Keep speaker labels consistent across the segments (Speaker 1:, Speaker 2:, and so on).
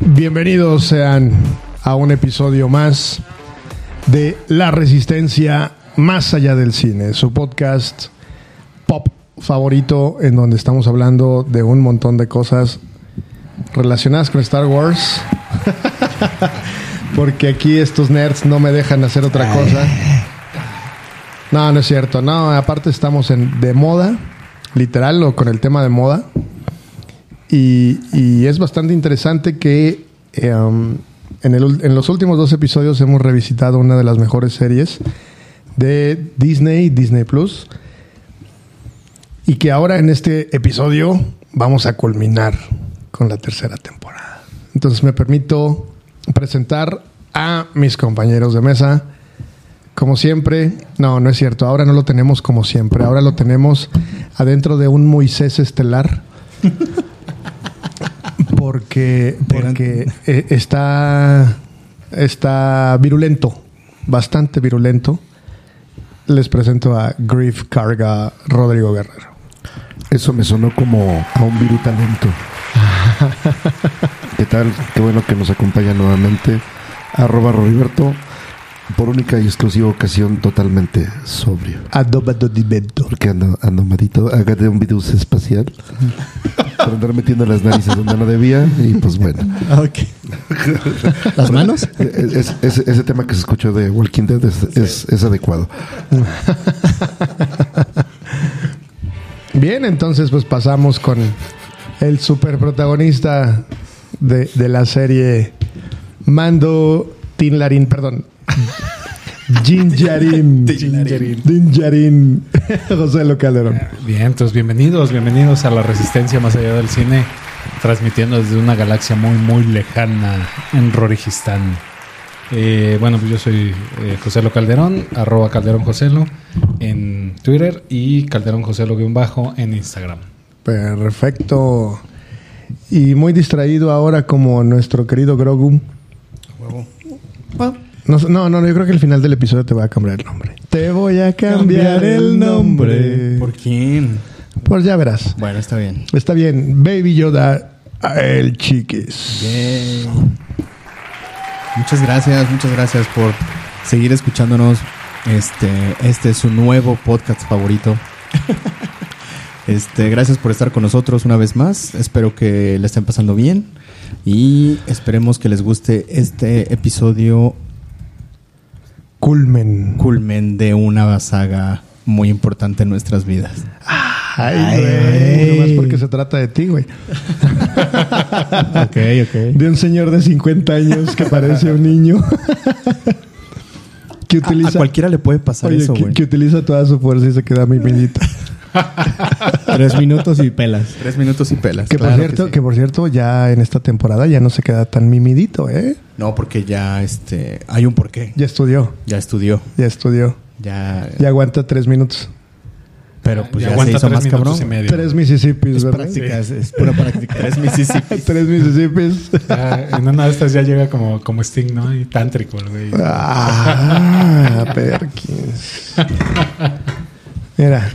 Speaker 1: Bienvenidos sean a un episodio más de La Resistencia Más Allá del Cine, su podcast pop favorito en donde estamos hablando de un montón de cosas relacionadas con Star Wars. Porque aquí estos nerds no me dejan hacer otra cosa. No, no es cierto. No, aparte estamos en de moda, literal, o con el tema de moda. Y, y es bastante interesante que eh, um, en, el ul- en los últimos dos episodios hemos revisitado una de las mejores series de Disney, Disney Plus. Y que ahora en este episodio vamos a culminar con la tercera temporada. Entonces me permito presentar a mis compañeros de mesa. Como siempre, no, no es cierto, ahora no lo tenemos como siempre, ahora lo tenemos adentro de un Moisés estelar. Porque, porque eh, está, está virulento, bastante virulento. Les presento a Griff Carga Rodrigo Guerrero.
Speaker 2: Eso me sonó como a un virutalento. ¿Qué tal? Qué bueno que nos acompaña nuevamente. Arroba Roberto. Por única y exclusiva ocasión, totalmente sobrio.
Speaker 1: Adobado di vento.
Speaker 2: Porque ando, ando malito. Hágate un virus espacial. Por andar metiendo las narices donde no debía. Y pues bueno.
Speaker 3: Ah, ¿Las manos?
Speaker 2: Es- es- ese tema que se escuchó de Walking Dead es, es- es adecuado.
Speaker 1: Bien, entonces pues pasamos con el superprotagonista de, de la serie Mando Tinlarín, perdón. Jinjarin.
Speaker 4: Jinjarin.
Speaker 1: Jinjarin. José Lo Calderón.
Speaker 4: Bien, entonces bienvenidos, bienvenidos a la Resistencia Más Allá del Cine, transmitiendo desde una galaxia muy, muy lejana en Rorigistán. Eh, bueno, pues yo soy eh, Joselo Calderón, arroba Calderón Joselo en Twitter y Calderón Joselo guión bajo en Instagram.
Speaker 1: Perfecto. Y muy distraído ahora como nuestro querido Grogu. No, sé- no, no, yo creo que al final del episodio te voy a cambiar el nombre. Te voy a cambiar el nombre.
Speaker 3: ¿Por quién?
Speaker 1: Pues ya verás.
Speaker 3: Bueno, está bien.
Speaker 1: Está bien, Baby Yoda, a el chiquis.
Speaker 3: Muchas gracias, muchas gracias por seguir escuchándonos. Este, este es su nuevo podcast favorito. Este, gracias por estar con nosotros una vez más. Espero que le estén pasando bien y esperemos que les guste este episodio
Speaker 1: Culmen.
Speaker 3: culmen de una saga muy importante en nuestras vidas.
Speaker 1: Ay,
Speaker 3: Ay.
Speaker 1: güey. Nomás porque se trata de ti, güey.
Speaker 3: ok, ok.
Speaker 1: De un señor de 50 años que parece un niño. que
Speaker 3: A, a
Speaker 1: utiliza.
Speaker 3: cualquiera le puede pasar
Speaker 1: Oye,
Speaker 3: eso,
Speaker 1: que,
Speaker 3: güey.
Speaker 1: que utiliza toda su fuerza y se queda mi minita.
Speaker 3: Tres minutos y pelas. Tres minutos y pelas.
Speaker 1: Que por cierto, que, por cierto, ya en esta temporada ya no se queda tan mimidito, ¿eh?
Speaker 3: No, porque ya este hay un porqué.
Speaker 1: Ya estudió,
Speaker 3: Ya estudió.
Speaker 1: ya estudió.
Speaker 3: Ya,
Speaker 1: Ya aguanta tres minutos.
Speaker 3: pero pues ya, se
Speaker 4: aguanta
Speaker 3: hizo
Speaker 4: tres
Speaker 3: más
Speaker 4: minutos
Speaker 3: cabrón.
Speaker 4: y medio.
Speaker 1: Tres Mississippis,
Speaker 3: Es
Speaker 1: ¿verdad?
Speaker 3: práctica, es, es pura práctica. Eres Mississippi.
Speaker 1: Tres Mississippis.
Speaker 4: Ya, en una de estas ya llega como, como Sting, ¿no? Y tántrico, el güey.
Speaker 1: Ah, Perkins. Mira,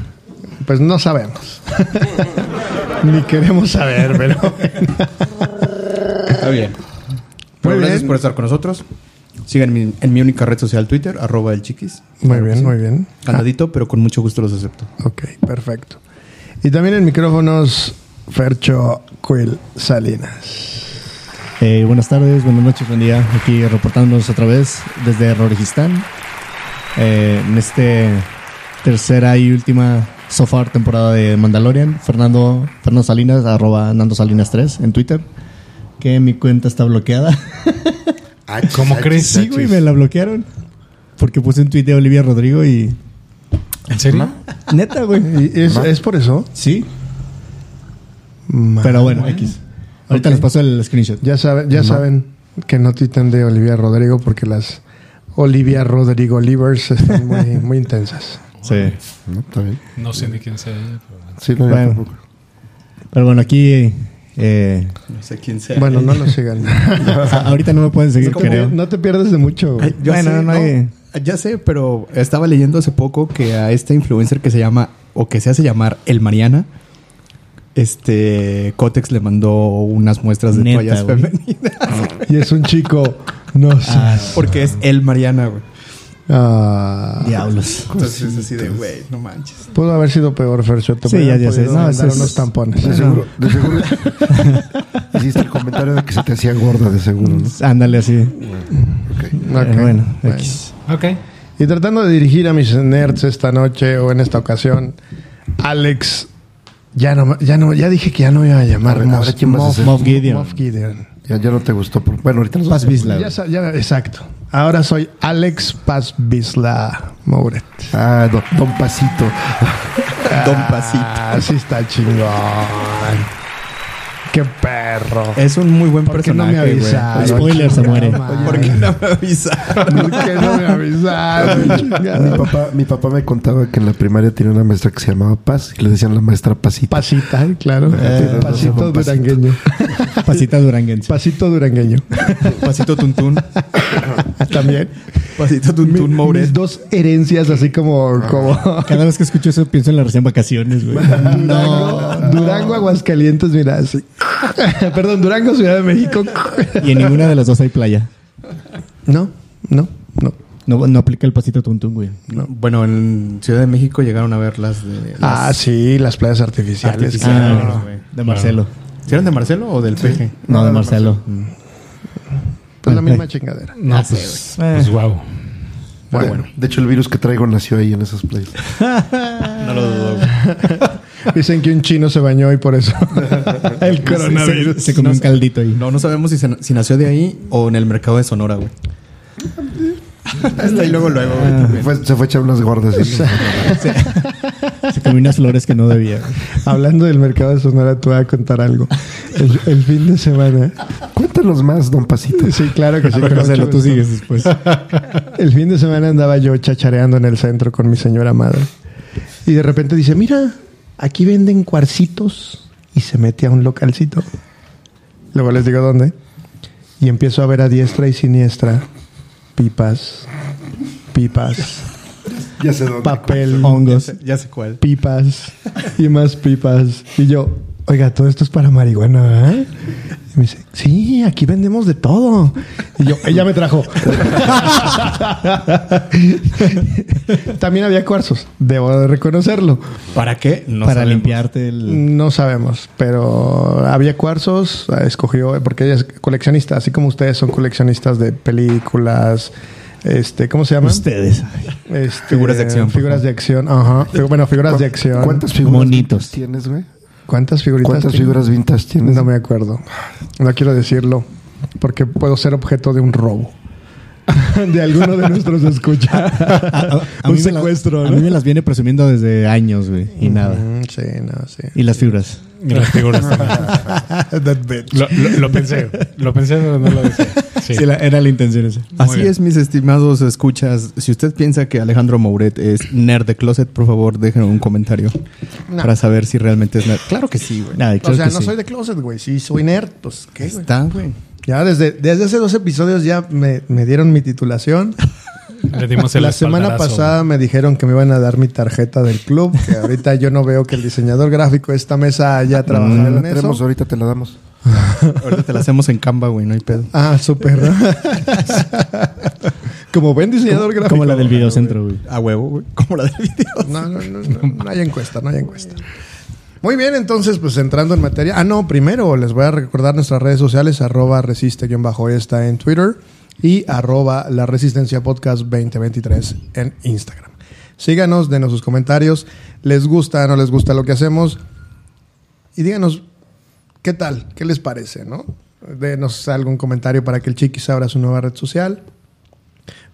Speaker 1: pues no sabemos. Ni queremos saber, pero.
Speaker 3: Está bien. Pero
Speaker 1: Muy
Speaker 3: gracias
Speaker 1: bien.
Speaker 3: por estar con nosotros. Síganme en, mi única red social Twitter, arroba el chiquis.
Speaker 1: Muy bien, muy bien.
Speaker 3: Candadito, pero con mucho gusto los acepto.
Speaker 1: Ok, perfecto. Y también en micrófonos, Fercho Quill Salinas.
Speaker 5: Eh, buenas tardes, buenas noches, buen día. Aquí reportándonos otra vez desde Rorigistán. Eh, en este tercera y última so far temporada de Mandalorian. Fernando, Fernando Salinas, arroba Nando Salinas 3 en Twitter. Que mi cuenta está bloqueada.
Speaker 4: ¿Cómo crees?
Speaker 5: Sí,
Speaker 3: ah,
Speaker 5: güey, me la bloquearon. Porque puse un tweet de Olivia Rodrigo y...
Speaker 4: ¿En serio?
Speaker 5: Neta, güey.
Speaker 1: ¿Y es, es por eso?
Speaker 5: Sí,
Speaker 1: Ma-
Speaker 5: pero bueno, X. Ahorita les paso el screenshot.
Speaker 1: Ya, saben, ya saben que no titan de Olivia Rodrigo porque las Olivia Rodrigo Livers están muy, muy intensas.
Speaker 5: Sí.
Speaker 2: ¿No? Está bien.
Speaker 4: No sé ni quién sea. pero-
Speaker 2: Sí, no, yo
Speaker 5: Bueno.
Speaker 2: tampoco.
Speaker 5: Pero bueno, aquí... eh,
Speaker 3: No sé quién sea.
Speaker 1: Bueno, no nos sigan.
Speaker 5: o sea, ahorita no me pueden seguir, creo.
Speaker 1: no te pierdes de mucho. güey.
Speaker 5: Bueno, no hay-
Speaker 3: Ya sé, pero estaba leyendo hace poco que a este influencer que se llama, o que se hace llamar El Mariana, este Cotex le mandó unas muestras de
Speaker 5: Neta,
Speaker 3: toallas
Speaker 5: güey.
Speaker 3: femeninas.
Speaker 1: Y es un chico. No sé.
Speaker 5: Ah.
Speaker 3: Porque es el Mariana, güey.
Speaker 1: Ah,
Speaker 5: Diablos.
Speaker 3: Entonces es así de, güey, no manches.
Speaker 1: Pudo haber sido peor, Fer. Yo te
Speaker 5: Sí,
Speaker 1: hubiera
Speaker 5: ya- ya sé.
Speaker 1: podido
Speaker 5: No,
Speaker 1: mandar
Speaker 5: eso es-
Speaker 1: unos tampones.
Speaker 2: De seguro, de seguro hiciste el comentario de que se te hacía gorda, de seguro, ¿no?
Speaker 5: Ándale así.
Speaker 2: Ok.
Speaker 1: Ok.
Speaker 5: Eh, bueno, X.
Speaker 4: Ok.
Speaker 1: Y tratando de dirigir a mis nerds esta noche o en esta ocasión, Alex, ya no, ya no, ya dije que ya no me iba a llamar.
Speaker 2: A ver, a ver, ¿quién vas a
Speaker 1: Moff-
Speaker 2: hacer?
Speaker 5: Moff Gideon.
Speaker 1: Moff Gideon.
Speaker 2: Ya, ya no te gustó. por- Bueno, ahorita
Speaker 5: Paz
Speaker 2: los
Speaker 5: Vizla.
Speaker 1: Ya
Speaker 5: güey.
Speaker 1: sa- ya- exacto. Ahora soy Alex Paz Bisla Mouret.
Speaker 2: Ah, don, don Pasito.
Speaker 3: Don Pasito.
Speaker 1: Así Ah, está chingón. Qué perro.
Speaker 3: Es un muy buen
Speaker 1: ¿Por qué no me
Speaker 3: personaje, güey.
Speaker 1: avisaron?
Speaker 5: Spoiler, se muere.
Speaker 1: No mames.
Speaker 3: ¿Por qué no me avisa?
Speaker 1: ¿Por qué no me avisaron?
Speaker 2: Mi
Speaker 1: Chingada.
Speaker 2: papá, mi papá me contaba que en la primaria tenía una maestra que se llamaba Paz y le decían la maestra Pasito.
Speaker 1: Pasita, claro.
Speaker 2: Eh,
Speaker 1: pasito
Speaker 2: pasito.
Speaker 1: durangueño.
Speaker 5: Pasita Duranguense.
Speaker 1: Pasito durangueño.
Speaker 3: Pasito Tuntún.
Speaker 1: También.
Speaker 3: Pasito
Speaker 1: Mi-
Speaker 3: Tuntún Mouret.
Speaker 1: mis dos herencias así como, como
Speaker 5: Cada vez que escucho eso pienso en las recién vacaciones, güey.
Speaker 1: Durango, Durango, Aguascalientes, mira, así. Perdón, Durango, Ciudad de México.
Speaker 5: Y en ninguna de las dos hay playa.
Speaker 1: no, no, no.
Speaker 5: No, no aplica el pasito tuntún, güey.
Speaker 3: Bueno, en Ciudad de México llegaron a ver las de.
Speaker 1: Ah, sí, las playas artificiales.
Speaker 3: Artificiales.
Speaker 1: claro.
Speaker 5: Ah,
Speaker 3: güey.
Speaker 5: de Marcelo.
Speaker 3: ¿Sí eran de Marcelo o del PG?
Speaker 5: No, de Marcelo.
Speaker 1: Es Ah, pues la misma chingadera.
Speaker 4: No, pues,
Speaker 5: güey.
Speaker 4: pues wow.
Speaker 2: De- De hecho, el virus que traigo nació ahí en esas playas.
Speaker 3: No lo dudo.
Speaker 1: Dicen que un chino se bañó y por eso. El
Speaker 5: Se,
Speaker 1: coronavirus.
Speaker 5: se comió un caldito ahí.
Speaker 3: No, no sabemos si, se- si nació de ahí o en el mercado de Sonora, güey. Está ahí luego, luego, güey. también.
Speaker 2: Fue- se fue a echar unas gordas. y-
Speaker 5: Se comió unas flores que no debía.
Speaker 1: Hablando del mercado de Sonora, te voy a contar algo. El, el fin de semana.
Speaker 2: Cuéntanos más, don Pasito.
Speaker 1: Sí, claro que sí. con
Speaker 5: Marcelo,
Speaker 1: mucho
Speaker 5: tú
Speaker 1: gusto.
Speaker 5: sigues después.
Speaker 1: El fin de semana andaba yo chachareando en el centro con mi señora madre. Y de repente dice, mira, aquí venden cuarcitos. Y se mete a un localcito. Luego les digo dónde. Y empiezo a ver a diestra y siniestra pipas, pipas,
Speaker 2: Ya sé dónde.
Speaker 1: papel,
Speaker 5: Hongos.
Speaker 3: Ya sé cuál.
Speaker 1: pipas y más pipas. Y yo, oiga, todo esto es para marihuana, ¿verdad? Y me dice, sí, aquí vendemos de todo. Y yo, ella me trajo. También había cuarzos, debo de reconocerlo.
Speaker 3: ¿Para qué? No
Speaker 5: para
Speaker 3: sabemos.
Speaker 5: limpiarte el.
Speaker 1: No sabemos, pero había cuarzos, eh, escogió, porque ella es coleccionista, así como ustedes son coleccionistas de películas, este, ¿cómo se llaman?
Speaker 5: Ustedes.
Speaker 1: Este,
Speaker 3: Figuras de acción, por
Speaker 1: Figuras
Speaker 3: favor.
Speaker 1: de acción, ajá. Figu- Bueno, figuras de acción.
Speaker 2: ¿Cuántas figuras
Speaker 5: Monitos.
Speaker 2: tienes, güey?
Speaker 1: ¿Cuántas figuritas?
Speaker 2: ¿Cuántas
Speaker 1: tengo?
Speaker 2: figuras vintage tienes?
Speaker 1: No me acuerdo. No quiero decirlo porque puedo ser objeto de un robo. de alguno de nuestros escucha. Un
Speaker 5: me las-
Speaker 1: secuestro,
Speaker 5: a
Speaker 1: ¿no?
Speaker 5: mí me las viene presumiendo desde años, güey. Y nada.
Speaker 1: Mm, Sí, no, sí.
Speaker 5: Y las fibras.
Speaker 4: Y las figuras también. Lo, lo- lo pensé. Lo pensé, pero no lo decía. Sí.
Speaker 5: Sí, la- era la intención esa.
Speaker 3: Así
Speaker 4: bien.
Speaker 3: es, mis estimados escuchas. Si usted piensa que Alejandro Mouret es nerd de closet, por favor, déjenos un comentario para saber si realmente es nerd. Claro que sí, güey.
Speaker 5: Nada,
Speaker 1: O
Speaker 5: claro
Speaker 1: sea,
Speaker 5: que
Speaker 1: no
Speaker 5: sí.
Speaker 1: soy de closet, güey. Sí, soy nerd. Pues qué, güey.
Speaker 3: Está, güey.
Speaker 1: Ya desde, desde hace dos episodios ya me, me dieron mi titulación.
Speaker 4: Le dimos el
Speaker 1: La semana
Speaker 4: espaldarazo,
Speaker 1: pasada me dijeron que me iban a dar mi tarjeta del club. Que ahorita yo no veo que el diseñador gráfico de esta mesa
Speaker 5: Mm,
Speaker 1: haya
Speaker 2: Ya
Speaker 1: trabajado
Speaker 2: la
Speaker 1: en
Speaker 2: tenemos,
Speaker 1: eso.
Speaker 2: ahorita te la damos.
Speaker 3: Ahorita te la hacemos en Canva, güey, no hay pedo.
Speaker 1: Ah, súper. Como buen diseñador gráfico.
Speaker 5: Como la del videocentro, güey.
Speaker 3: A huevo, güey. Como la del video.
Speaker 1: No, no, no, no, no hay encuesta, no hay encuesta. Muy bien, entonces, pues entrando en materia. Ah, no, primero les voy a recordar nuestras redes sociales, arroba resiste-esta en Twitter y arroba la resistencia podcast 2023 en Instagram. Síganos, denos sus comentarios, les gusta, no les gusta lo que hacemos y díganos qué tal, qué les parece, ¿no? Denos algún comentario para que el Chiquis abra su nueva red social,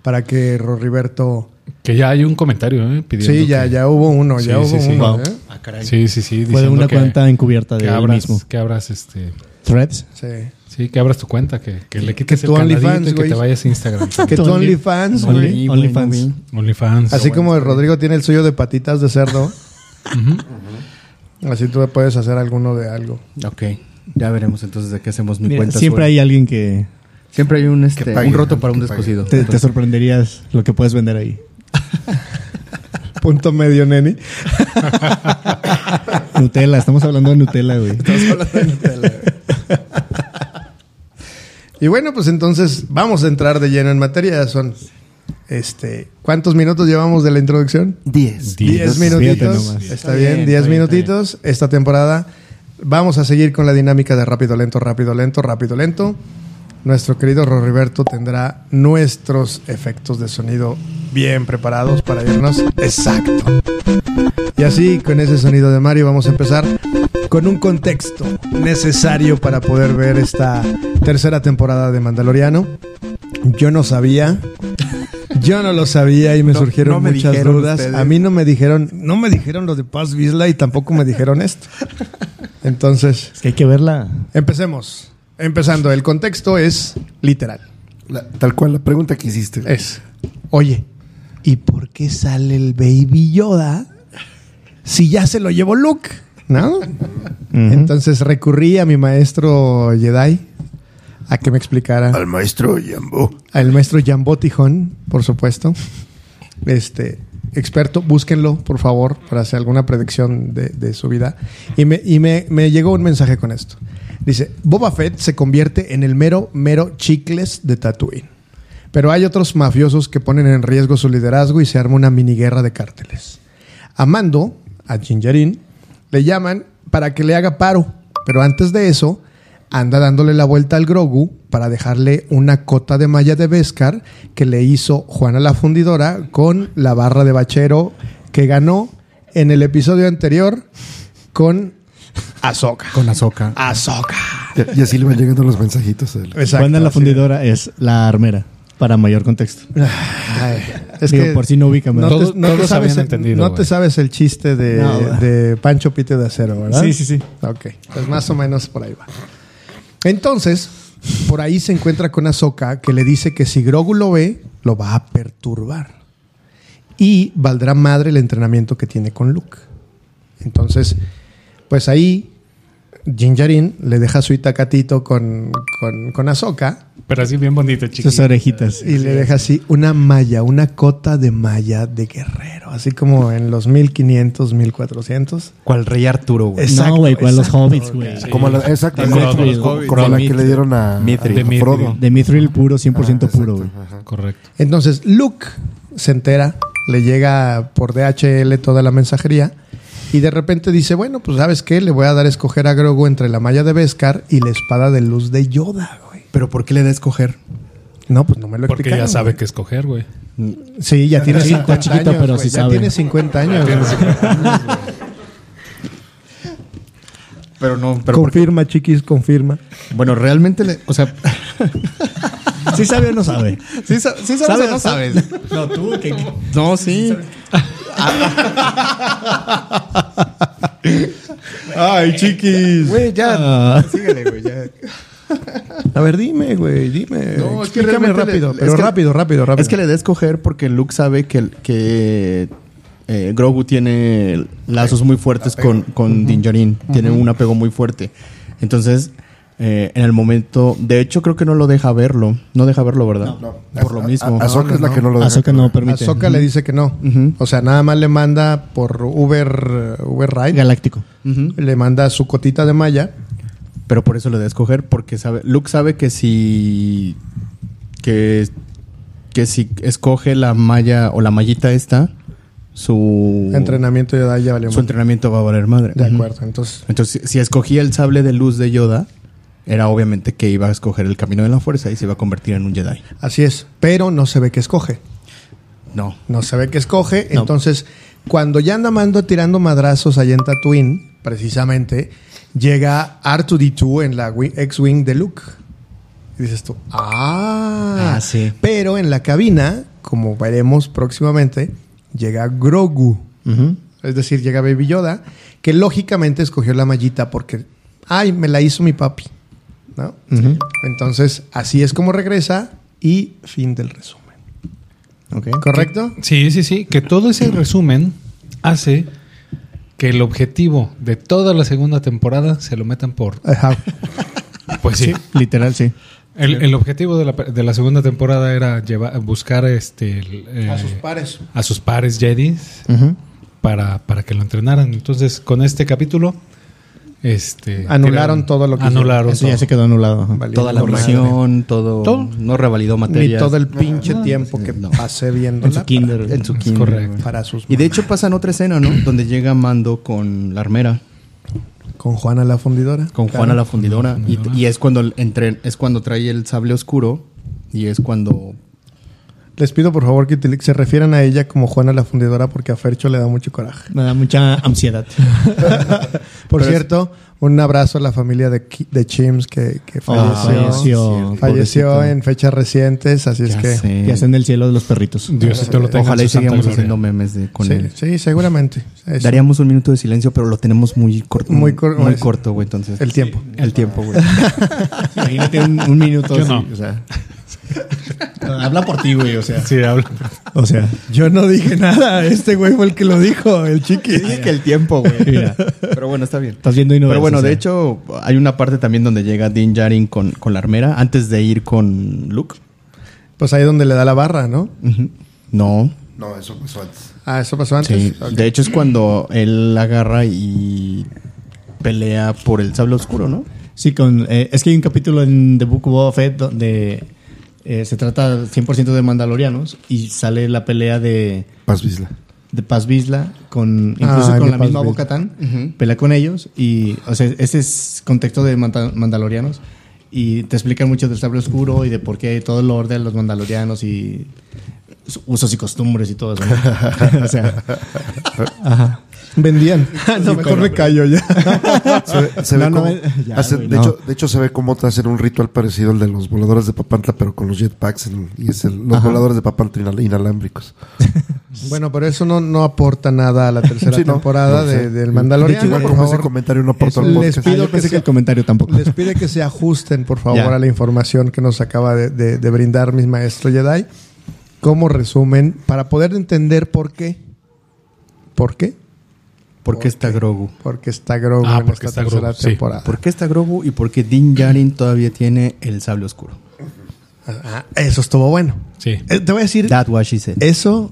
Speaker 1: para que Roriberto...
Speaker 4: Que ya hay un comentario, ¿eh? Pidiendo
Speaker 1: Sí, ya,
Speaker 4: que-
Speaker 1: ya hubo uno,
Speaker 4: Sí,
Speaker 1: ya hubo
Speaker 4: sí, sí.
Speaker 1: uno.
Speaker 5: Wow.
Speaker 1: ¿eh?
Speaker 3: Ah, caray.
Speaker 4: Sí, sí, sí.
Speaker 5: Fue de
Speaker 4: diciendo
Speaker 5: una
Speaker 4: que-
Speaker 5: cuenta encubierta de
Speaker 4: que
Speaker 5: él
Speaker 4: abras,
Speaker 5: mismo.
Speaker 4: Que abras este.
Speaker 5: Threads.
Speaker 1: Sí.
Speaker 4: Sí, que abras tu cuenta, que, que le quites
Speaker 1: Que
Speaker 4: el
Speaker 1: tu
Speaker 4: canadito
Speaker 1: OnlyFans,
Speaker 4: y que
Speaker 1: güey.
Speaker 4: te vayas a Instagram.
Speaker 1: Que tu
Speaker 5: Only-
Speaker 1: OnlyFans,
Speaker 5: Only-
Speaker 1: güey.
Speaker 3: Sí,
Speaker 5: OnlyFans.
Speaker 3: güey, no
Speaker 4: OnlyFans.
Speaker 1: Así como el Rodrigo tiene el suyo de patitas de cerdo,
Speaker 4: Ujú.
Speaker 1: así tú puedes hacer alguno de algo.
Speaker 3: vi. Ok. Ya veremos entonces de qué hacemos mi
Speaker 5: Mira,
Speaker 3: cuenta.
Speaker 5: siempre
Speaker 3: suelta.
Speaker 5: hay alguien que
Speaker 3: siempre hay un, este,
Speaker 2: Que pague,
Speaker 3: un roto para un
Speaker 2: que pague.
Speaker 3: descosido.
Speaker 5: te, te sorprenderías lo que puedes vender ahí.
Speaker 1: Punto medio, neni.
Speaker 5: Nutella, estamos hablando de Nutella, güey.
Speaker 1: Y bueno, pues entonces vamos a entrar de lleno en materia. Son, este, ¿cuántos minutos llevamos de la introducción?
Speaker 2: 10.
Speaker 1: Diez minutitos. Está bien, diez minutitos. Esta temporada vamos a seguir con la dinámica de rápido, lento, rápido, lento, rápido, lento. Nuestro querido Roriberto tendrá nuestros efectos de sonido bien preparados para irnos. Exacto. Y así, con ese sonido de Mario, vamos a empezar con un contexto necesario para poder ver esta tercera temporada de Mandaloriano. Yo no sabía, yo no lo sabía y me
Speaker 3: No-
Speaker 1: surgieron
Speaker 3: no me
Speaker 1: muchas
Speaker 3: dijeron
Speaker 1: dudas.
Speaker 3: ustedes.
Speaker 1: A mí no me dijeron, no me dijeron lo de Paz Vizla y tampoco me dijeron esto. Entonces,
Speaker 5: Es que hay que verla.
Speaker 1: empecemos. Empezando, el contexto es literal.
Speaker 2: La- tal cual, la pregunta que hiciste.
Speaker 1: Es, oye, ¿y por qué sale el Baby Yoda si ya se lo llevó Luke? ¿No? Entonces recurrí a mi maestro Jedi a que me explicara,
Speaker 2: Al maestro Yambo.
Speaker 1: al maestro Jambó Tijón, por supuesto, este experto, búsquenlo, por favor, para hacer alguna predicción de, de su vida. Y, me, y me- me llegó un mensaje con esto. Dice, Boba Fett se convierte en el mero, mero chicles de Tatooine. Pero hay otros mafiosos que ponen en riesgo su liderazgo y se arma una mini guerra de cárteles. A Mando, a Jinjarin, le llaman para que le haga paro, pero antes de eso anda dándole la vuelta al Grogu para dejarle una cota de malla de Beskar que le hizo Juana la Fundidora con la barra de bachero que ganó en el episodio anterior con Ahsoka.
Speaker 3: Con Azoka.
Speaker 1: Ahsoka.
Speaker 2: Y, y así le van llegando los mensajitos. a él.
Speaker 1: Exacto,
Speaker 5: Banda la
Speaker 1: así es.
Speaker 5: fundidora es la armera, para mayor contexto.
Speaker 1: Ay, es
Speaker 5: Digo,
Speaker 1: que
Speaker 5: por si no ubican,
Speaker 1: no,
Speaker 5: ¿verdad?
Speaker 4: Todos-
Speaker 1: te, no te
Speaker 4: todos
Speaker 1: sabes,
Speaker 4: habían entendido,
Speaker 1: no
Speaker 4: güey.
Speaker 1: te sabes el chiste de,
Speaker 5: No, güey.
Speaker 1: de Pancho Pite de Acero, ¿verdad?
Speaker 5: Sí, sí, sí.
Speaker 1: Ok, pues más o menos por ahí va. Entonces, por ahí se encuentra con Ahsoka que le dice que si Grogu lo ve, lo va a perturbar. Y valdrá madre el entrenamiento que tiene con Luke. Entonces, pues ahí Jinjarin le deja su itacatito con, con, con Ahsoka.
Speaker 4: Pero así bien bonito, chicos.
Speaker 5: Sus orejitas.
Speaker 1: Y le deja así una malla, una cota de malla de guerrero, así como en los 1500, 1400.
Speaker 3: Cual rey Arturo, güey.
Speaker 1: Exacto,
Speaker 5: no, güey, ¿cuál? los
Speaker 1: exacto,
Speaker 5: hobbits, güey.
Speaker 4: Sí.
Speaker 2: Como la, exacto,
Speaker 4: Como
Speaker 2: como,
Speaker 4: los
Speaker 2: como-
Speaker 4: Hobbits.
Speaker 2: como la que
Speaker 3: Mithril.
Speaker 2: le dieron a,
Speaker 3: Mithril.
Speaker 2: a Frodo.
Speaker 5: De Mithril puro, 100%
Speaker 2: Ah,
Speaker 5: puro, güey.
Speaker 4: Correcto.
Speaker 1: Entonces Luke se entera, le llega por DHL toda la mensajería y de repente dice, bueno, pues sabes qué, le voy a dar a escoger a Grogu entre la malla de Beskar y la espada de luz de Yoda, güey.
Speaker 3: Pero ¿por qué le da a escoger?
Speaker 1: No, pues no me lo
Speaker 4: Porque
Speaker 1: explicaron,
Speaker 4: ya sabe
Speaker 1: güey.
Speaker 4: qué escoger, güey.
Speaker 1: Sí, ya tiene
Speaker 5: Sí, está
Speaker 1: 50
Speaker 5: chiquito,
Speaker 1: años,
Speaker 5: pero
Speaker 1: güey.
Speaker 5: sí
Speaker 1: ya
Speaker 5: sabe.
Speaker 1: tiene 50 años. güey.
Speaker 3: Pero no,
Speaker 1: confirma, chiquis, confirma.
Speaker 3: Bueno, realmente le. O sea.
Speaker 5: ¿Sí sabe o no sabe?
Speaker 3: ¿Sí, sa- sí sabes o
Speaker 5: ¿Sabe o
Speaker 3: no
Speaker 5: no
Speaker 3: sabes?
Speaker 5: No, tú, que...
Speaker 3: No, sí.
Speaker 1: Ay, chiquis.
Speaker 3: Güey, ya.
Speaker 5: Ah.
Speaker 3: Síguele, güey. Ya.
Speaker 1: A ver, dime, güey, dime.
Speaker 3: No, es que
Speaker 1: Explícame
Speaker 3: realmente
Speaker 1: rápido,
Speaker 3: le-
Speaker 1: pero
Speaker 3: es que-
Speaker 1: rápido, rápido, rápido.
Speaker 3: Es que le da a escoger porque Luke sabe que, que eh, Grogu tiene lazos muy fuertes con, con Din Djarin. Tiene un apego muy fuerte. Entonces, eh, en el momento... De hecho, creo que no lo deja verlo. No deja verlo, ¿verdad? Por lo
Speaker 2: A-
Speaker 3: mismo.
Speaker 2: a- Ahsoka es la que no lo deja.
Speaker 5: Azoka no permite.
Speaker 1: Azoka le dice que no.
Speaker 3: Ujú.
Speaker 1: O sea, nada más le manda por Uber, eh, Uber Ride.
Speaker 5: Galáctico.
Speaker 3: Ujú.
Speaker 1: Le manda su cotita de malla.
Speaker 3: Pero por eso le da a escoger porque sabe... Luke sabe que si... Que, que si escoge la malla o la mallita esta,
Speaker 1: Uh.
Speaker 3: su...
Speaker 1: Entrenamiento y ya valió
Speaker 3: Su
Speaker 1: madre.
Speaker 3: entrenamiento va a valer madre.
Speaker 1: De
Speaker 3: Ujú.
Speaker 1: acuerdo. Entonces,
Speaker 3: Entonces, si- si escogía el sable de luz de Yoda, era obviamente que iba a escoger el camino de la fuerza y se iba a convertir en un Jedi.
Speaker 1: así es. Pero no se ve que escoge.
Speaker 3: No.
Speaker 1: No se ve que escoge.
Speaker 3: No.
Speaker 1: Entonces, cuando ya anda mando tirando madrazos allá en Tatooine, precisamente, llega R2D2 en la wi- X-Wing de Luke. Y dices tú, ah,
Speaker 3: Ah, sí.
Speaker 1: Pero en la cabina, como veremos próximamente, llega Grogu. Es decir, llega Baby Yoda, que lógicamente escogió la mallita porque, ay, me la hizo mi papi. ¿No? Entonces, así es como regresa y fin del resumen. ¿Correcto?
Speaker 4: Sí, sí, sí. Que todo ese resumen hace que el objetivo de toda la segunda temporada se lo metan por.
Speaker 1: Ajá.
Speaker 4: Pues sí.
Speaker 5: Literal, sí.
Speaker 4: El, el objetivo de la, de la segunda temporada era llevar, buscar este, el, eh,
Speaker 1: A sus pares.
Speaker 4: a sus pares Jedi para, para que lo entrenaran. Entonces, con este capítulo, este,
Speaker 1: Anularon todo lo que
Speaker 4: Anularon
Speaker 5: Eso ya
Speaker 4: todo.
Speaker 5: se quedó anulado. ajá.
Speaker 1: Valió
Speaker 3: Toda la
Speaker 1: madre.
Speaker 3: misión, todo,
Speaker 4: ¿Todo?
Speaker 3: No revalidó
Speaker 1: Ni
Speaker 3: materias.
Speaker 1: todo el pinche tiempo que
Speaker 3: no.
Speaker 1: pasé viendo
Speaker 3: En su kinder.
Speaker 1: para,
Speaker 3: En su
Speaker 4: Es
Speaker 3: kinder.
Speaker 4: correcto.
Speaker 3: güey.
Speaker 1: para sus
Speaker 3: Y de hecho pasan otra escena, ¿no? Donde llega Mando con la armera,
Speaker 1: con Juana la fundidora
Speaker 3: con
Speaker 1: Claro.
Speaker 3: Juana la fundidora. Y, y es cuando el entren- es cuando trae el sable oscuro. Y es cuando.
Speaker 1: les pido por favor que utili- se refieran a ella como Juana la fundidora porque a Fercho le da mucho coraje
Speaker 5: Me da mucha ansiedad.
Speaker 1: por
Speaker 3: Pero es-
Speaker 1: cierto un abrazo a la familia de, Ki- de Chims que, que
Speaker 5: Ah,
Speaker 1: falleció
Speaker 5: falleció,
Speaker 1: Falleció
Speaker 5: pobrecito.
Speaker 1: en fechas recientes así es
Speaker 3: Ya
Speaker 1: que
Speaker 3: sé.
Speaker 5: Que hacen del cielo de los perritos.
Speaker 4: Diosito lo tenga en
Speaker 3: Ojalá y
Speaker 4: su santa
Speaker 3: sigamos
Speaker 4: gloria.
Speaker 3: haciendo memes de, con
Speaker 1: sí,
Speaker 3: él.
Speaker 1: sí, seguramente Es
Speaker 3: Daríamos un minuto de silencio, pero lo tenemos muy corto.
Speaker 1: Muy
Speaker 3: Muy,
Speaker 1: cor-
Speaker 3: muy
Speaker 1: es-
Speaker 3: corto, güey. Entonces,
Speaker 1: el tiempo
Speaker 3: el tiempo, güey.
Speaker 5: Imagínate un, un minuto.
Speaker 4: Yo
Speaker 5: así,
Speaker 4: no.
Speaker 5: o sea. Habla por ti, güey. O sea.
Speaker 4: Sí, habla.
Speaker 5: O sea.
Speaker 1: yo no dije nada este güey fue el que lo dijo el chiqui
Speaker 3: Dije que el tiempo, güey.
Speaker 5: Mira.
Speaker 3: Pero bueno, está bien.
Speaker 5: Estás viendo y no
Speaker 3: Pero
Speaker 5: ves,
Speaker 3: bueno,
Speaker 5: o sea.
Speaker 3: de hecho, hay una parte también donde llega Din Djarin con, con la armera antes de ir con Luke.
Speaker 1: pues ahí donde le da la barra no
Speaker 3: Mm. No.
Speaker 2: No, eso pasó antes.
Speaker 1: ah eso pasó antes
Speaker 3: Sí.
Speaker 1: Ok.
Speaker 3: De hecho, es cuando él agarra y pelea por el sable oscuro, ¿no?
Speaker 5: Sí, con, eh, es que hay un capítulo en The Book of Boba Fett donde eh, se trata 100% de mandalorianos y sale la pelea de,
Speaker 2: Paz Vizla.
Speaker 5: de Paz Vizla con incluso
Speaker 1: Ah,
Speaker 5: con
Speaker 1: de
Speaker 5: la
Speaker 1: Paz Vizsla.
Speaker 5: misma Bocatán, pelea con ellos y o sea, ese es contexto de manda- mandalorianos y te explican mucho del sable oscuro y de por qué todo el orden de los mandalorianos y sus usos y costumbres y todo eso. ¿no? o sea, ajá.
Speaker 1: vendían no mejor me callo ya
Speaker 2: Se ve, se ve
Speaker 5: No, no,
Speaker 2: como-
Speaker 5: ya,
Speaker 2: hacen-
Speaker 5: güey,
Speaker 2: de,
Speaker 5: no.
Speaker 2: hecho, de hecho, se ve como hacen un ritual parecido al de los voladores de Papantla, pero con los jetpacks en- y es el- los voladores de Papantla inal- inalámbricos.
Speaker 1: Bueno, pero eso no, no aporta nada a la tercera
Speaker 2: Sí, no.
Speaker 1: temporada
Speaker 2: No,
Speaker 1: de-
Speaker 2: sí.
Speaker 1: del
Speaker 2: De
Speaker 1: Mandalorian.
Speaker 2: hecho, igual
Speaker 1: por
Speaker 2: como ese
Speaker 1: favor.
Speaker 2: comentario no aportó al
Speaker 1: les
Speaker 2: podcast.
Speaker 1: pido
Speaker 5: Ah, yo
Speaker 1: que
Speaker 5: pensé
Speaker 1: se-
Speaker 5: que el comentario tampoco.
Speaker 1: Les pide que se ajusten, por favor,
Speaker 5: Ya.
Speaker 1: a la información que nos acaba de, de- de brindar mis maestros Jedi. Como resumen, para poder entender por qué. ¿Por qué?
Speaker 3: ¿Por qué está Grogu?
Speaker 1: Porque está Grogu
Speaker 4: Ah,
Speaker 1: en
Speaker 4: porque
Speaker 1: esta
Speaker 4: está Grogu,
Speaker 1: tercera
Speaker 4: sí.
Speaker 1: temporada.
Speaker 3: ¿Por qué está Grogu y por qué Din Djarin todavía tiene el sable oscuro?
Speaker 1: Ah, eso estuvo bueno.
Speaker 4: Sí.
Speaker 1: Eh, te voy a decir,
Speaker 3: That was she said.
Speaker 1: eso...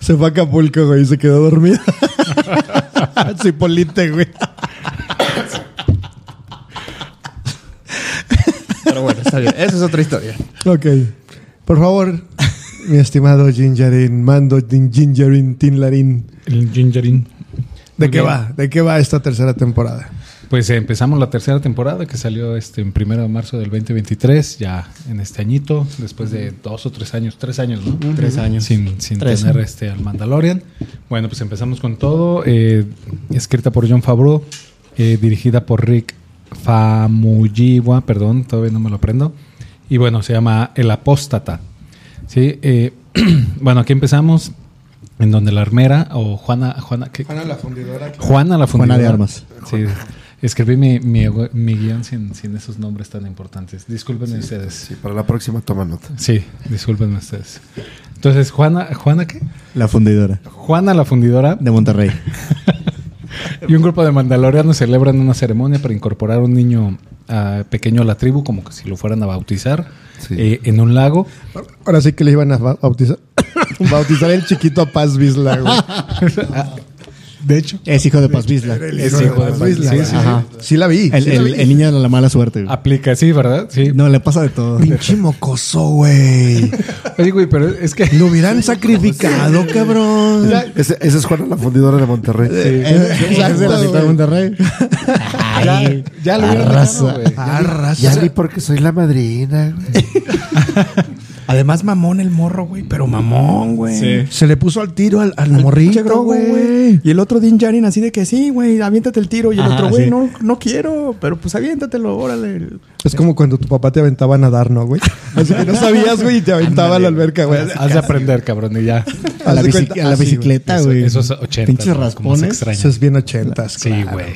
Speaker 1: se fue a Acapulco, güey, y se quedó dormido.
Speaker 5: Soy polite, güey.
Speaker 3: Pero bueno, está bien. Esa es otra historia.
Speaker 1: Ok. Por favor, mi estimado Gingerin, mando din- Gingerin, Tinlarin.
Speaker 4: El Gingerin.
Speaker 1: ¿De
Speaker 4: Muy
Speaker 1: qué
Speaker 4: bien.
Speaker 1: va? ¿De qué va esta tercera temporada?
Speaker 4: Pues eh, empezamos la tercera temporada que salió este en primero de marzo del 2023, ya en este añito, después de dos o tres años, tres años, ¿no?
Speaker 3: Tres años.
Speaker 4: Sin, sin
Speaker 5: Tres.
Speaker 4: tener este al Mandalorian. Bueno, pues empezamos con todo. eh, escrita por John Favreau, eh, dirigida por Rick Famuyiwa, perdón, todavía no me lo aprendo. Y bueno, se llama El Apóstata. Sí, eh, bueno, aquí empezamos en donde la armera o Juana, Juana, ¿qué?
Speaker 1: la fundidora.
Speaker 4: Juana la Ah,
Speaker 5: Juana
Speaker 4: fundidora.
Speaker 5: de Armas.
Speaker 4: Sí. Escribí mi, mi, mi guión sin, sin esos nombres tan importantes. Discúlpenme ustedes.
Speaker 2: Sí, para la próxima toma nota.
Speaker 4: Sí, discúlpenme ustedes. Entonces, Juana, ¿Juana qué?
Speaker 5: La fundidora
Speaker 4: Juana la fundidora
Speaker 5: de Monterrey.
Speaker 4: y un grupo de mandalorianos celebran una ceremonia para incorporar un niño ah, pequeño a la tribu, como que si lo fueran a bautizar
Speaker 2: Sí.
Speaker 4: eh, en un lago.
Speaker 1: Ahora sí que le iban a ba- bautizar. bautizar el chiquito a Paz Vizla, güey.
Speaker 4: De hecho,
Speaker 5: Es hijo de Paz Vizla.
Speaker 1: El hijo
Speaker 4: hijo de Paz Vizla.
Speaker 1: Sí, sí,
Speaker 5: Ajá.
Speaker 1: sí. Sí la vi.
Speaker 5: El,
Speaker 1: sí la
Speaker 5: el-
Speaker 1: vi.
Speaker 5: el niño de la mala suerte. güey.
Speaker 4: aplica, sí, ¿verdad? Sí.
Speaker 5: No, le pasa de todo.
Speaker 1: Ah, Pinche mocoso, güey.
Speaker 4: Oye, güey, pero es que.
Speaker 1: Lo hubieran sacrificado, cabrón.
Speaker 2: Ese, ese es Juana la fundidora de Monterrey.
Speaker 5: Es de la ciudad de Monterrey. Ay,
Speaker 4: Ya lo hubieran
Speaker 5: Arrasa.
Speaker 4: dejado, güey.
Speaker 1: Arras.
Speaker 2: Ya ni porque soy la madrina. güey.
Speaker 3: Además, mamón el morro, güey. Pero mamón, güey.
Speaker 1: Se le puso al tiro al, al
Speaker 3: Che,
Speaker 1: morrito,
Speaker 3: Grogu,
Speaker 1: güey.
Speaker 3: güey. Y el otro Din Djarin así de que sí, güey, aviéntate el tiro. Y el
Speaker 5: Ajá,
Speaker 3: otro, güey,
Speaker 5: sí.
Speaker 3: no, no quiero, pero pues aviéntatelo, órale.
Speaker 1: Es como cuando tu papá te aventaba a nadar, ¿no, güey? Así que no sabías, güey, y te aventaba a la alberca, güey.
Speaker 4: Has de aprender, cabrón, y ya.
Speaker 5: A la,
Speaker 1: Haz de
Speaker 5: bici-
Speaker 1: cuenta, Ah,
Speaker 5: a la
Speaker 1: así,
Speaker 5: bicicleta,
Speaker 4: Eso-
Speaker 5: güey.
Speaker 4: Esos 80.
Speaker 5: Pinches raspones.
Speaker 1: Eso es bien ochentas,
Speaker 4: Sí,
Speaker 1: claro.
Speaker 4: güey.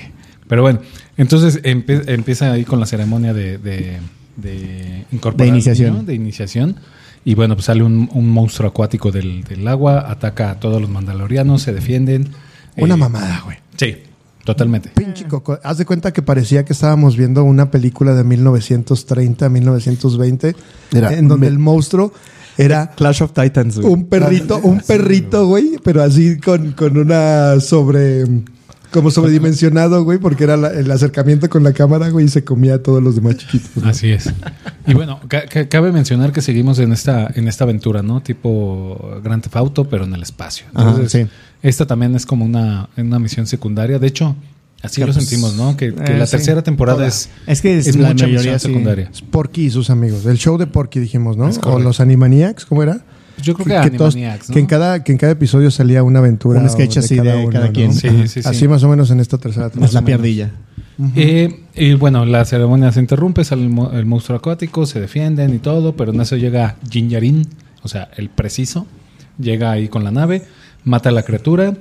Speaker 4: Pero bueno, entonces empie- empieza ahí con la ceremonia de, de, de incorporar
Speaker 5: De iniciación.
Speaker 4: al niño, de iniciación. Y bueno, pues sale un, un monstruo acuático del, del agua, ataca a todos los mandalorianos, se defienden.
Speaker 1: Una
Speaker 4: Eh,
Speaker 1: mamada, güey.
Speaker 4: Sí, totalmente.
Speaker 1: Pinche coco. Haz de cuenta que parecía que estábamos viendo una película de 1930, 1920,
Speaker 2: Mira,
Speaker 1: en donde
Speaker 2: me-
Speaker 1: el monstruo Era
Speaker 3: Clash of Titans, güey.
Speaker 1: un perrito, un perrito, güey, pero así con, con una sobre. Como sobredimensionado, güey, porque era la- el acercamiento con la cámara, güey, y se comía a todos los demás chiquitos.
Speaker 4: Así es. Y bueno, ca- ca- cabe mencionar que seguimos en esta, en esta aventura, ¿no? Tipo Grand Theft Auto, pero en el espacio.
Speaker 5: Ajá,
Speaker 4: Entonces,
Speaker 5: sí.
Speaker 4: esta también es como una, una misión secundaria. De hecho, así
Speaker 5: Ya,
Speaker 4: lo
Speaker 5: pues,
Speaker 4: sentimos, ¿no? Que, que
Speaker 5: eh,
Speaker 4: la
Speaker 5: sí.
Speaker 4: tercera temporada es,
Speaker 5: Es que es
Speaker 4: es
Speaker 5: la
Speaker 4: mucha
Speaker 5: mayoría,
Speaker 4: misión
Speaker 5: sí.
Speaker 4: secundaria.
Speaker 1: Porky y sus amigos. El show de Porky, dijimos, ¿no?
Speaker 4: Es
Speaker 1: O
Speaker 4: correcto.
Speaker 1: los Animaniacs, ¿cómo era?
Speaker 4: Yo creo que,
Speaker 1: que, todos-
Speaker 4: Animaniacs, ¿no?
Speaker 1: que en cada que en cada episodio salía una aventura
Speaker 5: Un sketch
Speaker 1: o
Speaker 5: así de cada quien.
Speaker 4: Sí,
Speaker 5: Ajá.
Speaker 4: sí, sí.
Speaker 1: así más o menos en esta tercera
Speaker 5: Más la
Speaker 1: temporada.
Speaker 5: piardilla.
Speaker 4: Eh, y bueno, la ceremonia se interrumpe, sale el, mo- el monstruo acuático, se defienden y todo, pero en eso llega Jinjarin, o sea, el preciso, llega ahí con la nave, mata a la criatura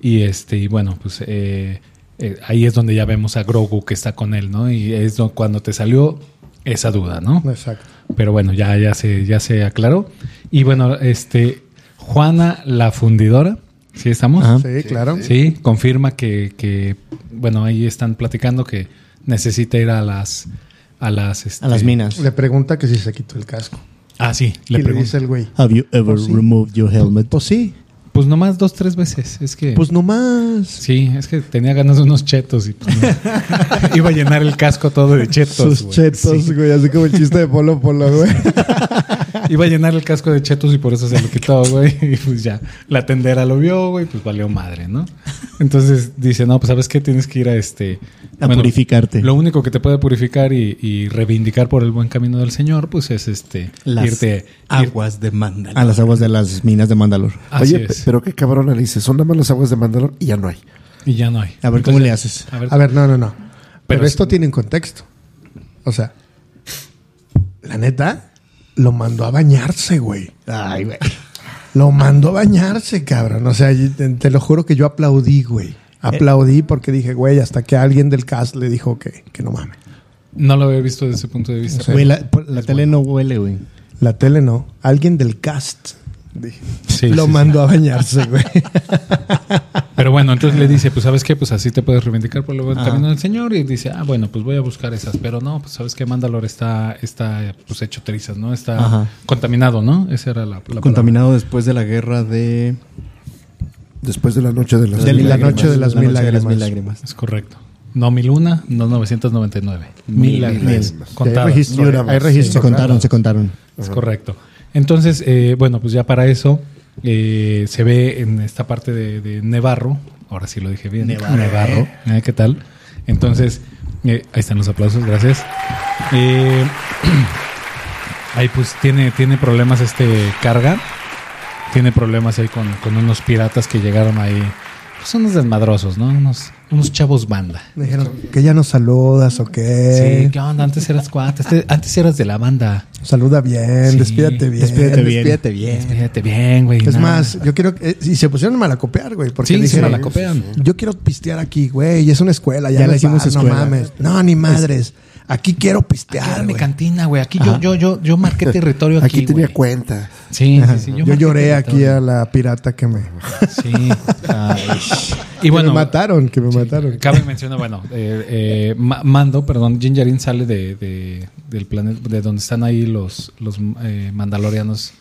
Speaker 4: y este, y bueno, pues eh, eh, ahí es donde ya vemos a Grogu que está con él, ¿no? Y es do- cuando te salió esa duda, ¿no?
Speaker 1: exacto
Speaker 4: Pero bueno, ya, ya, se, ya se aclaró. Y bueno, este, Juana la fundidora, ¿sí estamos?
Speaker 5: Ajá.
Speaker 1: sí, claro
Speaker 4: Sí, confirma que, que, bueno, ahí están platicando que necesita ir a las a las este-
Speaker 5: A las minas.
Speaker 1: le pregunta que si se quitó el casco
Speaker 4: Ah, sí,
Speaker 1: le y le
Speaker 4: le pregunta. Ah,
Speaker 1: dice el güey
Speaker 5: Have you ever removed your helmet?
Speaker 1: pues sí
Speaker 4: Pues nomás dos tres veces, es que
Speaker 1: pues nomás
Speaker 4: sí, es que tenía ganas de unos chetos y pues, no. iba a llenar el casco todo de chetos,
Speaker 1: sus
Speaker 4: Pues, güey.
Speaker 1: chetos
Speaker 4: Sí.
Speaker 1: güey así como el chiste de Polo Polo güey
Speaker 4: Iba a llenar el casco de chetos y por eso se lo quitó, güey, y pues ya la tendera lo vio, güey, pues valió madre, ¿no? Entonces dice, "No, pues sabes qué, tienes que ir a este
Speaker 5: A
Speaker 4: bueno,
Speaker 5: purificarte.
Speaker 4: Lo único que te puede purificar y, y reivindicar por el buen camino del Señor, pues es este
Speaker 3: Las
Speaker 4: irte ir-
Speaker 3: aguas de Mandalor.
Speaker 5: A las aguas de las minas de Mandalor.
Speaker 4: Así
Speaker 2: Oye, pe-
Speaker 4: es.
Speaker 2: pero qué cabrona le dice, son nada más las aguas de Mandalor y ya no hay.
Speaker 4: y ya no hay.
Speaker 5: A ver cómo le haces.
Speaker 4: A ver,
Speaker 1: a ver no no no pero,
Speaker 4: Pero
Speaker 1: esto
Speaker 4: sí.
Speaker 1: tiene un contexto o sea la neta lo mandó a bañarse güey
Speaker 5: Ay, güey.
Speaker 1: Lo mandó a bañarse, cabrón. O sea, y te, te lo juro que yo aplaudí, güey. Aplaudí porque dije, güey, hasta que alguien del cast le dijo que, que no mames.
Speaker 4: no lo había visto desde ese punto de vista.
Speaker 5: Güey, la, por- la tele no huele, güey.
Speaker 1: La tele no. Alguien del cast. Dije.
Speaker 4: Sí,
Speaker 1: lo
Speaker 4: sí, sí.
Speaker 1: mandó a bañarse, güey.
Speaker 4: Pero bueno, entonces le dice, pues sabes qué, pues así te puedes reivindicar por el buen camino del Señor. Y dice, ah, bueno, pues voy a buscar esas. Pero no, pues sabes que Mandalor está, está pues hecho trizas, ¿no? Está
Speaker 5: Ajá.
Speaker 4: contaminado, ¿no? Esa era la, la palabra.
Speaker 3: Contaminado después de la guerra de...
Speaker 2: Después de la noche de las
Speaker 1: De
Speaker 2: mil
Speaker 1: la
Speaker 2: lágrimas.
Speaker 1: noche de las
Speaker 3: La
Speaker 1: mil
Speaker 3: noche de las
Speaker 1: lágrimas.
Speaker 3: mil lágrimas.
Speaker 4: Es correcto. No mil una, no 999. Mil, lágrimas
Speaker 2: lágrimas.
Speaker 1: Y Hay
Speaker 4: contadas.
Speaker 1: registro.
Speaker 2: Ni una más.
Speaker 1: Hay registro.
Speaker 5: Se contaron, se contaron.
Speaker 4: Es correcto. Entonces, eh, bueno, pues ya para eso eh, se ve en esta parte de, de Nevarro. Ahora sí lo dije bien. Nevarro. Eh, ¿Qué tal? Entonces, eh, ahí están los aplausos, gracias. Eh, ahí pues tiene, tiene problemas este carga. Tiene problemas ahí con, con unos piratas que llegaron ahí. Pues unos desmadrosos, ¿no? Unos, unos chavos banda.
Speaker 1: Me dijeron que ya nos saludas o
Speaker 4: Sí,
Speaker 1: qué.
Speaker 4: ¿qué onda? Antes eras cuates. te- Antes eras de la banda.
Speaker 1: Saluda bien,
Speaker 4: Sí.
Speaker 1: despídate bien.
Speaker 5: Despídate bien.
Speaker 3: Despídate bien.
Speaker 4: Fíjate bien, güey.
Speaker 1: Es
Speaker 4: nada.
Speaker 1: más, yo quiero. eh, y se pusieron mal a copiar, güey. Porque
Speaker 4: Sí, sí
Speaker 1: dije,
Speaker 4: me la copian.
Speaker 1: Yo quiero pistear aquí, güey. Es una escuela, ya,
Speaker 5: Ya
Speaker 1: no
Speaker 5: le
Speaker 1: es
Speaker 5: hicimos
Speaker 1: bar, No
Speaker 5: escuela.
Speaker 1: mames. No, ni madres. Aquí quiero pistear.
Speaker 4: Era mi
Speaker 1: güey.
Speaker 4: cantina, güey. Aquí yo, yo, yo, yo marqué territorio
Speaker 2: Aquí,
Speaker 4: aquí.
Speaker 2: tenía
Speaker 4: güey.
Speaker 2: cuenta.
Speaker 4: Sí, sí, sí.
Speaker 1: Yo,
Speaker 4: marqué
Speaker 1: lloré aquí
Speaker 4: territorio.
Speaker 1: a la pirata que me,
Speaker 4: Sí.
Speaker 1: que
Speaker 4: y bueno,
Speaker 1: me mataron, que me mataron.
Speaker 4: cabe mencionar, bueno, eh, eh, Ma- Mando, perdón, Jinjarin sale de, de- del planeta, de donde están ahí los, los eh, mandalorianos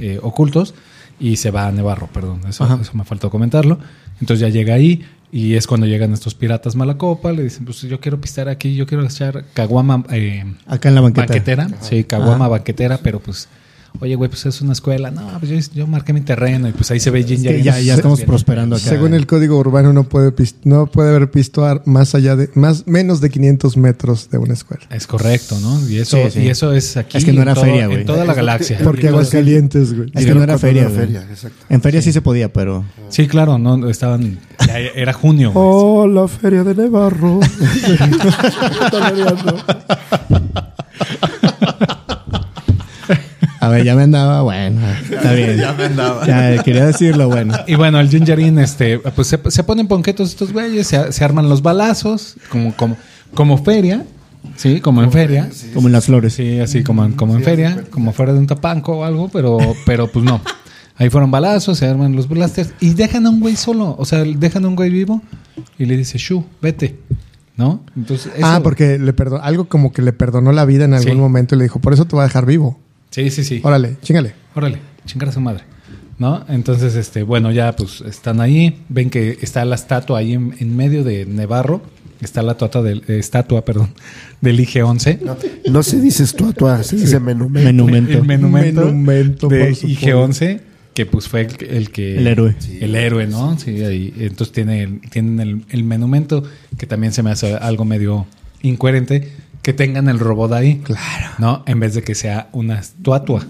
Speaker 4: eh, ocultos y se va a Nevarro, perdón. Eso, eso me faltó comentarlo. Entonces ya llega ahí y es cuando llegan estos piratas mala copa. Le dicen, pues yo quiero pistear aquí, yo quiero echar caguama. eh,
Speaker 5: Acá en la banqueta.
Speaker 4: banquetera. Sí, caguama banquetera, pero pues, oye, güey, pues es una escuela. No, pues yo, yo marqué mi terreno y pues ahí se ve
Speaker 5: Es
Speaker 4: Ginger.
Speaker 5: que ya, ya estamos prosperando acá.
Speaker 1: Según el código urbano no puede pis- no puede haber pistoar más allá de más menos de 500 metros de una escuela.
Speaker 4: Es correcto, ¿no? Y eso,
Speaker 5: Sí, sí.
Speaker 4: y eso es aquí.
Speaker 5: Es que no
Speaker 4: en
Speaker 5: era
Speaker 4: todo-
Speaker 5: feria, güey.
Speaker 4: En toda la galaxia.
Speaker 1: Porque aguas calientes, güey.
Speaker 5: Es que no
Speaker 2: Cuando
Speaker 5: era feria, güey.
Speaker 2: feria, exacto.
Speaker 5: En feria sí. se podía, pero.
Speaker 4: Sí, claro, no estaban. ya Era junio. güey.
Speaker 2: Oh, la feria de Nevarro.
Speaker 5: A ver, ya me andaba, bueno. Está bien. ya me andaba. quería decirlo, bueno.
Speaker 4: Y bueno, el Gingerin, este, pues se, se ponen ponquetos estos güeyes, se, se arman los balazos, como, como, como feria, sí, como en feria.
Speaker 5: Como en las flores.
Speaker 4: Sí, así como en, como en feria, como fuera de un tapanco o algo, pero, pero pues no. Ahí fueron balazos, se arman los blasters y dejan a un güey solo. O sea, dejan a un güey vivo y le dice, Shu, vete. ¿No? Entonces, eso-
Speaker 1: Ah, porque le perdonó algo como que le perdonó la vida en algún
Speaker 4: Sí.
Speaker 1: momento y le dijo, "Por eso te va a dejar vivo."
Speaker 4: Sí, sí, sí.
Speaker 1: Órale, chingale.
Speaker 4: órale, chingar a su madre. ¿No? Entonces, este, bueno, ya pues están ahí, ven que está la estatua ahí en, en medio de Nevarro, está la tuata del- eh, estatua perdón, del IG-11.
Speaker 2: No se dice estatua, ah, se dice menú.
Speaker 5: Menumento.
Speaker 4: El menumento,
Speaker 1: Menumento,
Speaker 4: de
Speaker 1: por supuesto.
Speaker 4: IG-11, que pues fue el, el que...
Speaker 5: El héroe.
Speaker 4: El héroe, ¿no? Sí, ahí. Entonces tiene el- tienen el, el menumento, que también se me hace algo medio incoherente, que tengan el robot ahí. Claro. ¿No? En vez de que sea una estatua.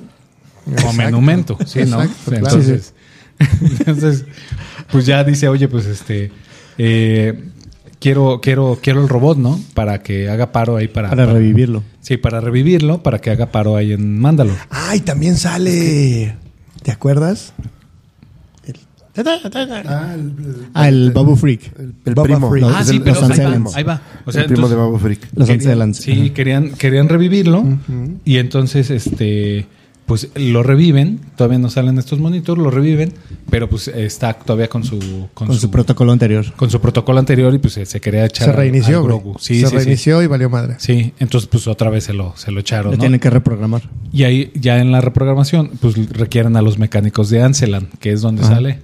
Speaker 4: O menumento, sí, ¿no?
Speaker 1: Exacto, claro.
Speaker 4: Entonces, entonces, pues ya dice, oye, pues este, eh, quiero, quiero, quiero el robot, ¿no? Para que haga paro ahí para,
Speaker 5: Para
Speaker 4: para-
Speaker 5: revivirlo.
Speaker 4: Sí, para revivirlo, para que haga paro ahí en Mándalo.
Speaker 1: Ay, también sale. ¿Te acuerdas?
Speaker 2: Ah, el,
Speaker 5: Ah, el Babu Freak.
Speaker 2: el- el
Speaker 1: Baba
Speaker 2: primo.
Speaker 1: Freak.
Speaker 2: No,
Speaker 1: Ah,
Speaker 2: es
Speaker 5: sí,
Speaker 2: el-
Speaker 5: pero
Speaker 2: es el
Speaker 5: ahí va,
Speaker 2: primo.
Speaker 4: ahí va. O sea,
Speaker 2: el primo
Speaker 4: entonces-
Speaker 2: de Babo Freak.
Speaker 5: Los
Speaker 4: Querían-
Speaker 5: antes de lanza.
Speaker 4: Sí, querían, querían revivirlo. Y entonces, este, pues lo reviven. Todavía no salen estos monitores, lo reviven. Pero pues está todavía con su. Con,
Speaker 5: Con su protocolo anterior.
Speaker 4: con su protocolo anterior y pues se, se quería echar.
Speaker 1: Se
Speaker 4: al-
Speaker 1: reinició,
Speaker 4: al
Speaker 1: güey.
Speaker 4: Grogu. Sí,
Speaker 1: se
Speaker 4: sí, sí.
Speaker 1: reinició y valió madre.
Speaker 4: Sí, entonces pues otra vez se lo, se lo
Speaker 5: Lo
Speaker 4: echaron. ¿no?
Speaker 5: tienen que reprogramar.
Speaker 4: Y ahí ya en la reprogramación pues requieren a los mecánicos de Ancelan, que es donde sale.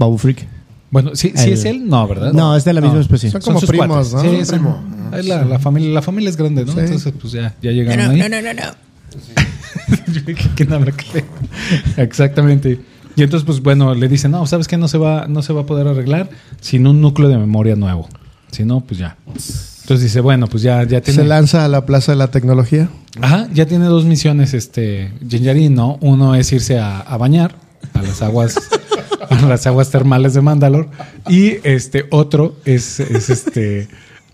Speaker 5: Babu Freak.
Speaker 4: Bueno, sí, sí
Speaker 5: El-
Speaker 4: es él, no, ¿verdad?
Speaker 5: No, es de la misma especie.
Speaker 1: Son como
Speaker 4: sus
Speaker 1: primos,
Speaker 4: cuates.
Speaker 1: ¿no?
Speaker 4: Sí, son- ahí la, la familia, la familia es grande, ¿no? Entonces, pues ya, ya llegaron ahí. No, no, no, no. ¿Quién habla que Exactamente. Y entonces, pues bueno, le dicen, no, ¿sabes qué? No se va, no se va a poder arreglar sin un núcleo de memoria nuevo. Si no, pues ya. Entonces dice, bueno, pues ya, ya tiene.
Speaker 1: Se lanza a la Plaza de la Tecnología.
Speaker 4: Ajá, ya tiene dos misiones este Jinjarin, ¿no? Uno es irse a, a bañar a las aguas a las aguas termales de Mandalor y este otro es, es este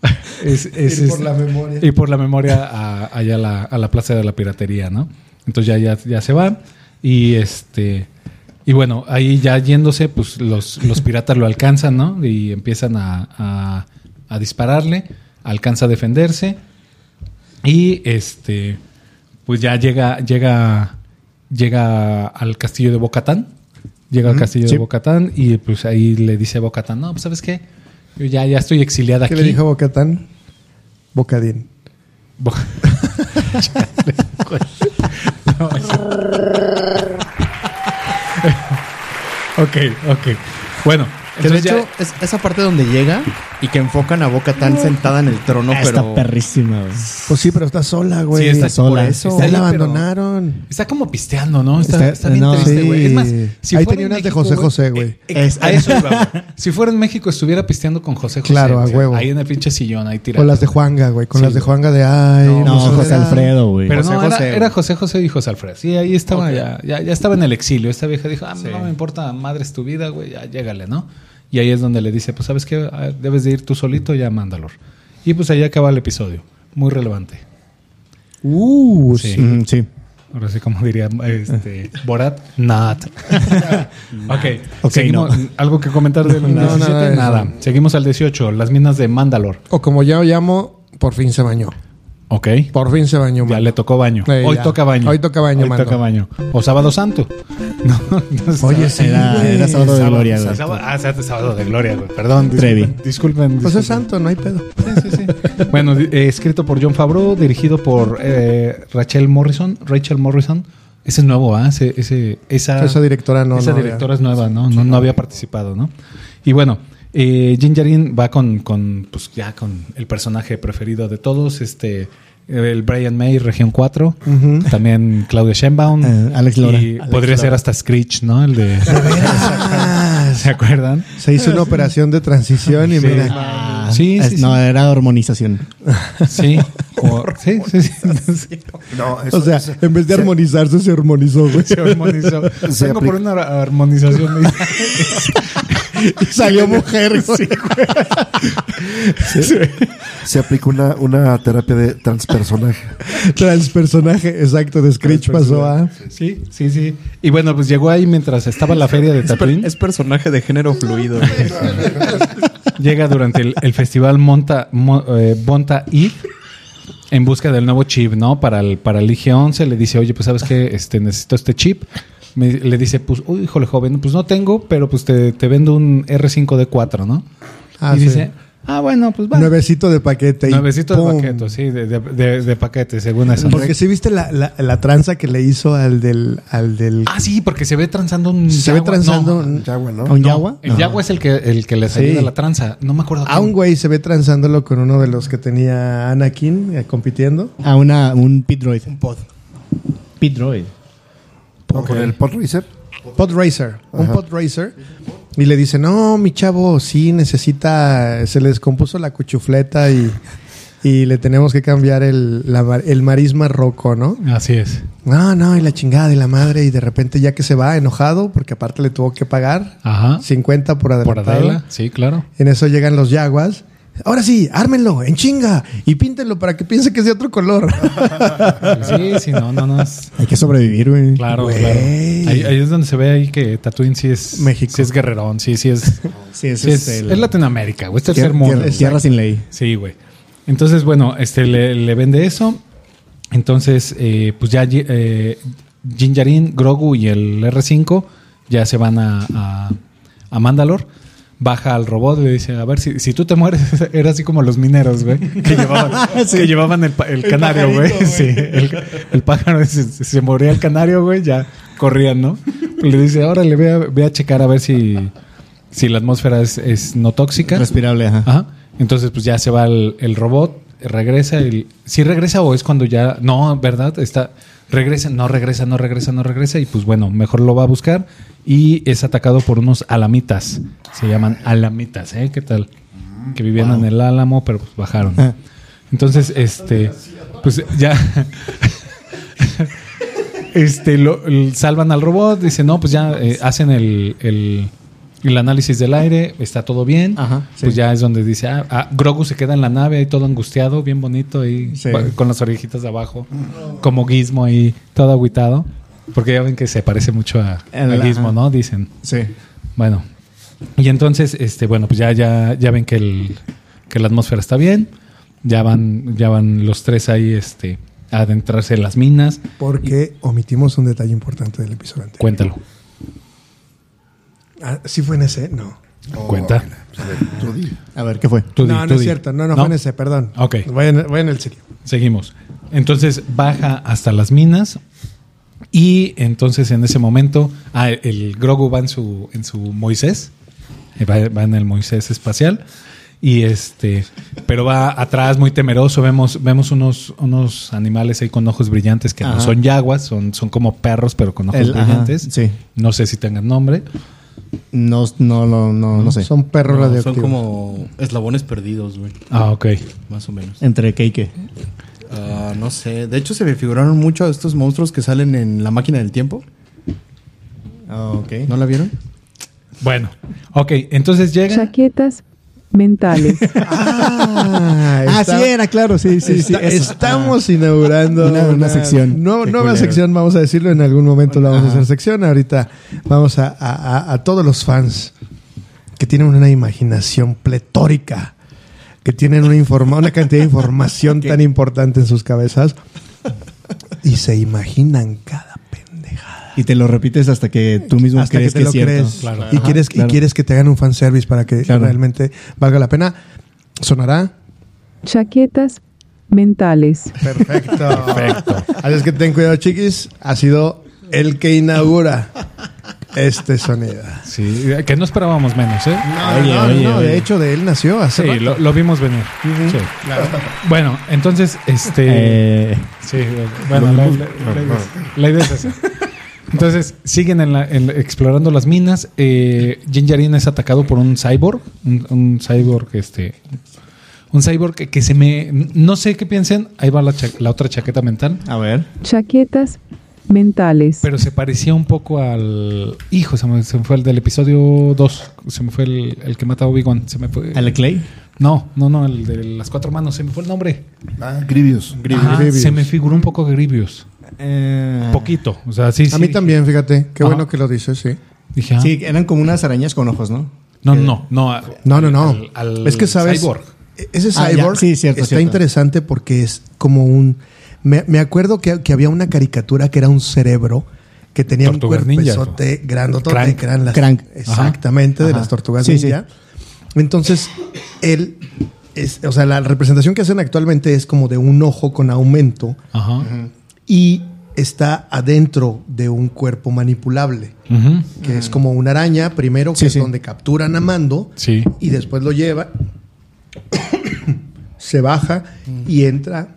Speaker 4: es, es- este,
Speaker 1: Ir por
Speaker 4: es-
Speaker 1: la memoria.
Speaker 4: ir por la memoria a, allá a la, a la plaza de la piratería, ¿no? Entonces ya, ya, ya se va y este y bueno, ahí ya yéndose, pues los, los piratas lo alcanzan, ¿no? Y empiezan a, a- a dispararle, alcanza a defenderse y este, pues ya llega, llega, llega al castillo de Bocatán. Llega al castillo de Bocatán y pues ahí le dice a Bocatán, no, pues sabes qué, yo ya, ya estoy exiliada
Speaker 1: ¿Qué
Speaker 4: aquí.
Speaker 1: le dijo Bocatán? Bocadín.
Speaker 4: Bo- Chale, güey. No, es- ok, ok. Bueno,
Speaker 3: Que de
Speaker 4: entonces ya-
Speaker 3: hecho, es esa parte donde llega y que enfocan a Boca tan sentada en el trono,
Speaker 5: Ah,
Speaker 3: pero.
Speaker 5: Está perrísima, güey.
Speaker 1: Pues sí, pero está sola, güey.
Speaker 4: Sí, está
Speaker 5: sola.
Speaker 1: Por eso. Ya
Speaker 4: Está ahí,
Speaker 1: la
Speaker 4: pero-
Speaker 1: abandonaron.
Speaker 4: Está como pisteando, ¿no? Está,
Speaker 5: Está-
Speaker 4: está bien
Speaker 5: no,
Speaker 4: triste, güey.
Speaker 1: sí.
Speaker 4: Es más, si
Speaker 1: Ahí
Speaker 4: fuera
Speaker 1: tenía
Speaker 4: en
Speaker 1: unas de
Speaker 4: México,
Speaker 1: José
Speaker 4: güey,
Speaker 1: José, güey.
Speaker 4: eh, a eso iba, güey. Si fuera en México, estuviera pisteando con José José.
Speaker 1: Claro, a
Speaker 4: güey.
Speaker 1: huevo.
Speaker 4: Ahí en el pinche sillón, ahí tirado.
Speaker 1: Con las de Juanga, güey. Con
Speaker 4: Sí,
Speaker 1: las de
Speaker 4: güey.
Speaker 1: Juanga de ay.
Speaker 5: No,
Speaker 1: soledad.
Speaker 5: José Alfredo, güey.
Speaker 4: Pero
Speaker 3: José
Speaker 4: no, era,
Speaker 3: José,
Speaker 4: era
Speaker 3: güey.
Speaker 4: José José y José Alfredo. Sí, ahí estaba ya, ya, ya estaba en el exilio. Esta vieja dijo, ah, no me importa, madre es tu vida, güey, ya llégale, ¿no? Y ahí es donde le dice, pues, ¿sabes qué? Ah, Debes de ir tú solito, ya mándalo. Y pues ahí acaba el episodio. Muy relevante.
Speaker 1: Uh,
Speaker 4: Sí.
Speaker 5: Mm, sí.
Speaker 4: Ahora sí, como diría este, Borat, not. ok,
Speaker 5: Ok,
Speaker 4: seguimos. ¿Algo que comentar del
Speaker 1: no,
Speaker 4: 17?
Speaker 1: no.
Speaker 4: Nada. Seguimos al 18, las minas de Mandalor.
Speaker 1: O como yo llamo, por fin se bañó.
Speaker 4: Ok.
Speaker 1: Por fin se bañó,
Speaker 4: Ya
Speaker 1: man.
Speaker 4: le tocó baño.
Speaker 1: Eh,
Speaker 4: Hoy
Speaker 1: ya.
Speaker 4: toca baño.
Speaker 1: Hoy toca baño,
Speaker 4: Hoy
Speaker 1: mando.
Speaker 4: toca baño. O sábado santo. No, no es
Speaker 1: Oye,
Speaker 4: sábado.
Speaker 1: sí,
Speaker 5: Era,
Speaker 1: güey.
Speaker 5: era sábado de gloria,
Speaker 4: Sábado-
Speaker 5: güey.
Speaker 4: sábado- ah, sábado, sábado de gloria, güey. Perdón. disculpen,
Speaker 5: Trevi.
Speaker 4: Disculpen.
Speaker 1: Pues es
Speaker 4: disculpen.
Speaker 1: santo, no hay pedo.
Speaker 4: Sí, sí, sí. bueno, di- eh, escrito por John Favreau, dirigido por eh, Rachel Morrison. Rachel Morrison. Ese es nuevo, ¿ah? Ese- ese- esa,
Speaker 1: Esa directora no,
Speaker 4: Esa
Speaker 1: no,
Speaker 4: directora es nueva, ¿no? No, no había participado, ¿no? Y bueno, eh, Jinjarin va con, con, pues ya con el personaje preferido de todos, este, el Brian May, Región 4, también Claudia Sheinbaum.
Speaker 5: Eh, Alex Lora.
Speaker 4: Y
Speaker 5: Alex
Speaker 4: podría
Speaker 5: Lora.
Speaker 4: ser hasta Screech, ¿no? El de... ¿Se acuerdan?
Speaker 1: Se hizo una operación de transición y mira.
Speaker 5: Ah,
Speaker 4: Sí, sí,
Speaker 5: es-
Speaker 4: sí.
Speaker 5: No, era hormonización.
Speaker 4: Sí. O- sí, sí, sí.
Speaker 2: No,
Speaker 1: O sea, en vez de armonizarse, se armonizó, güey.
Speaker 4: Se armonizó.
Speaker 2: Se
Speaker 4: Vengo por una armonización.
Speaker 5: Salió mujer,
Speaker 2: se aplicó una, una terapia de transpersonaje.
Speaker 1: Transpersonaje, exacto, de Screech pasó a.
Speaker 4: Sí, sí, sí. Y bueno, pues llegó ahí mientras estaba la feria de
Speaker 3: Es, per-
Speaker 4: Tatooine.
Speaker 3: es personaje de género fluido. güey.
Speaker 4: Llega durante el, el festival Monta, Mo- eh, Bonta Eve en busca del nuevo chip, ¿no? Para el, para el IG-11 le dice, oye, pues sabes que este, necesito este chip. Me- le dice, pues, uy, híjole, joven, pues no tengo, pero pues te, te vendo un R5D4, ¿no?
Speaker 1: Ah,
Speaker 4: y
Speaker 1: sí.
Speaker 4: dice, Ah, bueno, pues va.
Speaker 1: Nuevecito de paquete. y
Speaker 4: Nuevecito
Speaker 1: ¡pum!
Speaker 4: de paquete, sí, de, de- de- de paquete, según eso.
Speaker 1: Porque si viste la, la, la tranza que le hizo al del. Al del
Speaker 4: Ah, sí, porque se ve transando un.
Speaker 1: se ve
Speaker 4: yagua.
Speaker 1: transando.
Speaker 4: No,
Speaker 1: un-
Speaker 2: Ya, bueno.
Speaker 5: ¿A un yagua?
Speaker 4: el yagua es el que, el que le salió
Speaker 1: Sí.
Speaker 4: de la tranza. No me acuerdo.
Speaker 1: A un
Speaker 4: cómo.
Speaker 1: güey se ve transándolo con uno de los que tenía Anakin eh, compitiendo.
Speaker 5: A una, un pit droid.
Speaker 3: Un pod.
Speaker 5: Pit droid.
Speaker 2: ¿O Con el Pod Racer.
Speaker 1: Pod Racer, un Pod Racer. Y le dice, no, mi chavo, sí necesita, se le descompuso la cuchufleta y, y le tenemos que cambiar el, la mar- el marisma roco, ¿no?
Speaker 4: Así es.
Speaker 1: No, no, y la chingada y la madre. Y de repente ya que se va enojado, porque aparte le tuvo que pagar
Speaker 4: Ajá.
Speaker 1: 50 por
Speaker 4: Por
Speaker 1: adelantado.
Speaker 4: Adela, sí, claro.
Speaker 1: En eso llegan los yaguas. Ahora sí, ármenlo, en chinga, y píntenlo para que piense que es de otro color.
Speaker 4: Pues Sí, sí, no, no, no. es-
Speaker 5: Hay que sobrevivir, güey.
Speaker 4: Claro,
Speaker 1: Güey.
Speaker 4: claro. Ahí, ahí es donde se ve ahí que Tatooine sí es.
Speaker 1: México.
Speaker 4: Sí es guerrerón, sí, sí es.
Speaker 5: Sí, ese
Speaker 4: sí es,
Speaker 5: el-
Speaker 4: es Latinoamérica, güey. Es tercer
Speaker 5: tierra,
Speaker 4: mundo.
Speaker 5: tierra-
Speaker 4: güey.
Speaker 5: tierra sin ley.
Speaker 4: Sí, güey. Entonces, bueno, este le, le vende eso. Entonces, eh, pues ya Ji- eh, Din Djarin, Grogu y el R5 ya se van a, a, a Mandalor. Baja al robot y le dice, a ver, si, si tú te mueres, era así como los mineros, güey, que llevaban, que llevaban el, pa- el canario, güey. Sí, el, el pájaro, si, si se moría el canario, güey, ya corrían, ¿no? Le dice, ahora le voy a, ve a checar a ver si, si la atmósfera es, es no tóxica.
Speaker 5: Respirable, ajá.
Speaker 4: Ajá. Entonces, pues ya se va el, el robot, regresa. El, si regresa o es cuando ya. No, ¿verdad? Está. Regresa, no regresa, no regresa, no regresa. Y pues bueno, mejor lo va a buscar. Y es atacado por unos alamitas. Se llaman alamitas, ¿eh? ¿Qué tal? Que vivían en el álamo, pero pues bajaron. Entonces, este. Pues ya. este, lo, el- salvan al robot, dicen, no, pues ya eh, hacen el, el, el análisis del aire, está todo bien.
Speaker 5: Ajá, sí.
Speaker 4: Pues ya es donde dice, ah, ah, Grogu se queda en la nave ahí todo angustiado, bien bonito, ahí
Speaker 5: Sí.
Speaker 4: pa- con las orejitas de abajo, como Gizmo ahí, todo agüitado. Porque ya ven que se parece mucho a,
Speaker 5: El-
Speaker 4: a Gizmo,
Speaker 5: ajá.
Speaker 4: ¿no? Dicen.
Speaker 5: Sí.
Speaker 4: Bueno. Y entonces, este, bueno, pues ya, ya, ya ven que, el, que la atmósfera está bien. Ya van, ya van los tres ahí, este, a adentrarse en las minas.
Speaker 1: Porque omitimos un detalle importante del episodio anterior.
Speaker 4: Cuéntalo.
Speaker 1: Ah, ¿Sí fue en ese? No.
Speaker 4: Cuenta.
Speaker 2: Tú di.
Speaker 5: A ver, ¿qué fue?
Speaker 4: Tú di,
Speaker 1: no,
Speaker 4: tú
Speaker 1: no es
Speaker 4: di.
Speaker 1: cierto. No, no, fue en ese, perdón.
Speaker 4: Ok.
Speaker 1: Voy en, voy en el serio.
Speaker 4: Seguimos. Entonces baja hasta las minas. Y entonces en ese momento, ah, el Grogu va en su, en su Moisés. Eh, Va, va en el Moisés espacial. Y este, pero va atrás muy temeroso. Vemos, vemos unos, unos animales ahí con ojos brillantes que no
Speaker 5: Ajá.
Speaker 4: son yaguas, son, son como perros, pero con ojos
Speaker 5: El- ajá,
Speaker 4: brillantes.
Speaker 5: sí.
Speaker 4: No sé si tengan nombre.
Speaker 5: No, no, no, no, no sé.
Speaker 1: Son perros
Speaker 3: No,
Speaker 1: radioactivos.
Speaker 3: son como eslabones perdidos, güey.
Speaker 4: Ah, ok.
Speaker 3: Más o menos.
Speaker 5: Entre qué y qué.
Speaker 3: Ah, no sé. De hecho, se me figuraron mucho a estos monstruos que salen en la máquina del tiempo.
Speaker 5: Ah, ok.
Speaker 3: ¿No la vieron?
Speaker 4: Bueno, ok. Entonces llega.
Speaker 6: Chaquetas mentales.
Speaker 1: Ah,
Speaker 5: Ah,
Speaker 1: está-
Speaker 5: sí, era claro, sí, sí, sí.
Speaker 1: está-
Speaker 5: eso.
Speaker 1: estamos inaugurando
Speaker 5: Una- una sección.
Speaker 1: No,
Speaker 5: Qué
Speaker 1: nueva
Speaker 5: culero.
Speaker 1: sección, vamos a decirlo. En algún momento la vamos a hacer sección. Ahorita vamos a, a- a- a todos los fans que tienen una imaginación pletórica, que tienen una, informa- una cantidad de información tan importante en sus cabezas y se imaginan cada pendejada.
Speaker 5: Y te lo repites hasta que tú mismo
Speaker 1: hasta que
Speaker 5: crees
Speaker 1: te
Speaker 5: que,
Speaker 1: lo
Speaker 5: es cierto.
Speaker 1: crees
Speaker 4: Claro.
Speaker 1: y
Speaker 5: Ajá,
Speaker 1: quieres y
Speaker 5: claro.
Speaker 1: quieres que te hagan un fan service para que
Speaker 5: Claro.
Speaker 1: realmente valga la pena sonará
Speaker 6: Chaquetas mentales.
Speaker 1: perfecto así es que ten cuidado chiquis ha sido el que inaugura este sonido
Speaker 4: Sí, que no esperábamos menos, ¿eh?
Speaker 1: no,
Speaker 5: Oye,
Speaker 1: no, no,
Speaker 5: oye,
Speaker 1: no, de
Speaker 5: oye.
Speaker 1: hecho de él nació hace
Speaker 4: Sí,
Speaker 1: rato.
Speaker 4: lo, lo vimos venir. Sí. Bueno, entonces, este.
Speaker 5: Eh,
Speaker 4: sí, bueno, la, la- la idea es- la idea es esa. Entonces, siguen en la- en la- explorando las minas. Eh, Jin Yarin es atacado por un cyborg. Un, un cyborg, este. Un cyborg que, que se me. No sé qué piensen. Ahí va la, cha- la otra chaqueta mental.
Speaker 5: a ver.
Speaker 6: Chaquetas mentales.
Speaker 4: Pero se parecía un poco al. Hijo, se me, se me fue el del episodio 2. Se me fue el, el que mata a Obi-Wan. Se me fue.
Speaker 5: ¿Ale Clay?
Speaker 4: No, no, no, el de las cuatro manos. Se me fue el nombre.
Speaker 2: Ah, Grievous.
Speaker 4: Ajá, se me figuró un poco Grievous.
Speaker 5: Eh,
Speaker 4: Poquito. O sea, sí,
Speaker 1: a
Speaker 4: sí,
Speaker 1: mí
Speaker 4: dije-
Speaker 1: también fíjate qué
Speaker 4: Ajá.
Speaker 1: bueno que lo dices sí
Speaker 4: Dije, ah,
Speaker 5: Sí, eran como unas arañas con ojos, ¿no?
Speaker 4: no, no, no. ah, a-
Speaker 1: no no no
Speaker 4: al- al
Speaker 1: es que sabes E-,
Speaker 4: cyborg.
Speaker 1: ese
Speaker 5: Ah, ya.
Speaker 1: cyborg
Speaker 5: Sí, cierto,
Speaker 1: está
Speaker 5: cierto.
Speaker 1: interesante porque es como un me, me acuerdo que, que había una caricatura que era un cerebro que tenía un
Speaker 4: Tortugas ninjas,
Speaker 1: cuerpezote grandotote
Speaker 4: Crank.
Speaker 1: que eran las
Speaker 5: Crank.
Speaker 1: exactamente de
Speaker 5: Ajá.
Speaker 1: las tortugas
Speaker 5: Sí, sí.
Speaker 1: ninja Entonces, él, es, o sea, la representación que hacen actualmente es como de un ojo con aumento
Speaker 4: Ajá.
Speaker 1: y está adentro de un cuerpo manipulable,
Speaker 4: Ujú.
Speaker 1: que es como una araña primero, que
Speaker 3: Sí,
Speaker 1: es
Speaker 3: sí.
Speaker 1: donde capturan a Mando
Speaker 4: Sí.
Speaker 1: y después lo lleva, se baja y entra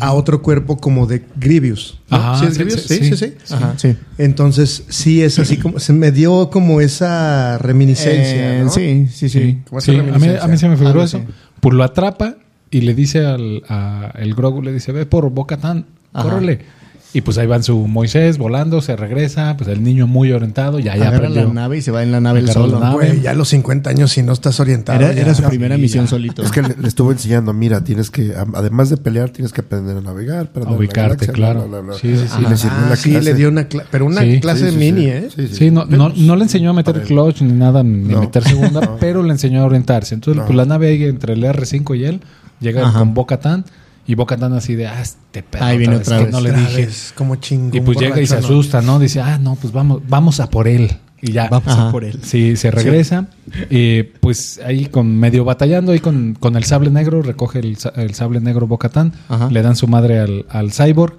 Speaker 1: a otro cuerpo como de Grievous. ¿no?
Speaker 4: Ajá,
Speaker 1: ¿Sí es
Speaker 4: sí,
Speaker 1: Grievous?
Speaker 4: sí,
Speaker 1: Sí, sí, sí.
Speaker 4: sí.
Speaker 3: Ajá.
Speaker 5: Sí.
Speaker 1: Entonces, sí es así como. Se me dio como esa reminiscencia.
Speaker 5: Eh,
Speaker 1: ¿no?
Speaker 5: Sí, sí, sí.
Speaker 1: Como esa
Speaker 4: Sí, a, mí,
Speaker 1: reminiscencia.
Speaker 4: a mí se me figuró
Speaker 5: Algo
Speaker 4: eso.
Speaker 5: así.
Speaker 4: Pues lo atrapa y le dice al a- el Grogu, le dice, ve por Boca Tan,
Speaker 5: Ajá.
Speaker 4: córrele. Y pues ahí van su Moisés volando, se regresa, pues el niño muy orientado, ya, ya
Speaker 5: Agarra la
Speaker 4: aprendió.
Speaker 5: nave y se va en la nave él
Speaker 4: Agarra la
Speaker 5: solo.
Speaker 4: nave.
Speaker 1: Güey, ya a los 50 años, si no estás orientado. Ah,
Speaker 5: Era,
Speaker 1: ya-
Speaker 5: era su
Speaker 1: ya-
Speaker 5: primera misión solito.
Speaker 2: Es que le, le estuvo enseñando, mira, tienes que, a- además de pelear, tienes que aprender a navegar, para
Speaker 4: A ubicarte, claro. Sí, sí, sí.
Speaker 2: Y le sirvió
Speaker 1: Ah,
Speaker 2: la
Speaker 1: sí,
Speaker 2: clase.
Speaker 1: le dio una clase. Pero una
Speaker 4: Sí.
Speaker 1: clase
Speaker 2: Sí, sí,
Speaker 1: mini,
Speaker 2: sí.
Speaker 1: ¿eh?
Speaker 2: Sí, sí.
Speaker 4: Sí, no, no, no le enseñó a meter
Speaker 2: Para él.
Speaker 4: clutch ni nada, ni
Speaker 2: No.
Speaker 4: meter segunda,
Speaker 2: No.
Speaker 4: pero le enseñó a orientarse. Entonces,
Speaker 2: No.
Speaker 4: pues la nave ahí entre el R5 y él llega
Speaker 5: Ajá.
Speaker 4: con Boca Tan y Boca Tan así de, ah, este pedo.
Speaker 5: Ahí viene otra
Speaker 4: que
Speaker 5: vez.
Speaker 4: No le
Speaker 1: Otra
Speaker 4: dije.
Speaker 1: vez, como chingón.
Speaker 4: Y pues llega y se
Speaker 1: borracho, ¿no?
Speaker 4: asusta, ¿no? Dice, ah, no, pues vamos, vamos a por él. Y ya.
Speaker 3: Vamos
Speaker 5: Ajá.
Speaker 3: a por él.
Speaker 4: Sí, se regresa. eh, pues ahí con medio batallando, ahí con, con el sable negro, recoge el, sa- el sable negro Bocatán,
Speaker 5: Ajá.
Speaker 4: le dan su madre al, al cyborg.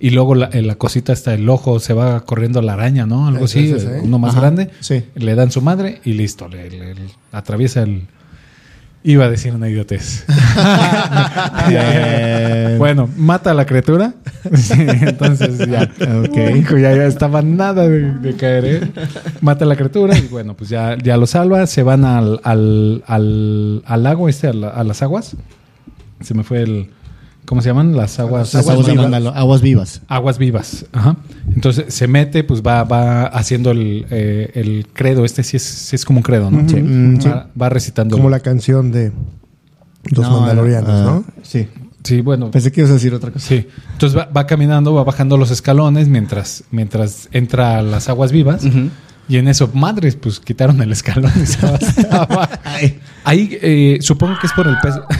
Speaker 4: Y luego la, eh, la cosita hasta el ojo se va corriendo la araña, ¿no? Algo así,
Speaker 1: Entonces,
Speaker 4: eh,
Speaker 1: ¿eh?
Speaker 4: uno más
Speaker 5: Ajá,
Speaker 4: grande.
Speaker 5: sí.
Speaker 4: Le dan su madre y listo, le, le- le atraviesa el... Iba a decir una idiotez.
Speaker 5: Bien.
Speaker 4: bueno, mata a la criatura. Sí, entonces ya.
Speaker 5: Ok.
Speaker 4: Hijo, ya, ya estaba nada de, de caer, ¿eh? Mata a la criatura y bueno, pues ya, ya lo salva. Se van al, al, al, al lago este, a, la- a las aguas. Se me fue el... ¿Cómo se llaman? Las aguas...
Speaker 5: Las aguas, de Mandalo- aguas vivas.
Speaker 4: Aguas vivas. Ajá. Entonces se mete, pues va, va haciendo el, eh, el credo. Este sí es, sí es como un credo, ¿no?
Speaker 1: Sí. Mm, sí.
Speaker 4: Va, va recitando.
Speaker 1: Como la canción de Los
Speaker 5: No,
Speaker 1: Mandalorianos,
Speaker 5: ah,
Speaker 1: ¿no?
Speaker 5: Sí.
Speaker 4: Sí,
Speaker 1: Pues
Speaker 4: bueno.
Speaker 5: Pensé que ibas a decir otra cosa.
Speaker 4: Sí. Entonces va, va caminando, va bajando los escalones mientras, mientras entra a las aguas vivas. Y en eso, madres, pues quitaron el escalón y se va hasta abajo. Ahí eh, supongo que es por el peso.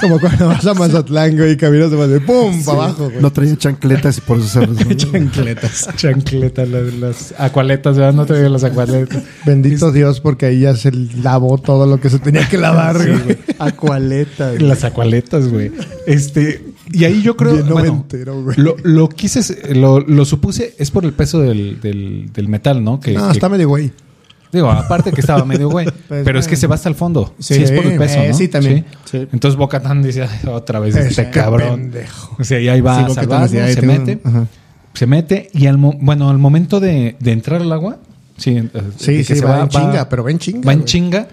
Speaker 1: Como cuando vas a Mazatlán, güey, y caminas de Mazatlán, ¡pum! para abajo, güey.
Speaker 2: No traía chancletas y por eso se resbaló.
Speaker 5: Chancletas.
Speaker 4: Chancleta, las, las acualetas, ¿verdad? No te digo las acualetas.
Speaker 1: Bendito Dios, porque ahí ya se lavó todo lo que se tenía que lavar, güey.
Speaker 5: Acualeta.
Speaker 4: Las acualetas, güey. Este, y ahí yo creo.
Speaker 1: Bien
Speaker 4: bueno,
Speaker 1: noventero, güey.
Speaker 4: lo, lo quise, lo, lo supuse, es por el peso del, del, del metal, ¿no? Que,
Speaker 1: No,
Speaker 4: que-
Speaker 1: está medio güey.
Speaker 4: Digo, aparte que estaba medio güey, pero es que se va hasta el fondo. Sí,
Speaker 1: Pues, Sí,
Speaker 4: es por el peso,
Speaker 5: eh,
Speaker 4: ¿no?
Speaker 5: sí, también.
Speaker 4: Sí. Entonces Bocatán dice, "Ay, otra vez
Speaker 1: Este
Speaker 4: este cabrón.
Speaker 1: pendejo.
Speaker 4: O sea, y ahí va a salvarlo, se mete, se mete y al mo- bueno, al momento de, de entrar al agua, sí, eh,
Speaker 1: Sí,
Speaker 4: de que
Speaker 1: sí,
Speaker 4: se
Speaker 1: va en chinga, pero va en chinga,
Speaker 4: Va en
Speaker 1: güey.
Speaker 4: chinga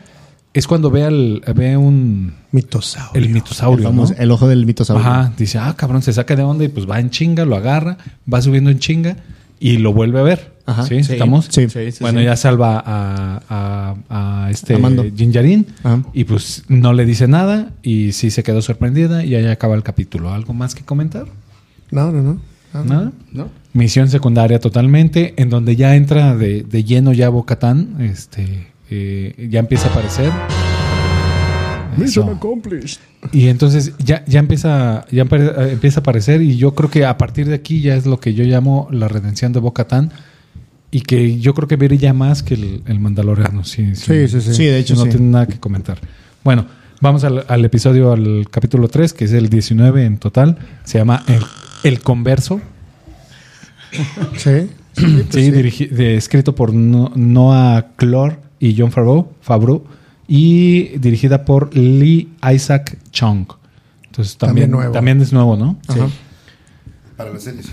Speaker 4: es cuando ve al ve un
Speaker 1: Mitosaurio.
Speaker 4: el mitosaurio, ¿no?
Speaker 5: Vamos, el ojo del mitosaurio.
Speaker 4: Ajá, dice, "Ah, cabrón, se saca de onda y pues va en chinga, lo agarra, va subiendo en chinga y lo vuelve a ver."
Speaker 5: Ajá,
Speaker 4: ¿Sí?
Speaker 5: sí,
Speaker 4: ¿Estamos?
Speaker 5: sí.
Speaker 3: Sí, sí,
Speaker 4: bueno,
Speaker 3: sí.
Speaker 4: ya salva a, a- a este
Speaker 5: A Mando.
Speaker 4: Jinjarin
Speaker 5: Ajá.
Speaker 4: y pues no le dice nada y sí se quedó sorprendida y ahí acaba el capítulo. ¿Algo más que comentar?
Speaker 1: No, no, no. Ah,
Speaker 4: ¿Nada?
Speaker 3: ¿No?
Speaker 4: Misión secundaria totalmente, en donde ya entra de, de lleno ya Bocatán, este, eh, ya empieza a aparecer. Eso. Y entonces ya, ya empieza, ya apare- eh, empieza a aparecer y yo creo que a partir de aquí ya es lo que yo llamo la redención de Bocatán y que yo creo que brilla más que el, el Mandaloriano. Sí,
Speaker 1: Sí, sí, sí.
Speaker 5: Sí, de hecho,
Speaker 4: no
Speaker 5: sí.
Speaker 4: tiene nada que comentar. Bueno, vamos al, al episodio, al capítulo 3, que es el 19 en total. Se llama El, El Converso.
Speaker 1: Sí.
Speaker 4: Sí, dirigi- de- escrito por No- Noah Clore y John Favreau, Favreau y dirigida por Lee Isaac Chung. Entonces también,
Speaker 1: También
Speaker 4: también,
Speaker 1: nuevo.
Speaker 4: es nuevo, ¿no?
Speaker 1: Ajá.
Speaker 2: Para las series.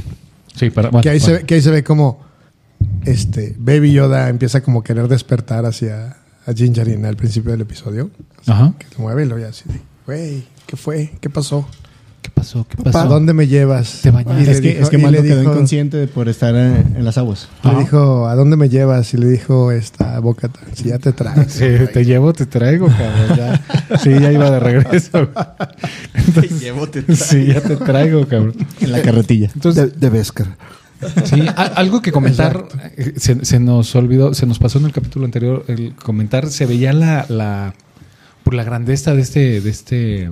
Speaker 4: Sí, para, bueno,
Speaker 1: que, ahí se
Speaker 4: bueno.
Speaker 1: ve, que ahí se ve como este Baby Yoda empieza como a querer despertar hacia a Jinjarin al principio del episodio.
Speaker 4: Ajá.
Speaker 1: Que se mueve y lo ya así de, güey, ¿qué fue? ¿Qué pasó?
Speaker 4: ¿Qué pasó? ¿Qué
Speaker 1: ¿Para
Speaker 4: pasó?
Speaker 1: dónde me llevas?
Speaker 4: Te bañaste.
Speaker 1: Y le
Speaker 5: Es que,
Speaker 1: dijo-
Speaker 5: es que
Speaker 1: y
Speaker 5: Mando
Speaker 1: le
Speaker 5: quedó
Speaker 1: dijo-
Speaker 5: inconsciente por estar eh, en, las aguas.
Speaker 1: Le dijo, ¿a dónde me llevas? Y le dijo esta boca, si ya te traes.
Speaker 4: Sí, te llevo, te traigo, cabrón. ya. Sí, ya iba de regreso. Entonces, Sí, ya te traigo, cabrón.
Speaker 5: En la carretilla.
Speaker 4: Entonces,
Speaker 2: de, de Beskar.
Speaker 4: Sí, a- algo que comentar, eh, se, se nos olvidó, se nos pasó en el capítulo anterior el comentar, se veía la, la por la grandeza de este, de este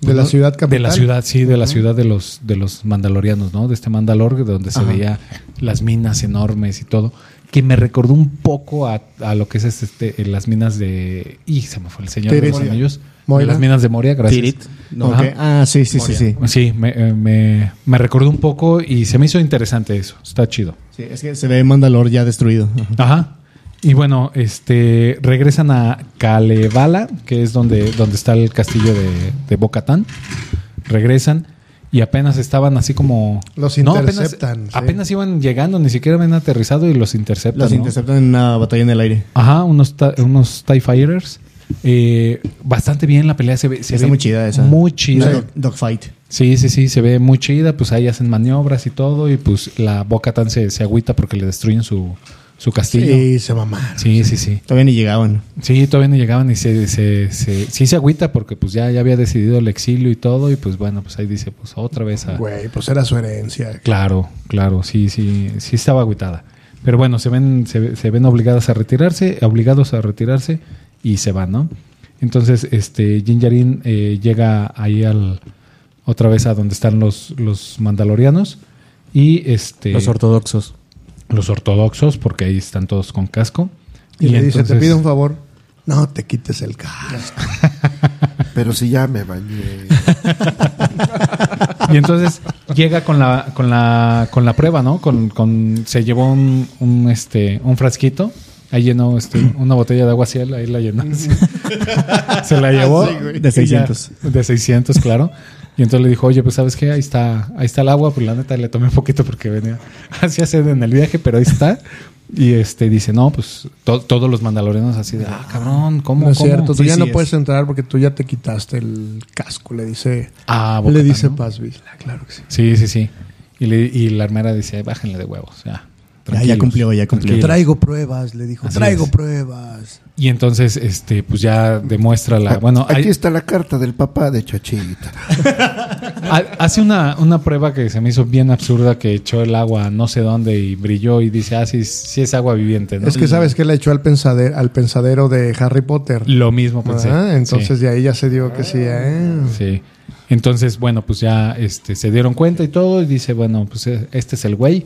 Speaker 1: De la ciudad capital.
Speaker 4: de la ciudad, sí, de la ciudad de los de los mandalorianos, ¿no? De este Mandalor, de donde se veía las minas enormes y todo. que me recordó un poco a, a lo que es este, este, eh, las minas de. Y se me fue el señor de
Speaker 1: Tirit.
Speaker 4: los anillos.
Speaker 1: Moira.
Speaker 4: De las minas de Moria, gracias.
Speaker 3: Tirit.
Speaker 4: No,
Speaker 5: Ok.
Speaker 4: ajá.
Speaker 5: Ah, sí, sí, sí, sí.
Speaker 4: Sí, me, eh, me- me recordó un poco y se me hizo interesante eso. Está chido.
Speaker 5: Sí, es que se ve Mandalor ya destruido. Ajá.
Speaker 4: Ajá. Y bueno, este regresan a Kalevala, que es donde, donde está el castillo de, de Bocatán. Regresan y apenas estaban así como.
Speaker 1: Los interceptan,
Speaker 4: Apenas,
Speaker 1: sí.
Speaker 4: apenas iban llegando, ni siquiera habían aterrizado y los interceptan.
Speaker 5: Los
Speaker 4: ¿no?
Speaker 5: interceptan en una batalla en el aire.
Speaker 4: Ajá, unos, ta- unos TIE Fighters. Eh, bastante bien la pelea. Se ve, se
Speaker 5: Está
Speaker 4: ve
Speaker 5: muy chida esa.
Speaker 4: Muy
Speaker 5: Una
Speaker 4: chida.
Speaker 5: dog- Dogfight.
Speaker 4: Sí, sí, sí, se ve muy chida, pues ahí hacen maniobras y todo, y pues la Boca Tan se, se agüita porque le destruyen su, su castillo.
Speaker 1: Sí, se mamaron.
Speaker 4: Sí, sí, sí.
Speaker 5: Todavía ni llegaban.
Speaker 4: Sí, todavía no llegaban y se, se, se- sí se agüita porque pues ya, ya había decidido el exilio y todo, y pues bueno, pues ahí dice, pues otra vez a...
Speaker 1: Güey, pues era su herencia.
Speaker 4: Claro, claro, sí, sí, sí estaba agüitada. Pero bueno, se ven, se, se ven obligadas a retirarse, obligados a retirarse y se van, ¿no? Entonces, este, Jinjarin llega ahí al otra vez a donde están los, los mandalorianos y este
Speaker 3: Los ortodoxos.
Speaker 4: los ortodoxos, porque ahí están todos con casco.
Speaker 1: Y, le dice,
Speaker 4: entonces-
Speaker 1: te pido un favor, no te quites el casco.
Speaker 2: Pero si ya me bañé.
Speaker 4: Y entonces llega con la, con la, con la prueba, ¿no? Con, con- se llevó un, un, este, un frasquito. Ahí llenó este, una botella de agua ciel, ahí la llenó. se la llevó.
Speaker 5: Sí, güey.
Speaker 4: y
Speaker 5: De 600.
Speaker 4: ya- de 600, claro. Y entonces le dijo, oye, pues sabes qué, ahí está, ahí está el agua, pues la neta le tomé un poquito porque venía, hacía sed en el viaje, pero ahí está. Y este dice, no, pues to- todos los mandalorianos así de, ah, cabrón, ¿cómo?
Speaker 1: No es
Speaker 4: cómo?".
Speaker 1: cierto, tú
Speaker 4: Sí,
Speaker 1: ya
Speaker 4: sí
Speaker 1: no
Speaker 4: es.
Speaker 1: puedes entrar porque tú ya te quitaste el casco, le dice.
Speaker 4: Ah,
Speaker 1: le
Speaker 4: Bo-Katan,
Speaker 1: dice
Speaker 4: ¿no?
Speaker 1: Paz Vizla, claro que sí.
Speaker 4: Sí, sí, sí. Y, le- y la armera decía, bájenle de huevos. Ya,
Speaker 5: Ya, ya
Speaker 4: tranquilos,
Speaker 5: cumplió, ya cumplió.
Speaker 4: tranquilos".
Speaker 1: Traigo pruebas, le dijo,
Speaker 4: Así
Speaker 1: traigo
Speaker 4: es.
Speaker 1: pruebas.
Speaker 4: Y entonces, este, pues ya demuestra la. Bueno,
Speaker 2: Ah, aquí
Speaker 4: hay-
Speaker 2: está la carta del papá de Chachita.
Speaker 4: ha- hace una, una prueba que se me hizo bien absurda que echó el agua a no sé dónde y brilló y dice, ah, sí, sí es agua viviente, ¿no?
Speaker 1: Es que sabes que le echó al pensadero, al pensadero de Harry Potter.
Speaker 4: Lo mismo pensé.
Speaker 1: Ajá,
Speaker 4: Sí.
Speaker 1: Ah, entonces de ahí ya se dio que sí. ¿eh?
Speaker 4: Sí. Entonces, bueno, pues ya este, se dieron cuenta y todo, y dice, bueno, pues eh, este es el güey.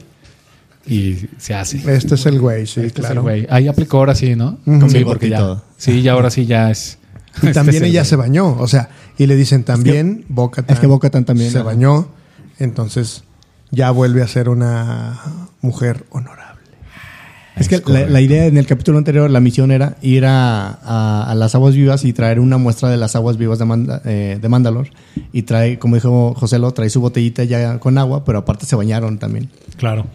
Speaker 4: Y se hace.
Speaker 1: Este es el güey, sí,
Speaker 4: Este es el
Speaker 1: claro.
Speaker 4: güey. Ahí aplicó ahora sí, ¿no?
Speaker 1: Ujú.
Speaker 4: Sí, porque
Speaker 5: Sí, porque
Speaker 4: ya.
Speaker 5: todo.
Speaker 4: Sí, ya ahora sí ya es.
Speaker 1: Y también
Speaker 4: Este es el
Speaker 1: ella
Speaker 4: güey.
Speaker 1: se bañó, o sea, y le dicen también Boca
Speaker 5: es que Bo-Katan también,
Speaker 1: se
Speaker 5: ajá.
Speaker 1: bañó, entonces ya vuelve a ser una mujer honorable.
Speaker 5: Es que la, la idea en el capítulo anterior, la misión era ir a, a- a las aguas vivas y traer una muestra de las aguas vivas de, Manda- eh, de Mandalor. Y trae, como dijo José, lo trae su botellita ya con agua, pero aparte se bañaron también.
Speaker 4: Claro.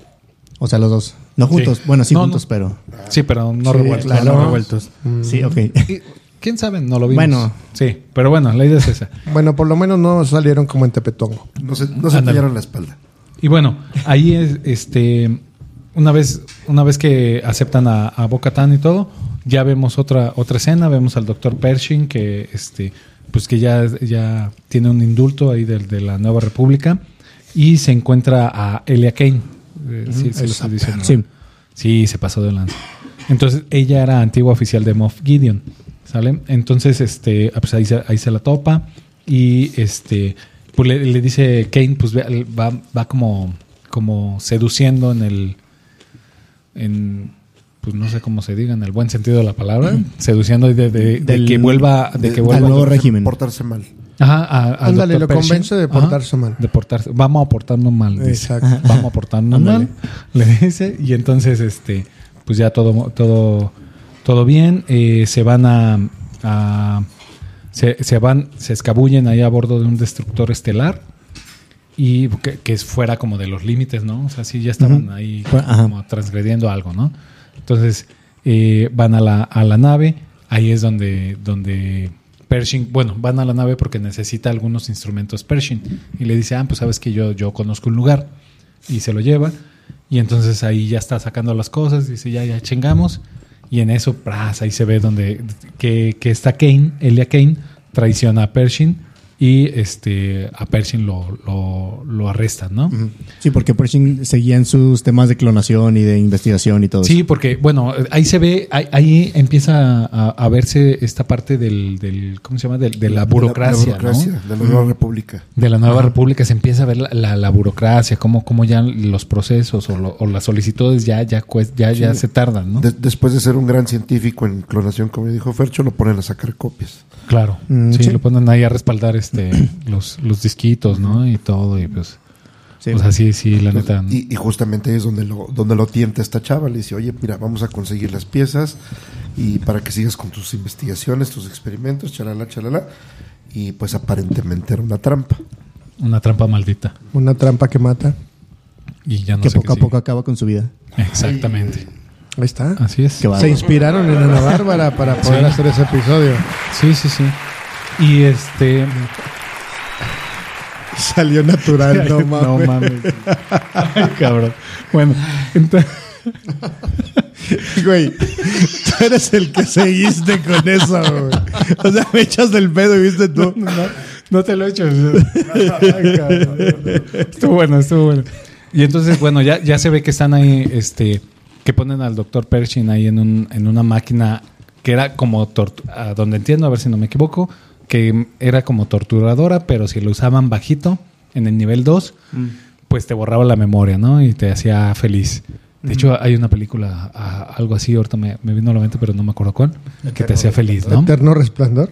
Speaker 5: O sea, los dos. No juntos,
Speaker 4: Sí.
Speaker 5: bueno, sí
Speaker 4: No,
Speaker 5: juntos,
Speaker 4: no.
Speaker 5: pero. eh,
Speaker 4: Sí, pero no
Speaker 1: Ah. Sí,
Speaker 4: revuelto.
Speaker 1: claro.
Speaker 4: No Mm. revuelto.
Speaker 3: Revueltos.
Speaker 5: Sí, ok.
Speaker 4: Y- ¿Quién sabe? No lo vimos.
Speaker 5: Bueno.
Speaker 4: Sí, pero bueno, la idea es esa.
Speaker 1: Bueno, por lo menos no salieron como en Tepetongo.
Speaker 2: No se, no se
Speaker 4: Ándale.
Speaker 2: pillaron la espalda.
Speaker 4: Y bueno, ahí es, este, una vez, una vez que aceptan a, a Bocatán y todo, ya vemos otra, otra escena, vemos al doctor Pershing que, este, pues que ya, ya tiene un indulto ahí del- de, la Nueva República y se encuentra a Elia Kane. Eh, sí, sí, lo estoy diciendo.
Speaker 5: Sí.
Speaker 4: Sí, se pasó de lanza. Entonces, ella era antigua oficial de Moff Gideon, ¿sale? Entonces, este, ah, pues ahí se, ahí se la topa y este, pues le, le dice Kane, pues ve- va, va como, como seduciendo en el, en, pues no sé cómo se diga, en el buen sentido de la palabra, seduciendo de, de- de
Speaker 5: Mm. Del-
Speaker 4: que vuelva, de que
Speaker 5: del-
Speaker 4: vuelva.
Speaker 5: al nuevo
Speaker 2: Portarse-
Speaker 5: régimen.
Speaker 2: Portarse mal.
Speaker 4: Ajá, a- al
Speaker 1: Ándale,
Speaker 4: Dr.
Speaker 1: lo
Speaker 4: Pershing.
Speaker 1: convence de
Speaker 4: Ajá,
Speaker 1: portarse mal.
Speaker 4: de portarse- Vamos a portarnos mal. dice.
Speaker 1: Exacto.
Speaker 4: Vamos a portarnos mal. Le dice. Y entonces, este, pues ya todo, todo, todo bien. eh, se van a. a- se, se van, se escabullen ahí a bordo de un destructor estelar. Y que, que es fuera como de los límites, ¿no? O sea, sí ya estaban ahí
Speaker 5: Fue- ajá.
Speaker 4: como transgrediendo algo, ¿no? Entonces, eh, van a la, a la nave. Ahí es donde, donde Pershing, bueno, van a la nave porque necesita algunos instrumentos Pershing. Y le dice, ah, pues sabes que yo, yo conozco un lugar. Y se lo lleva. Y entonces ahí ya está sacando las cosas. Dice, ya, ya chingamos. Y en eso, pras, ahí se ve donde que, que está Kane, Elia Kane, traiciona a Pershing y este, a Pershing lo, lo, lo arrestan, ¿no?
Speaker 5: Sí, porque Pershing seguía en sus temas de clonación y de investigación y todo
Speaker 4: Sí, porque, bueno, ahí se ve, ahí, ahí empieza a, a verse esta parte del, del ¿cómo se llama? Del- De, la burocracia,
Speaker 2: De la, burocracia,
Speaker 4: ¿no?
Speaker 2: de la nueva república.
Speaker 4: De la nueva república se empieza a ver la, la- la burocracia, cómo, cómo ya los procesos o, lo- o las solicitudes ya, ya, cues- ya, ya se tardan, ¿no?
Speaker 2: De- después de ser un gran científico en clonación, como dijo Fercho, lo ponen a sacar copias.
Speaker 4: Claro.
Speaker 5: Mm,
Speaker 4: sí,
Speaker 5: sí.
Speaker 4: lo ponen ahí a respaldar este los, los disquitos, ¿no? Y todo, y pues.
Speaker 5: eso. Sí.
Speaker 4: O sea, sí, sí, la neta.
Speaker 2: Y, y justamente ahí es donde lo, donde lo tienta esta chava. Le dice, oye, mira, vamos a conseguir las piezas y para que sigas con tus investigaciones, tus experimentos, chalala, chalala. Y pues aparentemente era una trampa.
Speaker 4: Una trampa maldita.
Speaker 1: Una trampa que mata.
Speaker 4: Y ya no
Speaker 5: que
Speaker 4: sé
Speaker 5: poco a
Speaker 4: qué sigue.
Speaker 5: poco acaba con su vida.
Speaker 4: Exactamente.
Speaker 1: Ahí está.
Speaker 5: Ah,
Speaker 4: Así es.
Speaker 5: Qué bárbaro.
Speaker 1: Se inspiraron en Ana Bárbara para poder
Speaker 4: Sí.
Speaker 1: hacer ese episodio.
Speaker 4: Sí, sí, sí. Y este.
Speaker 1: Salió natural, no mames.
Speaker 5: No mames.
Speaker 4: Ay, cabrón. Bueno, entonces.
Speaker 5: Güey, tú eres el que seguiste con eso, güey. O sea, me echas del pedo, ¿viste tú?
Speaker 4: No te lo he hecho. estuvo bueno, estuvo bueno. Y entonces, bueno, ya, ya se ve que están ahí, este, que ponen al doctor Pershing ahí en, un, en una máquina que era como, tortu- a donde entiendo, a ver si no me equivoco, que era como torturadora, pero si lo usaban bajito, en el nivel 2, pues te borraba la memoria, ¿no? Y te hacía feliz. De hecho, hay una película, a- algo así, ahorita me, me vino a la mente, pero no me acuerdo cuál, que te hacía feliz, ¿no?
Speaker 1: Eterno resplandor.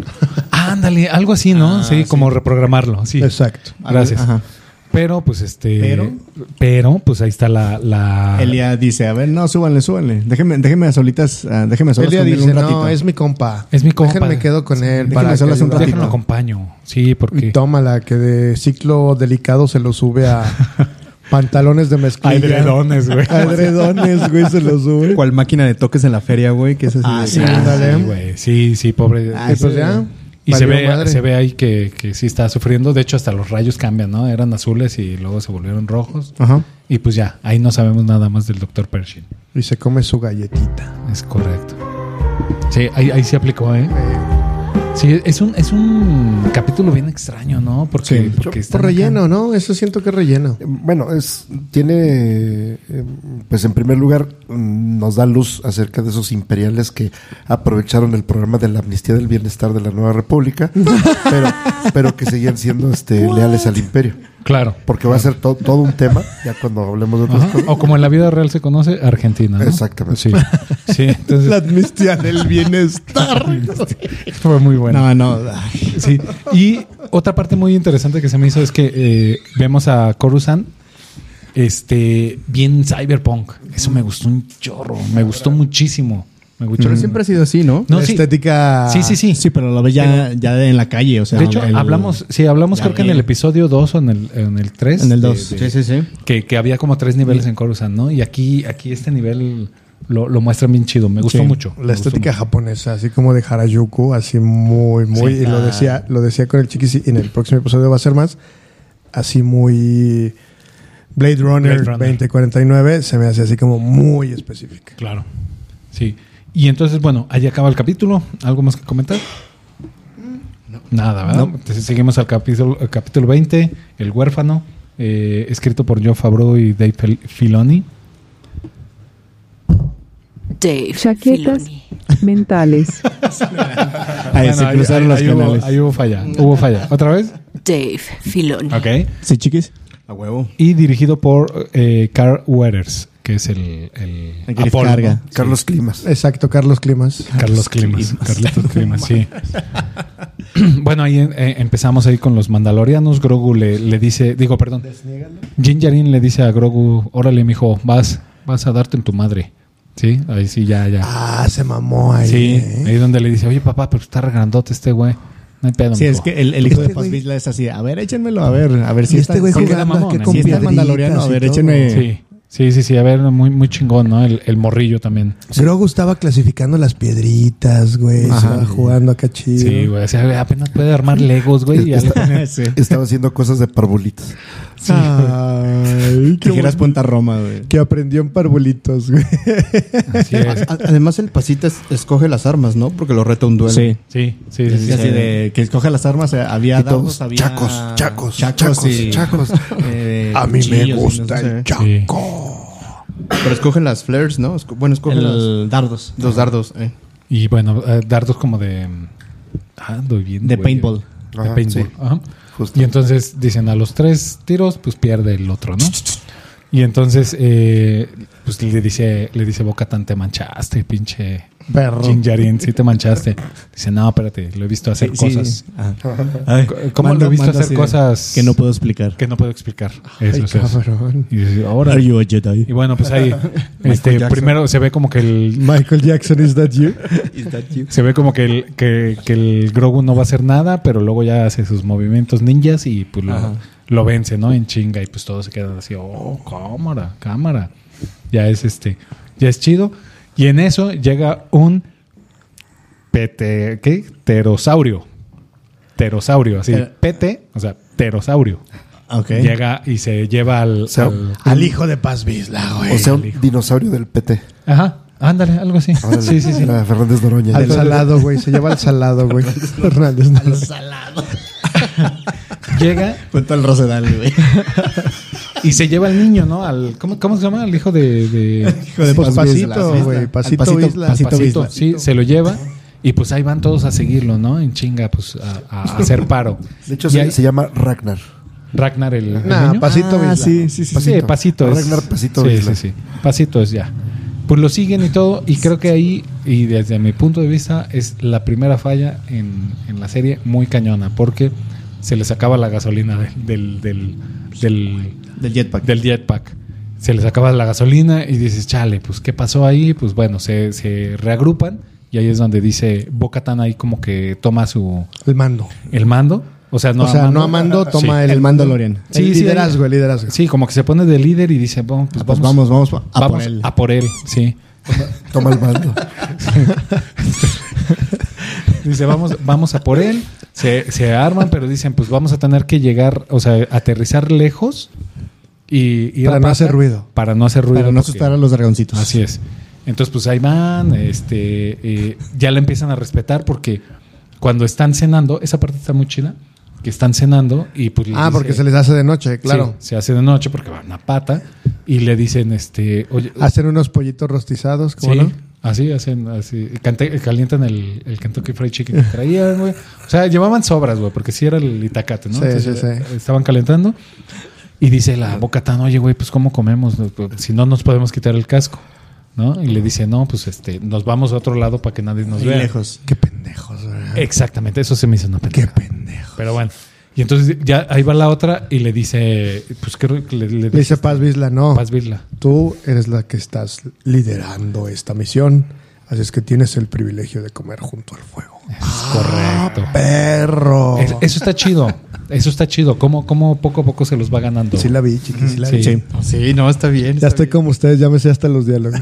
Speaker 4: Ándale, algo así, ¿no?
Speaker 5: Ah,
Speaker 4: sí,
Speaker 5: sí.
Speaker 4: como reprogramarlo, sí.
Speaker 1: Exacto.
Speaker 4: Gracias.
Speaker 5: Ajá.
Speaker 4: Pero, pues, este.
Speaker 5: Pero-
Speaker 4: pero, pues ahí está la. la-
Speaker 5: Elia dice, a ver, no, súbanle, súbanle. Déjeme, déjeme a solitas, ah, déjeme a solas
Speaker 1: Elia
Speaker 5: con él
Speaker 1: dice,
Speaker 5: un ratito.
Speaker 1: no, es mi compa.
Speaker 4: Es mi compa.
Speaker 1: Déjenme quedo con él.
Speaker 5: déjenme
Speaker 1: para que
Speaker 5: solas un
Speaker 1: ayude".
Speaker 4: Déjenlo
Speaker 5: ratito.
Speaker 4: acompaño. Sí, porque.
Speaker 1: Y tómala, que de ciclo delicado se lo sube a pantalones de mezclilla.
Speaker 4: Edredones, güey.
Speaker 1: Adredones, güey, se lo sube.
Speaker 3: ¿Cuál máquina de toques en la feria, güey? Que es así. de-
Speaker 1: sí,
Speaker 4: Ah,
Speaker 1: ándale.
Speaker 4: sí, güey. Sí, sí, pobre.
Speaker 1: Ah, y pues ya.
Speaker 4: Y se
Speaker 1: valió
Speaker 4: ve,
Speaker 1: madre.
Speaker 4: se ve ahí que, que sí está sufriendo. De hecho, hasta los rayos cambian, ¿no? Eran azules y luego se volvieron rojos.
Speaker 1: Ajá.
Speaker 4: Y pues ya, ahí no sabemos nada más del doctor Pershing.
Speaker 1: Y se come su galletita.
Speaker 4: Es correcto. Sí, ahí, ahí se aplicó, ¿eh? Sí, es un, es un capítulo bien extraño, ¿no? Porque,
Speaker 5: Sí.
Speaker 4: porque están
Speaker 1: Por
Speaker 4: acá.
Speaker 1: Pues relleno, ¿no? Eso siento que es relleno.
Speaker 2: Eh, Bueno, es tiene, eh, pues en primer lugar, mm, nos da luz acerca de esos imperiales que aprovecharon el programa de la amnistía del bienestar de la nueva república, pero, pero que seguían siendo este, leales al imperio.
Speaker 4: Claro.
Speaker 2: Porque va a ser to- todo un tema, ya cuando hablemos de otras
Speaker 4: Ajá.
Speaker 2: cosas.
Speaker 4: Pues, O como en la vida real se conoce, Argentina. ¿no?
Speaker 2: Exactamente.
Speaker 4: Sí. Sí, entonces
Speaker 5: La amnistía del bienestar.
Speaker 4: fue muy bueno.
Speaker 5: No, no. ay.
Speaker 4: Sí. Y otra parte muy interesante que se me hizo es que eh, vemos a Coruscant este, bien cyberpunk. Eso me gustó un chorro. Me gustó muchísimo. Me gustó. Mm.
Speaker 3: Pero siempre ha sido así, ¿no?
Speaker 4: No,
Speaker 1: La
Speaker 4: sí.
Speaker 5: este
Speaker 1: estética.
Speaker 4: Sí, sí, sí.
Speaker 5: Sí, pero lo ves ya, ya en la calle, o sea.
Speaker 4: De hecho,
Speaker 5: el-
Speaker 4: hablamos, sí, hablamos
Speaker 5: la
Speaker 4: creo que en el
Speaker 5: mierda.
Speaker 4: episodio 2 o en el, en el 3.
Speaker 5: En el 2.
Speaker 3: Sí, sí, sí.
Speaker 4: Que, que había como tres niveles en Coruscant, ¿no? Y aquí, aquí este nivel lo, lo muestran bien chido. Me gustó
Speaker 5: Sí.
Speaker 4: mucho. me
Speaker 1: La
Speaker 4: gustó
Speaker 1: estética
Speaker 4: mucho.
Speaker 1: japonesa, así como de Harajuku, así muy, muy.
Speaker 4: Sí. Ah.
Speaker 1: y lo decía, lo decía con el chiquis, y en el próximo episodio va a ser más. Así muy. Blade Runner,
Speaker 4: Blade Runner.
Speaker 1: 2049 se me hace así como muy específica.
Speaker 4: Claro. Sí. Y entonces, bueno, ahí acaba el capítulo. ¿Algo más que comentar? Nada, ¿verdad? Entonces, seguimos al capítulo, al capítulo 20, El huérfano, eh, escrito por Joe Favreau y Dave Fel- Filoni.
Speaker 7: Dave
Speaker 6: Chaquetas.
Speaker 7: Filoni.
Speaker 6: mentales,
Speaker 5: Ahí se
Speaker 4: Bueno,
Speaker 5: cruzaron Ah, los
Speaker 4: ahí hubo-
Speaker 5: canales.
Speaker 4: ahí hubo falla. Hubo falla. ¿Otra vez?
Speaker 7: Dave Filoni.
Speaker 4: Ok.
Speaker 5: Sí, chiquis.
Speaker 3: A huevo.
Speaker 4: Y dirigido por eh, Carl Weathers, que es el, el
Speaker 5: El que les
Speaker 4: Apolo, ¿no?
Speaker 5: carga.
Speaker 2: Carlos Climas.
Speaker 1: Exacto, Carlos Climas.
Speaker 4: Carlos Climas. Carlitos Climas, sí. bueno, ahí eh, empezamos ahí con los mandalorianos. Grogu le, le dice, digo, perdón. Jin Yarin le dice a Grogu, órale, mijo, vas, vas a darte en tu madre. Sí, ahí sí, ya, ya.
Speaker 1: Ah, se mamó ahí.
Speaker 4: sí,
Speaker 1: ¿eh?
Speaker 4: ahí donde le dice, oye, papá, pero está regrandote este güey. No hay pedo,
Speaker 5: Sí,
Speaker 4: mijo".
Speaker 5: es que el, el hijo
Speaker 1: Este
Speaker 5: de Paz
Speaker 1: güey-
Speaker 5: Vizla es así. A ver, échenmelo, a ver. A ver si
Speaker 1: Y
Speaker 5: está-
Speaker 1: este güey
Speaker 5: si
Speaker 4: porque
Speaker 1: jugando
Speaker 4: era mamón,
Speaker 1: aquí
Speaker 4: ¿eh?
Speaker 1: con
Speaker 4: Sí,
Speaker 5: está
Speaker 1: piedritas
Speaker 5: mandaloriano, a
Speaker 1: y
Speaker 5: ver,
Speaker 1: todo.
Speaker 5: échenme-
Speaker 4: Sí, sí, sí, sí, a ver, muy, muy chingón, ¿no? El, el morrillo también.
Speaker 1: Grogu estaba clasificando las piedritas, güey. Estaba jugando acá chido.
Speaker 4: Sí, güey, o sea, apenas puede armar legos, güey. y ya le-
Speaker 5: Sí.
Speaker 2: Estaba haciendo cosas de parvulitas.
Speaker 1: Ay, qué
Speaker 5: Tijeras
Speaker 1: bueno.
Speaker 5: Punta Roma, güey.
Speaker 1: Que aprendió en parbolitos, güey.
Speaker 4: Así es.
Speaker 3: A- Además, el pasita es- escoge las armas, ¿no? Porque lo reta un duelo.
Speaker 5: Sí.
Speaker 4: Sí, sí, sí.
Speaker 5: Sí,
Speaker 4: sí.
Speaker 5: así de que escoge las armas, eh, había
Speaker 2: Y todos,
Speaker 5: dados, había
Speaker 2: chacos, chacos, chacos,
Speaker 5: y,
Speaker 2: chacos.
Speaker 5: eh,
Speaker 2: A mí me
Speaker 5: cuchillos y no
Speaker 2: gusta
Speaker 5: sé.
Speaker 2: el chaco.
Speaker 3: Pero escoge las flares, ¿no? Esco- bueno, escoge las-
Speaker 5: El dardos.
Speaker 3: los dardos. eh.
Speaker 4: Y bueno, eh, dardos como de. mm, Ah, ando bien.
Speaker 5: De
Speaker 4: güey.
Speaker 5: paintball.
Speaker 4: De
Speaker 2: Ajá,
Speaker 4: paintball.
Speaker 2: sí.
Speaker 4: ajá.
Speaker 2: Justo.
Speaker 4: Y entonces dicen a los tres tiros, pues pierde el otro, ¿no? Y entonces, eh, pues le dice, le dice Boca Tan, te manchaste, pinche
Speaker 1: Perro.
Speaker 4: Jinjarin, sí te manchaste. Dice, no, espérate, lo he visto hacer
Speaker 5: Sí, sí.
Speaker 4: cosas.
Speaker 5: Ajá.
Speaker 4: Ay, ¿Cómo
Speaker 5: Mando-
Speaker 4: lo he visto
Speaker 5: mando
Speaker 4: hacer
Speaker 5: así de-
Speaker 4: cosas
Speaker 5: que no puedo explicar.
Speaker 4: que no puedo explicar? Eso
Speaker 1: Ay,
Speaker 4: es eso.
Speaker 1: cabrón.
Speaker 4: Y dice, ahora.
Speaker 5: Are you a Jedi?
Speaker 4: Y bueno, pues ahí, este,
Speaker 3: Jackson.
Speaker 4: primero se ve como que el
Speaker 1: Michael Jackson, ¿is that you?
Speaker 4: se ve como que el, que, que el Grogu no va a hacer nada, pero luego ya hace sus movimientos ninjas y pues lo, lo vence, ¿no? En chinga y pues todos se quedan así, oh, cámara, cámara. Ya es este, ya es chido. Y en eso llega un pete, ¿qué? Pterosaurio. Pterosaurio, así,
Speaker 5: Eh.
Speaker 4: pete, o sea, pterosaurio.
Speaker 5: Ok.
Speaker 4: Llega y se lleva al...
Speaker 2: sea,
Speaker 4: al-
Speaker 5: hijo de Paz Vizla,
Speaker 2: O sea, un dinosaurio del PT.
Speaker 4: Ajá, ándale, algo así.
Speaker 2: Órale.
Speaker 4: Sí, sí, sí.
Speaker 2: Ah, Fernández Noroña.
Speaker 1: Al salado, güey. Se lleva al salado, güey. Fernández. no.
Speaker 4: Llega
Speaker 5: Cuenta el Rosedal, güey.
Speaker 4: Y se lleva al niño, ¿no? Al, ¿cómo, cómo se llama? Al hijo de... de-
Speaker 5: Hijo de
Speaker 1: Pues
Speaker 5: Paz Vizla,
Speaker 1: pasito,
Speaker 5: sí.
Speaker 1: güey.
Speaker 5: Al
Speaker 1: Pasito Vizla.
Speaker 4: al
Speaker 5: Pasito
Speaker 4: pasito.
Speaker 5: Vizla.
Speaker 4: Sí, se lo lleva. Y pues ahí van todos a seguirlo, ¿no? En chinga, pues a, a hacer paro.
Speaker 2: De hecho,
Speaker 4: Y
Speaker 2: se,
Speaker 4: ahí-
Speaker 2: se llama Ragnar.
Speaker 4: Ragnar el,
Speaker 2: Ah,
Speaker 4: el
Speaker 1: Nah,
Speaker 4: niño. Ah,
Speaker 1: pasito, Vizla.
Speaker 5: sí, sí, sí.
Speaker 4: Sí, eh, pasito es.
Speaker 2: Ragnar Pasito
Speaker 4: Sí,
Speaker 2: Vizla.
Speaker 4: sí, sí. Pasito es ya. Pues lo siguen y todo. Y creo que ahí, y desde mi punto de vista, es la primera falla en, en la serie muy cañona. Porque se les acaba la gasolina del- del- del, del
Speaker 5: Del jetpack.
Speaker 4: del jetpack. Se les acaba la gasolina y dices, chale, pues ¿qué pasó ahí? Pues bueno, se, se reagrupan y ahí es donde dice Bocatan ahí como que toma su
Speaker 1: El mando.
Speaker 4: el mando. O sea, no
Speaker 1: o sea, no a mando,
Speaker 3: Ah,
Speaker 1: toma
Speaker 4: Sí.
Speaker 1: el,
Speaker 5: El
Speaker 1: mando
Speaker 5: Mandalorian.
Speaker 4: Sí,
Speaker 1: el
Speaker 4: sí,
Speaker 1: liderazgo, el liderazgo.
Speaker 4: Sí, como que se pone de líder y dice, bueno, pues,
Speaker 5: Este, Ah, pues
Speaker 4: vamos,
Speaker 5: vamos, vamos, a
Speaker 4: vamos
Speaker 5: por él.
Speaker 4: a por él. Sí.
Speaker 2: Toma el mando.
Speaker 4: Dice, vamos, vamos a por él. Se, se arman, pero dicen, pues vamos a tener que llegar, o sea, aterrizar lejos y ir
Speaker 1: Para
Speaker 4: a
Speaker 1: no
Speaker 4: pata,
Speaker 1: hacer ruido.
Speaker 4: Para no hacer ruido.
Speaker 5: Para no
Speaker 4: porque-
Speaker 5: asustar a los dragoncitos.
Speaker 4: Así es. Entonces, pues ahí van, este, eh, ya la empiezan a respetar porque cuando están cenando, esa parte está muy chida, que están cenando y pues... les
Speaker 1: Ah,
Speaker 4: dice-
Speaker 1: porque se les hace de noche, claro.
Speaker 4: Sí, se hace de noche porque van a pata y le dicen, este, oye,
Speaker 1: Hacen unos pollitos rostizados, ¿cómo
Speaker 4: sí,
Speaker 1: no?
Speaker 4: así hacen, así, cante- calientan el, el Kentucky Fried Chicken que traían, güey. O sea, llevaban sobras, güey, porque sí era el itacate, ¿no?
Speaker 1: Sí, sí,
Speaker 4: eh,
Speaker 1: sí.
Speaker 4: Estaban calentando y dice la boca tan, oye, güey, pues cómo comemos, No, pues, si no nos podemos quitar el casco, ¿no? Y le dice, no, pues este, nos vamos a otro lado para que nadie nos
Speaker 5: Ahí
Speaker 4: vea.
Speaker 5: lejos.
Speaker 1: Qué pendejos, güey.
Speaker 4: Exactamente, eso se me hizo una
Speaker 1: Qué
Speaker 4: pendeja.
Speaker 1: pendejos.
Speaker 4: Pero bueno. Y entonces ya ahí va la otra y le dice, pues creo que le, le
Speaker 1: Le dice Paz Vizla, no.
Speaker 4: Paz Vizla.
Speaker 1: Tú eres la que estás liderando esta misión, así es que tienes el privilegio de comer junto al fuego.
Speaker 4: Es correcto.
Speaker 1: Perro.
Speaker 4: Es- eso está chido. Eso está chido. ¿Cómo, cómo poco a poco se los va ganando.
Speaker 1: Sí la vi, chiqui, sí la vi.
Speaker 4: Sí.
Speaker 3: Ah, Sí, no, está bien.
Speaker 1: Ya
Speaker 3: está
Speaker 1: estoy
Speaker 3: bien.
Speaker 1: como ustedes, ya me sé hasta los diálogos.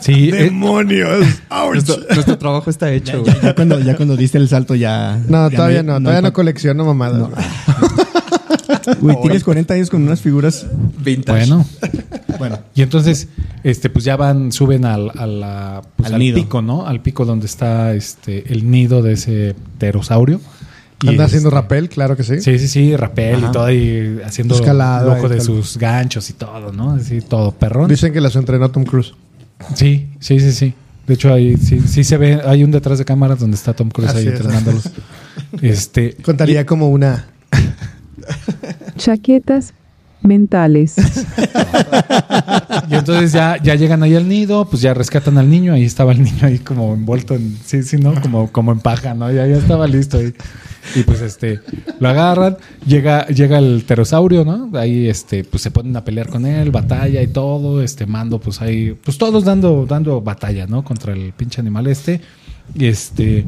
Speaker 4: Sí, eh,
Speaker 1: ¡Demonios!
Speaker 3: Nuestro, nuestro trabajo está hecho, güey.
Speaker 5: Ya cuando, ya cuando diste el salto ya...
Speaker 1: No,
Speaker 5: ya
Speaker 1: todavía no, todavía no colecciono mamadas. güey.
Speaker 5: Güey, tienes 40 años con unas figuras...
Speaker 3: Vintage.
Speaker 4: bueno.
Speaker 5: Bueno.
Speaker 4: Y entonces, este, pues ya van, suben al, a la- pues
Speaker 5: Al
Speaker 4: al
Speaker 5: nido.
Speaker 4: pico, ¿no? Al pico donde está este el nido de ese pterosaurio. Y
Speaker 1: Anda
Speaker 4: este,
Speaker 1: haciendo rappel, claro que sí.
Speaker 4: Sí, sí, sí, rapel y todo, y haciendo
Speaker 1: Escalada
Speaker 4: loco
Speaker 1: y
Speaker 4: de
Speaker 1: tal.
Speaker 4: sus ganchos y todo, ¿no? Así, todo perrón.
Speaker 1: Dicen que las entrenó Tom Cruise.
Speaker 4: Sí, sí, sí, sí. De hecho, ahí sí, sí se ve, hay un detrás de cámaras donde está Tom Cruise ahí
Speaker 1: Así es.
Speaker 4: entrenándolos. Este,
Speaker 1: Contaría como una.
Speaker 6: Chaquetas mentales.
Speaker 4: Y entonces ya, ya llegan ahí al nido, pues ya rescatan al niño, ahí estaba el niño ahí como envuelto en, sí, sí, ¿no? Como, como en paja, ¿no? Ya, ya estaba listo ahí. Y pues este, lo agarran, llega, llega el pterosaurio, ¿no? Ahí este, pues se ponen a pelear con él, batalla y todo, este mando, pues ahí, pues todos dando, dando batalla, ¿no? Contra el pinche animal este. Y este,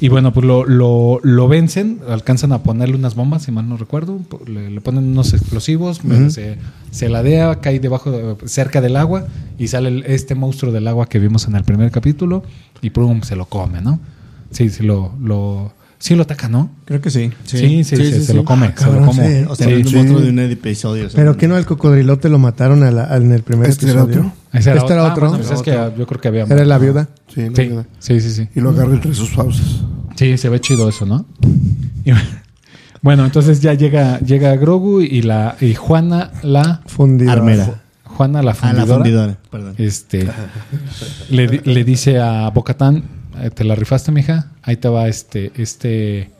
Speaker 4: y bueno, pues lo, lo, lo vencen, alcanzan a ponerle unas bombas, si mal no recuerdo, po- le, le ponen unos explosivos, medio se, se ladea, cae debajo, de- cerca del agua y sale el- este monstruo del agua que vimos en el primer capítulo y pum, se lo come, ¿no? Sí, sí, lo, lo, Sí lo ataca, ¿no?
Speaker 5: Creo que sí.
Speaker 4: Sí, sí, sí,
Speaker 3: sí,
Speaker 4: se
Speaker 3: sí.
Speaker 4: lo come, se
Speaker 1: Ah, cabrón,
Speaker 4: lo come.
Speaker 1: sí, o
Speaker 5: O sea,
Speaker 1: Sí,
Speaker 5: es un
Speaker 1: sí.
Speaker 5: monstruo de un episodio.
Speaker 1: Pero que no, el cocodrilote lo mataron a la- al- en el primer
Speaker 2: ¿Este era
Speaker 1: episodio.
Speaker 2: otro?
Speaker 4: Ese
Speaker 1: este era
Speaker 4: ah,
Speaker 1: otro.
Speaker 4: bueno, pues es que yo creo que había.
Speaker 1: Era la viuda.
Speaker 2: Sí, la
Speaker 4: Sí,
Speaker 2: verdad.
Speaker 4: sí, sí, sí.
Speaker 2: Y lo agarra entre sus fauces.
Speaker 4: Sí, se ve chido eso, ¿no? Y- bueno, entonces ya llega, llega Grogu y la y Juana la
Speaker 1: Fundida.
Speaker 5: Armera.
Speaker 4: Juana la
Speaker 5: A
Speaker 4: fundidora.
Speaker 5: Ah, la fundidora, perdón.
Speaker 4: Este le, di- le dice a Bocatán, eh, te la rifaste, mija. Ahí te va este este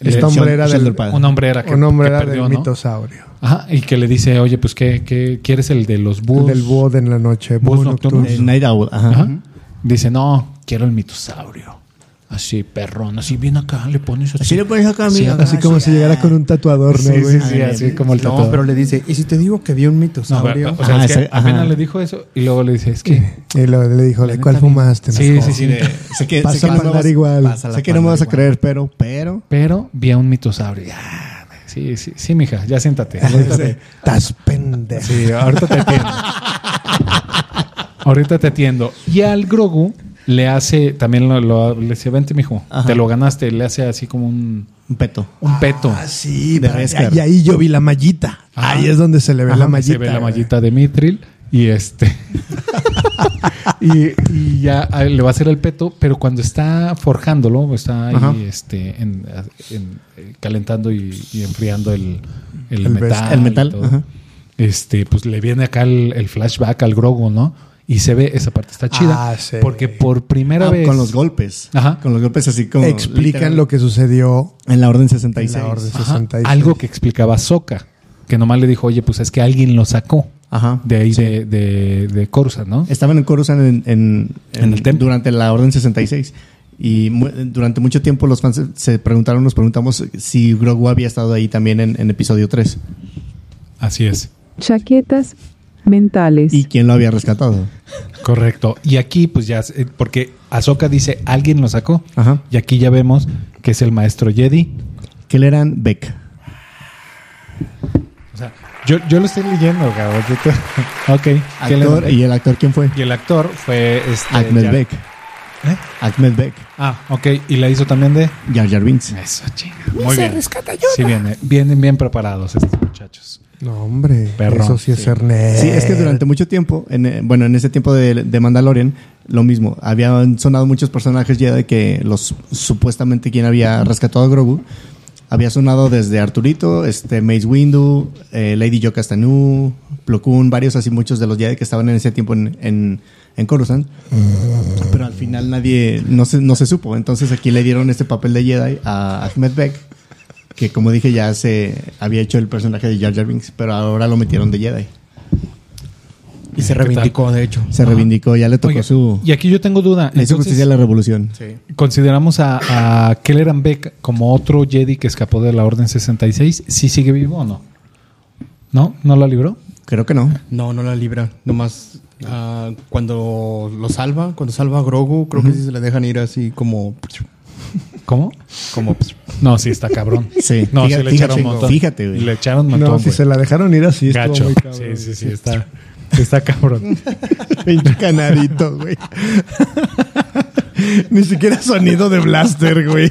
Speaker 1: Esta
Speaker 5: Shel-
Speaker 1: hombrera del-
Speaker 5: Shelter Pad.
Speaker 4: un hombre era que,
Speaker 1: Un hombre
Speaker 4: que
Speaker 1: era
Speaker 4: perdió,
Speaker 1: del
Speaker 4: ¿no?
Speaker 1: mitosaurio.
Speaker 4: Ajá, y que le dice, "Oye, pues qué qué quieres el de los
Speaker 1: El
Speaker 4: búhos?"
Speaker 1: del búho de en la noche.
Speaker 4: Búhos
Speaker 1: búho
Speaker 4: nocturnos.
Speaker 1: nocturno.
Speaker 5: Eh, Night Owl, ajá.
Speaker 4: Ajá. Dice, "No, quiero el mitosaurio." Así, perrón, así bien acá, le pones así.
Speaker 5: Así le pones acá, amigo.
Speaker 1: Así como si llegara con un tatuador, ¿no,
Speaker 4: Sí,
Speaker 1: güey?
Speaker 4: sí, sí, así como el
Speaker 3: Ah, No,
Speaker 4: tatuador.
Speaker 3: pero le dice, ¿y si te digo que vi un mitosaurio?
Speaker 4: No, pero- o sea,
Speaker 5: Ah,
Speaker 4: es que
Speaker 5: ese- ajá.
Speaker 4: apenas le dijo eso y luego le dice, es que...
Speaker 1: Y lo- le dijo, ¿de cuál fumaste?
Speaker 4: Sí, sí,
Speaker 5: Sí,
Speaker 4: sí.
Speaker 5: de- sé que,
Speaker 1: Pasa
Speaker 5: sé que
Speaker 1: para
Speaker 5: no
Speaker 1: andar
Speaker 5: vas-
Speaker 1: igual.
Speaker 5: pasa la Sé que no me vas a creer, pero, pero.
Speaker 4: Pero vi a un mitosaurio. Ah, Sí, sí, sí, mija, ya siéntate. Ahorita,
Speaker 1: Estás pendejo.
Speaker 4: sí, ahorita te atiendo. Ahorita te atiendo. Y al Grogu le hace, también lo, lo- le dice, vente, mijo,
Speaker 5: Ajá.
Speaker 4: te lo ganaste. Le hace así como un,
Speaker 5: Un peto.
Speaker 4: un peto.
Speaker 1: Ah,
Speaker 3: Ah,
Speaker 1: Sí,
Speaker 5: De
Speaker 1: para-
Speaker 5: Rescar.
Speaker 1: y ahí yo vi la mallita.
Speaker 4: Ajá.
Speaker 1: Ahí es donde se le ve
Speaker 4: Ajá,
Speaker 1: la mallita.
Speaker 4: Se ve la
Speaker 1: güey.
Speaker 4: mallita de Mitril. Y este. y, y ya a- le va a hacer el peto, pero cuando está forjándolo, está ahí
Speaker 1: Ajá.
Speaker 4: este, en- en- eh, calentando y, y enfriando el, el
Speaker 1: El
Speaker 4: metal.
Speaker 1: best-
Speaker 5: el
Speaker 4: y
Speaker 5: metal,
Speaker 4: todo,
Speaker 5: ajá.
Speaker 4: Este, pues le viene acá el, el flashback al Grogu, ¿no? Y se ve, esa parte está chida.
Speaker 1: Ah, sí.
Speaker 4: Porque por primera
Speaker 5: Ah,
Speaker 1: Pues,
Speaker 4: vez.
Speaker 5: Con los golpes.
Speaker 4: Ajá.
Speaker 5: Con los golpes así como.
Speaker 1: Explican
Speaker 5: literal.
Speaker 1: lo que sucedió
Speaker 5: En la orden
Speaker 1: en
Speaker 5: 66.
Speaker 1: la Orden
Speaker 4: Ajá,
Speaker 1: 66.
Speaker 4: algo que explicaba Soca, que nomás le dijo, oye, pues es que alguien lo sacó.
Speaker 5: Ajá.
Speaker 4: De ahí de, de, de Coruscant, ¿no?
Speaker 5: Estaban en Coruscant en, en-
Speaker 4: En el templo.
Speaker 5: Durante la Orden 66. Y mu- durante mucho tiempo los fans se- se preguntaron, nos preguntamos si Grogu había estado ahí también en, en episodio 3.
Speaker 4: Así es.
Speaker 6: chaquetas mentales,
Speaker 5: Y quién lo había rescatado.
Speaker 4: Correcto. Y aquí, pues ya, eh, porque Ahsoka dice, alguien lo sacó.
Speaker 5: Ajá.
Speaker 4: Y aquí ya vemos que es el maestro Jedi.
Speaker 5: Que le eran Beck.
Speaker 4: O sea, yo, yo lo estoy leyendo, cabrón. Yo te- ok. ¿Qué le-
Speaker 5: Actor, ¿Y el actor quién fue?
Speaker 4: y el actor fue... Este,
Speaker 5: Ahmed
Speaker 4: ya-
Speaker 5: Beck.
Speaker 4: ¿Eh?
Speaker 5: Ahmed Beck.
Speaker 4: Ah, ok. Y la hizo también de...
Speaker 5: Jar Jar Binks.
Speaker 4: Eso, chinga. Muy bien. Sí, viene, vienen bien preparados estos muchachos.
Speaker 1: No, hombre.
Speaker 4: Perrón.
Speaker 1: Eso sí es ser nerd.
Speaker 5: Sí, es que durante mucho tiempo, en, eh, bueno, en ese tiempo de, de Mandalorian, lo mismo. Habían sonado muchos personajes ya de que los supuestamente quien había rescatado a Grogu. Había sonado desde Arturito, este, Mace Windu, eh, Lady Yo Castanu, Plo Koon, varios así, muchos de los Jedi que estaban en ese tiempo en, en, en Coruscant. Pero al final nadie, no se, no se supo. Entonces aquí le dieron este papel de Jedi a Ahmed Beck, que como dije ya se había hecho el personaje de Jar Jar Binks, pero ahora lo metieron de Jedi.
Speaker 3: Y se reivindicó, de hecho.
Speaker 5: Se reivindicó, ya le tocó
Speaker 4: Oye,
Speaker 5: su.
Speaker 4: Y aquí yo tengo duda.
Speaker 5: Le hizo
Speaker 4: Entonces,
Speaker 5: justicia a la revolución.
Speaker 4: Consideramos a, a Kelleran Beck como otro Jedi que escapó de la Orden 66. ¿Sí sigue vivo o no? ¿No? ¿No la libró?
Speaker 5: Creo que no.
Speaker 3: No, no la libra. Nomás ah, cuando lo salva, cuando salva a Grogu, creo que sí se le dejan ir así como...
Speaker 4: ¿Cómo?
Speaker 3: como
Speaker 4: No, sí, está cabrón.
Speaker 5: Sí.
Speaker 4: No, sí
Speaker 5: Fíjate-
Speaker 4: le echaron
Speaker 5: fíjate,
Speaker 4: un montón.
Speaker 5: fíjate, güey.
Speaker 4: Le echaron un
Speaker 1: No,
Speaker 4: montón,
Speaker 1: si
Speaker 4: güey.
Speaker 1: se la dejaron ir así, estuvo
Speaker 4: Gacho.
Speaker 1: muy cabrón.
Speaker 4: Sí, sí, sí, está, está cabrón.
Speaker 5: Pinche canarito, güey. Ni siquiera sonido de blaster, güey.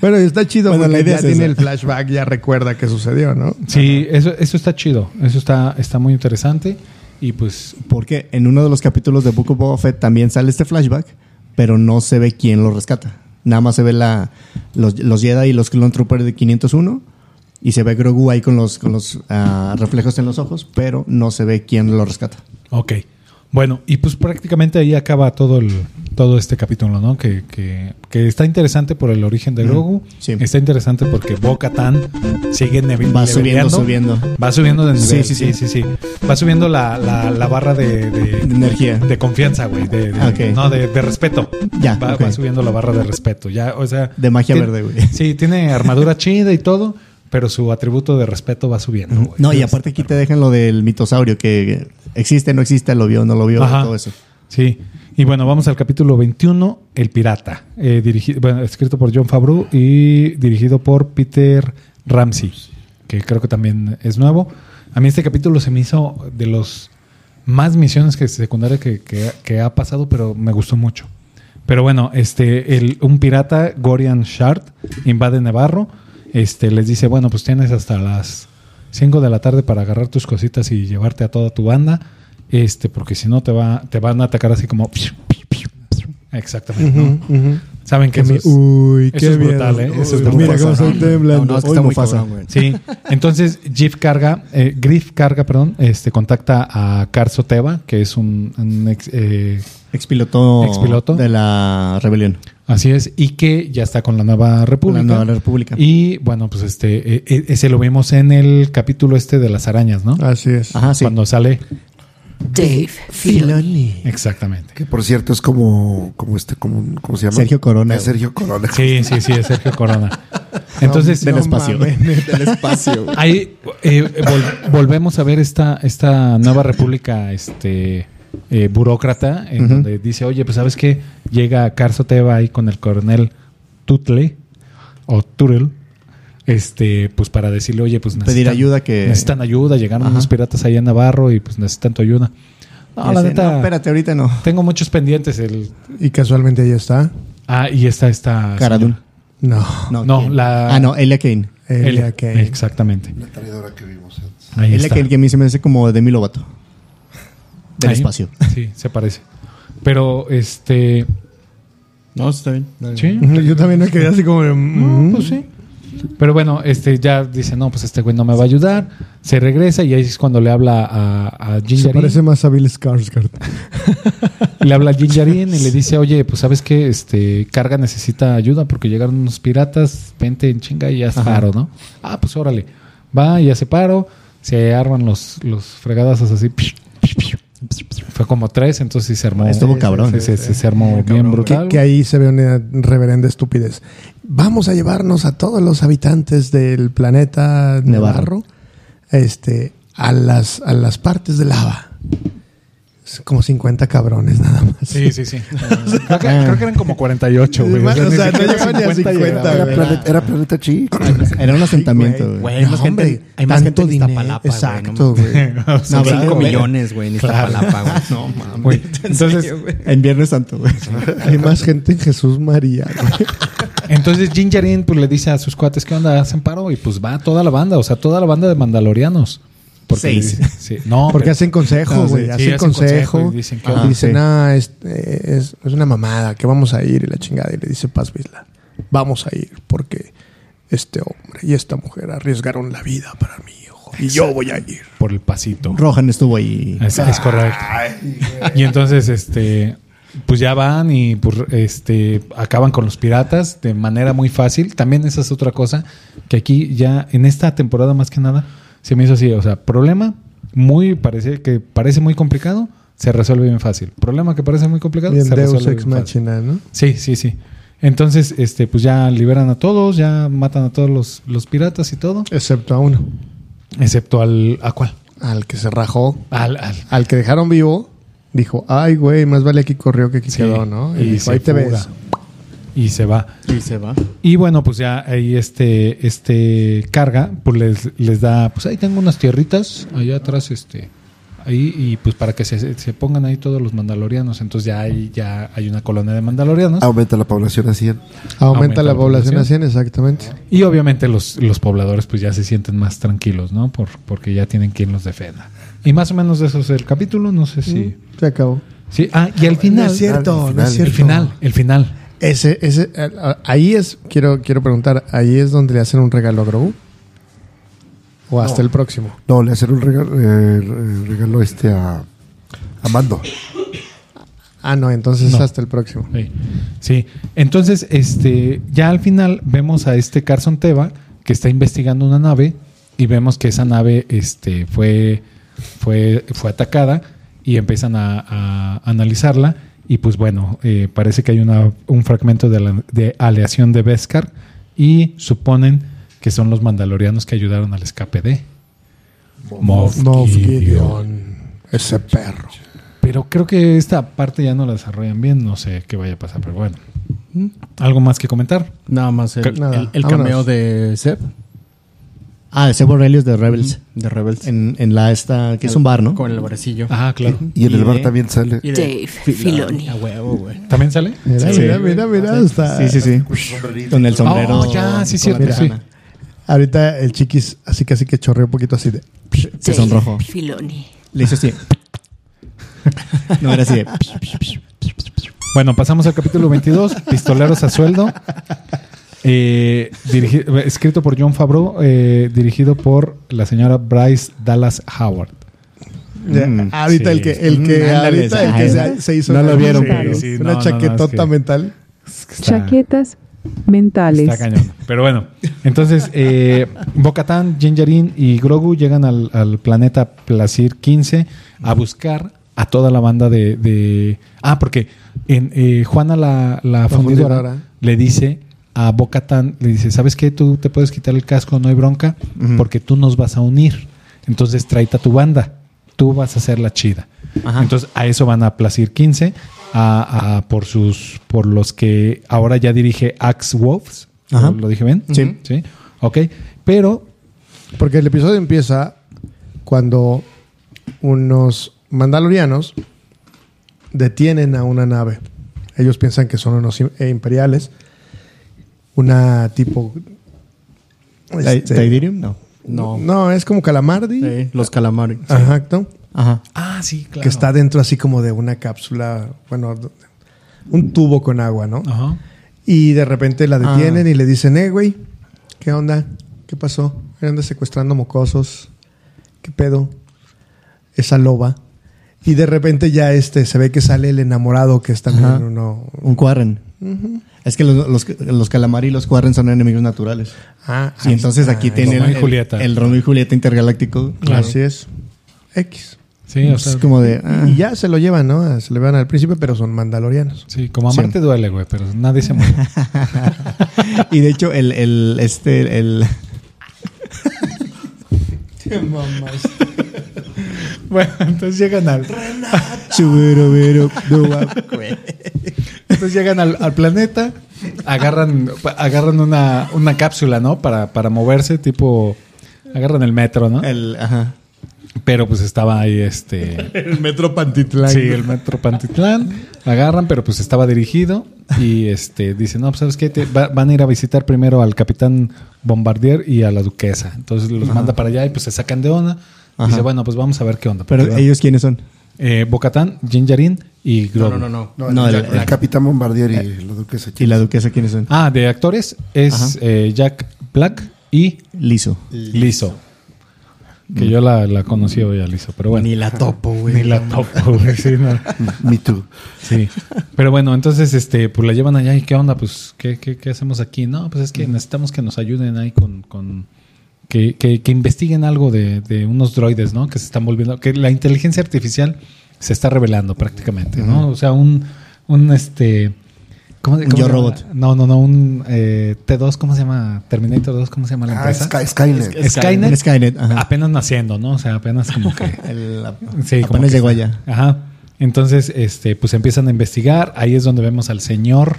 Speaker 1: Pero está chido
Speaker 5: Bueno,
Speaker 1: porque
Speaker 5: la
Speaker 1: ya
Speaker 5: idea es
Speaker 1: tiene
Speaker 5: esa.
Speaker 1: el flashback, ya recuerda que sucedió, ¿no?
Speaker 4: Sí, eso, eso está chido. Eso está, está muy interesante. Y pues,
Speaker 5: Porque en uno de los capítulos de Book of Boba Fett también sale este flashback, pero no se ve quién lo rescata. Nada más se ve la, los, los Jedi y los Clone Troopers de 501 y se ve Grogu ahí con los, con los ah, reflejos en los ojos, pero no se ve quién lo rescata.
Speaker 4: ok. Bueno, y pues prácticamente ahí acaba todo el, todo este capítulo, ¿no? Que, que, que está interesante por el origen de Grogu.
Speaker 5: sí.
Speaker 4: Está interesante porque Boca Tan sigue neve-
Speaker 5: Va subiendo,
Speaker 4: leveleando.
Speaker 5: subiendo.
Speaker 4: Va subiendo de nivel.
Speaker 5: Sí,
Speaker 4: Sí,
Speaker 5: sí,
Speaker 4: sí, sí. sí, Va subiendo la, la- la barra de, de-
Speaker 5: De energía.
Speaker 4: De confianza, güey. De, de-
Speaker 5: Ok.
Speaker 4: No, de, de respeto.
Speaker 5: Ya,
Speaker 4: Va,
Speaker 5: ok.
Speaker 4: va subiendo la barra de respeto. Ya, o sea.
Speaker 5: De magia
Speaker 4: tien-
Speaker 5: verde, güey.
Speaker 4: Sí, tiene armadura chida y todo, pero su atributo de respeto va subiendo, güey.
Speaker 5: No, y aparte aquí te dejan lo del mitosaurio, que existe, no existe, lo vio, no lo vio,
Speaker 4: Ajá.
Speaker 5: todo eso.
Speaker 4: Sí. Y bueno, vamos al capítulo 21, El Pirata. Eh, dirigi- bueno, escrito por John Favreau y dirigido por Peter Ramsey, que creo que también es nuevo. A mí este capítulo se me hizo de los más misiones que secundaria que, que- que ha pasado, pero me gustó mucho. Pero bueno, este, el, un pirata, Gorian Shard, invade Navarro. Este, les dice, bueno, pues tienes hasta las 5 de la tarde para agarrar tus cositas y llevarte a toda tu banda. Este, porque si no te, va, te van a atacar así como... Exactamente, ¿no? Saben que
Speaker 1: Que me-
Speaker 4: eso es-
Speaker 1: uy,
Speaker 4: eso
Speaker 1: qué
Speaker 4: es
Speaker 1: bien.
Speaker 4: brutal, ¿eh? Eso es
Speaker 1: Uy, Mira
Speaker 4: brutal.
Speaker 1: cómo estoy temblando.
Speaker 3: No, no, es que
Speaker 2: Hoy
Speaker 3: está muy
Speaker 1: Ah,
Speaker 2: Mufasa.
Speaker 3: cabrón, güey.
Speaker 4: Sí, entonces Griff carga, eh, Griff carga, perdón, este contacta a Carso Teva, que es un, un ex, eh,
Speaker 5: Expiloto,
Speaker 4: Expiloto.
Speaker 5: de la rebelión.
Speaker 4: así es, y que ya está con la nueva república.
Speaker 5: La nueva república.
Speaker 4: Y bueno, pues este, eh, eh, ese lo vimos en el capítulo este de las arañas, ¿no?
Speaker 1: Así es.
Speaker 5: Ajá, Ah, sí.
Speaker 4: Cuando sale,
Speaker 7: Dave Filoni.
Speaker 4: exactamente.
Speaker 2: Que por cierto es como, como este, como, un- ¿cómo se llama?
Speaker 5: Sergio Corona.
Speaker 2: Es Sergio Corona.
Speaker 4: Sí, sí, sí, es Sergio Corona. Entonces,
Speaker 5: del espacio.
Speaker 3: Del espacio, güey.
Speaker 4: Ahí eh, vol- volvemos a ver esta, esta nueva república este, eh, burócrata, en donde dice, oye, pues sabes qué, llega Carso Teva ahí con el coronel Tutle o Turel, este, pues para decirle, oye, pues
Speaker 5: Pedir ayuda que-
Speaker 4: necesitan ayuda, llegaron unos piratas allá en Navarro y pues necesitan tu ayuda.
Speaker 3: Ah,
Speaker 4: No, la
Speaker 5: Dice,
Speaker 4: neta,
Speaker 5: "No, espérate, ahorita no.
Speaker 4: tengo muchos pendientes. El,
Speaker 1: Y casualmente ahí está.
Speaker 4: ah, y está esta...
Speaker 5: Caradun.
Speaker 1: No.
Speaker 4: No,
Speaker 5: ¿quién?
Speaker 4: la-
Speaker 5: Ah, no, Elia Kane.
Speaker 1: Elia
Speaker 4: señora- Elia,
Speaker 1: Kane.
Speaker 4: Exactamente.
Speaker 2: La traidora que vimos antes.
Speaker 4: Ahí
Speaker 5: Elia
Speaker 4: está.
Speaker 5: Kane que a mí se me hace como Demi Lovato. Del
Speaker 4: Ahí.
Speaker 5: espacio.
Speaker 4: Sí, se parece. Pero este.
Speaker 3: No, está bien.
Speaker 4: Sí.
Speaker 1: Ujú, Yo también me quedé así como. mm,
Speaker 4: Pues sí. Pero bueno, este ya dice, no, pues este güey no me va a ayudar. Se regresa y ahí es cuando le habla a, a
Speaker 1: Se
Speaker 4: Gingerin.
Speaker 1: parece más a Bill Skarsgård.
Speaker 4: Le habla a Gingerin y le dice, oye, pues sabes que este carga necesita ayuda porque llegaron unos piratas, vente en chinga y ya
Speaker 5: Ajá.
Speaker 4: paro, ¿no? Ah, pues órale. Va y hace paro, se arman los, los fregadazos así. Fue como tres, entonces sí se armó.
Speaker 5: Estuvo cabrón.
Speaker 4: Sí, sí, sí, se armó bien brutal.
Speaker 1: Que, que ahí se ve una reverenda estupidez. Vamos a llevarnos a todos los habitantes del planeta Navarro
Speaker 5: Nevarro.
Speaker 1: este, a, las, a las partes de lava. Es como 50 cabrones nada más.
Speaker 4: Sí, sí, sí. creo, que, creo que eran como 48, güey.
Speaker 1: Bueno, o
Speaker 4: ni
Speaker 1: sea, no
Speaker 4: siquiera
Speaker 1: llegaban ni a 50,
Speaker 4: 50 llegaban.
Speaker 2: Era,
Speaker 1: güey.
Speaker 2: planeta, era planeta chico.
Speaker 5: Era un asentamiento, güey.
Speaker 3: Güey, hay más gente- hay más gente en Iztapalapa, güey,
Speaker 1: Exacto, güey.
Speaker 3: Son
Speaker 5: ¿verdad?
Speaker 3: 5
Speaker 5: Güey.
Speaker 3: millones, güey, en Iztapalapa, güey. No, mames.
Speaker 4: Güey, Entonces,
Speaker 5: En Viernes Santo, güey.
Speaker 1: Hay más gente en Jesús María. güey.
Speaker 4: entonces Gingerin pues, le dice a sus cuates, ¿qué onda? ¿Hacen paro? Y pues va toda la banda, o sea, toda la banda de mandalorianos.
Speaker 5: Seis.
Speaker 4: sí, no,
Speaker 1: Porque
Speaker 4: pero-
Speaker 1: hacen consejo,
Speaker 4: No,
Speaker 1: güey.
Speaker 4: Ah,
Speaker 1: hacen,
Speaker 4: sí, sí, hacen
Speaker 1: consejo.
Speaker 4: consejo y dicen que-
Speaker 1: Ajá, dicen, ah, es, eh, es- es una mamada, que vamos a ir y la chingada. Y le dice Paz Vizla, vamos a ir porque este hombre y esta mujer arriesgaron la vida para mi hijo. Y yo voy a ir.
Speaker 4: por el pasito.
Speaker 5: Rohan estuvo ahí.
Speaker 4: Es, es correcto. Y entonces, este, pues ya van y pues, este, acaban con los piratas de manera muy fácil. También esa es otra cosa que aquí ya en esta temporada más que nada se me hizo así, o sea, problema muy parece que parece muy complicado se resuelve bien fácil. Problema que parece muy complicado
Speaker 1: Bien
Speaker 4: se
Speaker 1: Deus
Speaker 4: resuelve
Speaker 1: Ex
Speaker 4: bien fácil.
Speaker 1: Machina, ¿no?
Speaker 4: Sí, sí, sí. Entonces, este, pues ya liberan a todos, ya matan a todos los, los piratas y todo,
Speaker 1: Excepto a uno,
Speaker 4: excepto al a cuál?
Speaker 1: al que se rajó,
Speaker 4: Al, al
Speaker 1: al que dejaron vivo. Dijo, ay, güey, más vale aquí corrió que aquí
Speaker 4: Sí,
Speaker 1: quedó, ¿no? Y,
Speaker 4: y
Speaker 1: dijo,
Speaker 4: se
Speaker 1: ahí te
Speaker 4: fuga.
Speaker 1: ves.
Speaker 4: y se va.
Speaker 3: Y se va.
Speaker 4: Y bueno, pues ya ahí este, este carga, pues les, les da, pues ahí tengo unas tierritas allá atrás, este, ahí, y pues para que se, se pongan ahí todos los mandalorianos. Entonces ya hay, ya hay una colonia de mandalorianos.
Speaker 2: Aumenta la población a 100.
Speaker 1: Aumenta, la, población, a 100, exactamente.
Speaker 4: Y obviamente los, los pobladores pues ya se sienten más tranquilos, ¿no? Por, porque ya tienen quien los defenda. Y más o menos de eso es el capítulo, no sé si...
Speaker 1: Se acabó.
Speaker 4: Sí, ah, y al final...
Speaker 1: es cierto,
Speaker 2: al
Speaker 1: no es
Speaker 2: final.
Speaker 1: cierto.
Speaker 4: El final, el final.
Speaker 1: Ese, ese, eh, ah, ahí es, quiero, quiero preguntar, ¿ahí es donde le hacen un regalo a Grogu? ¿O hasta el próximo?
Speaker 2: No, le hacen un regalo, eh, re- regalo este a, a Mando.
Speaker 1: Ah, no, entonces
Speaker 4: No.
Speaker 1: hasta el próximo.
Speaker 4: Sí. Sí. Entonces, este, ya al final vemos a este Carson Teva que está investigando una nave y vemos que esa nave este, fue, fue, fue atacada y empiezan a, a analizarla. Y pues bueno, eh, parece que hay una, un fragmento de, la, de aleación de Beskar y suponen que son los mandalorianos que ayudaron al escape de Moff
Speaker 1: Moff
Speaker 4: Gideon.
Speaker 1: Gideon, ese perro.
Speaker 4: Pero creo que esta parte ya no la desarrollan bien. No sé qué vaya a pasar, pero bueno. ¿Mm? ¿Algo más que comentar?
Speaker 3: Nada más el,
Speaker 1: Nada,
Speaker 3: el- el
Speaker 1: vámonos.
Speaker 3: cameo de Seb.
Speaker 5: Ah, ese Borrelios de Rebels.
Speaker 3: de Rebels.
Speaker 5: En, en la esta, que es un bar, ¿no?
Speaker 3: Con el barecillo.
Speaker 4: Ah, claro.
Speaker 2: Y en el
Speaker 3: Y
Speaker 2: bar
Speaker 3: de-
Speaker 2: también sale.
Speaker 3: Y de-
Speaker 7: Dave Filoni.
Speaker 3: A huevo, güey.
Speaker 4: ¿También sale?
Speaker 1: Mira,
Speaker 5: Sí.
Speaker 1: mira, mira, mira, está-
Speaker 5: Sí, sí, sí. Con el sombrero.
Speaker 4: Oh, ya, sí,
Speaker 5: con la
Speaker 4: cierto, sí.
Speaker 5: tejana.
Speaker 1: Ahorita el chiquis así que así que chorreó un poquito así de...
Speaker 4: Este
Speaker 5: Se
Speaker 7: Dave
Speaker 5: sonrojó.
Speaker 7: Filoni.
Speaker 5: Le hizo así. No era así de.
Speaker 4: Bueno, pasamos al capítulo 22, Pistoleros a sueldo. Eh, dirigi- escrito por John Favreau, eh, dirigido por la señora Bryce Dallas Howard.
Speaker 1: Ya, Ah,
Speaker 5: Mm,
Speaker 1: ahorita
Speaker 4: sí.
Speaker 1: el que, el que,
Speaker 5: Mm, ándale,
Speaker 1: ahorita el
Speaker 5: ajá,
Speaker 1: que
Speaker 5: esa-
Speaker 1: se, se hizo
Speaker 4: no
Speaker 1: una-
Speaker 4: lo vieron,
Speaker 1: una-
Speaker 4: pero sí,
Speaker 1: una
Speaker 4: no, no, no, es
Speaker 1: chaquetota
Speaker 4: que-
Speaker 1: mental.
Speaker 6: Chaquetas mentales.
Speaker 4: Está cañón. Pero bueno, entonces eh, Bocatán, Jinjarin y Grogu llegan al, al planeta Placir 15 a buscar a toda la banda de. de- ah, porque en, eh, Juana, la, la fundidora,
Speaker 1: fundidora.
Speaker 4: le dice a Bocatán: le dice, ¿sabes qué? Tú te puedes quitar el casco, no hay bronca,
Speaker 5: Ujú.
Speaker 4: porque tú nos vas a unir. Entonces tráete a tu banda. Tú vas a ser la chida.
Speaker 5: Ajá.
Speaker 4: Entonces a eso van a Placir 15, a, a- por sus por los que ahora ya dirige Axe Wolves.
Speaker 5: Ajá.
Speaker 4: ¿Lo dije bien?
Speaker 5: Sí.
Speaker 4: Sí. Ok. Pero
Speaker 1: Porque el episodio empieza cuando unos mandalorianos detienen a una nave. Ellos piensan que son unos im- eh, imperiales. Una tipo...
Speaker 5: Ti-
Speaker 1: este,
Speaker 5: Tidirium, no.
Speaker 3: No.
Speaker 1: no, es como calamardi.
Speaker 3: Sí, los calamares.
Speaker 1: Ajá, exacto.
Speaker 5: Ajá.
Speaker 4: Ah, sí, claro.
Speaker 1: Que está dentro así como de una cápsula, bueno, un tubo con agua, ¿no?
Speaker 4: Ajá.
Speaker 1: Y de repente la
Speaker 5: Ah.
Speaker 1: detienen y le dicen, eh, güey, ¿qué onda? ¿Qué pasó? Andas secuestrando mocosos. ¿Qué pedo? Esa loba. Y de repente ya este se ve que sale el enamorado que es también
Speaker 5: Ajá.
Speaker 1: uno.
Speaker 5: Un Quarren. Es que los, los, los calamari y los Quarren son enemigos naturales.
Speaker 1: Ah,
Speaker 5: Y entonces
Speaker 1: ah,
Speaker 5: aquí
Speaker 1: ah,
Speaker 5: tiene
Speaker 4: Romeo y
Speaker 5: el,
Speaker 4: Julieta.
Speaker 5: el Romeo y Julieta intergaláctico.
Speaker 1: Así es. X.
Speaker 4: Sí, o sea,
Speaker 5: Es como de. ah,
Speaker 1: Y ya se lo llevan, ¿no? Se lo llevan al príncipe, pero son mandalorianos.
Speaker 4: sí, como amarte duele, güey, pero nadie se muere.
Speaker 5: y de hecho, el, el, este, el.
Speaker 4: bueno, entonces llegan al,
Speaker 5: Chubero, vero, duba.
Speaker 4: entonces llegan al, al planeta, agarran, agarran una, una cápsula, ¿no? Para, para moverse, tipo, agarran el metro, ¿no?
Speaker 5: El, ajá.
Speaker 4: Pero pues estaba ahí este
Speaker 1: El metro Pantitlán.
Speaker 4: Sí, el metro Pantitlán. La agarran, pero pues estaba dirigido. Y este dicen, no, pues sabes qué, Te- va- van a ir a visitar primero al capitán Bombardier y a la duquesa. Entonces los manda para allá y pues se sacan de onda.
Speaker 5: Ajá.
Speaker 4: Dice, bueno, pues vamos a ver qué onda.
Speaker 5: Pero
Speaker 4: Porque va-
Speaker 5: ellos, ¿quiénes son?
Speaker 4: Eh, Bocatán, Jinjarin y
Speaker 3: No,
Speaker 4: Grogu.
Speaker 3: no, no, no.
Speaker 2: No,
Speaker 5: No,
Speaker 2: el,
Speaker 5: el-
Speaker 2: el capitán Bombardier y la duquesa.
Speaker 5: ¿Y la duquesa quiénes son?
Speaker 4: Ah, de actores es
Speaker 5: Ajá.
Speaker 4: eh, Jack Black y
Speaker 5: Liso.
Speaker 4: Lizo. Que yo la, la conocí hoy a Lizo, pero bueno.
Speaker 3: Ni la topo, güey.
Speaker 4: Ni la topo, güey. Sí, no.
Speaker 2: Me too.
Speaker 4: Sí. Pero bueno, entonces, este, pues la llevan allá y qué onda, pues, ¿qué, qué, qué hacemos aquí? No, pues es que necesitamos que nos ayuden ahí con, con que, que, que investiguen algo de, de unos droides, ¿no? Que se están volviendo, que la inteligencia artificial se está revelando prácticamente, ¿no? O sea, un, un este, ¿cómo, se-
Speaker 5: Un
Speaker 4: cómo
Speaker 5: yo
Speaker 4: se llama?
Speaker 5: robot.
Speaker 4: No, no, no, un eh, T2, ¿cómo se llama? Terminator 2, ¿cómo se llama la
Speaker 2: Ah,
Speaker 4: empresa?
Speaker 2: Sky- Skynet.
Speaker 4: Skynet.
Speaker 5: Un Skynet, ajá.
Speaker 4: Apenas naciendo, ¿no? O sea, apenas como que
Speaker 5: El,
Speaker 4: Sí, como
Speaker 5: apenas
Speaker 4: que
Speaker 5: llegó
Speaker 4: está.
Speaker 5: allá.
Speaker 4: Ajá. Entonces, este, pues empiezan a investigar. Ahí es donde vemos al señor.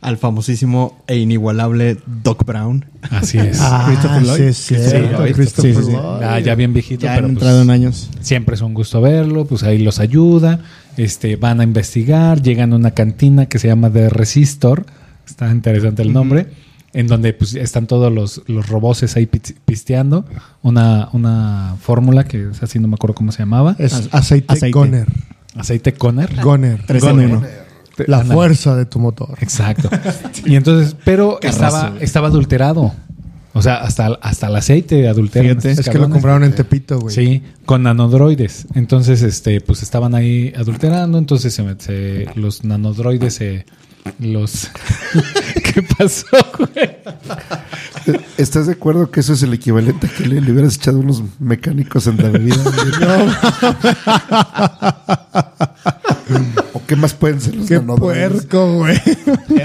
Speaker 3: Al famosísimo e inigualable Doc Brown.
Speaker 4: Así es.
Speaker 5: Christopher Lloyd.
Speaker 1: sí, es
Speaker 4: Christopher
Speaker 1: cierto,
Speaker 4: Lloyd.
Speaker 1: Christopher
Speaker 5: Sí, sí, sí.
Speaker 1: Lloyd.
Speaker 4: Ah, ya bien viejito,
Speaker 5: Ya han
Speaker 4: pero pues,
Speaker 5: entrado en años.
Speaker 4: siempre es un gusto verlo. Pues ahí los ayuda. Este, van a investigar. Llegan a una cantina que se llama The Resistor. Está interesante el nombre. En donde pues, están todos los, los roboces ahí pis- pisteando. Una, una fórmula que es así, no me acuerdo cómo se llamaba.
Speaker 1: Es aceite,
Speaker 5: Aceite.
Speaker 1: Goner.
Speaker 4: Aceite Conner.
Speaker 1: Goner.
Speaker 5: Tres en uno.
Speaker 1: La
Speaker 4: Ándale.
Speaker 1: fuerza de tu motor.
Speaker 4: Exacto. Y entonces, pero estaba, estaba adulterado. O sea, hasta, hasta el aceite adulterado.
Speaker 5: Fíjate.
Speaker 1: Es que lo compraron en Tepito, güey.
Speaker 4: Sí, con nanodroides. Entonces, este, pues estaban ahí adulterando. Entonces se, met- se- los nanodroides se los ¿Qué pasó, güey?
Speaker 2: ¿Estás de acuerdo que eso es el equivalente a que le, le hubieras echado unos mecánicos en la bebida? ¿O qué más pueden ser los
Speaker 1: Qué
Speaker 2: nanodroides?
Speaker 1: puerco, güey.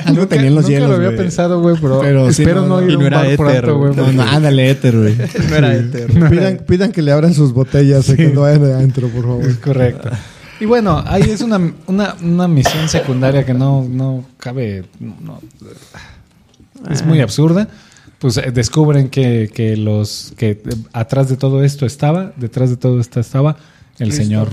Speaker 5: Algo tenían los
Speaker 4: Nunca
Speaker 5: hielos.
Speaker 4: lo había
Speaker 5: güey.
Speaker 4: pensado, güey, pero,
Speaker 5: Pero sí,
Speaker 4: espero no,
Speaker 5: no, no.
Speaker 4: ir
Speaker 3: Y
Speaker 4: a
Speaker 3: no
Speaker 4: un
Speaker 3: era
Speaker 4: bar
Speaker 3: éter,
Speaker 4: pronto,
Speaker 3: güey.
Speaker 4: güey.
Speaker 5: No, no, ándale, éter, güey.
Speaker 3: No era hétero.
Speaker 1: Pidan, pidan que le abran sus botellas eh, cuando vayan adentro, por favor.
Speaker 4: Es correcto. Y bueno, ahí es una, una, una misión Eh. secundaria que no, no cabe. no- no- es muy absurda. pues eh, descubren que, que los que eh, atrás de todo esto estaba, detrás de todo esto estaba el señor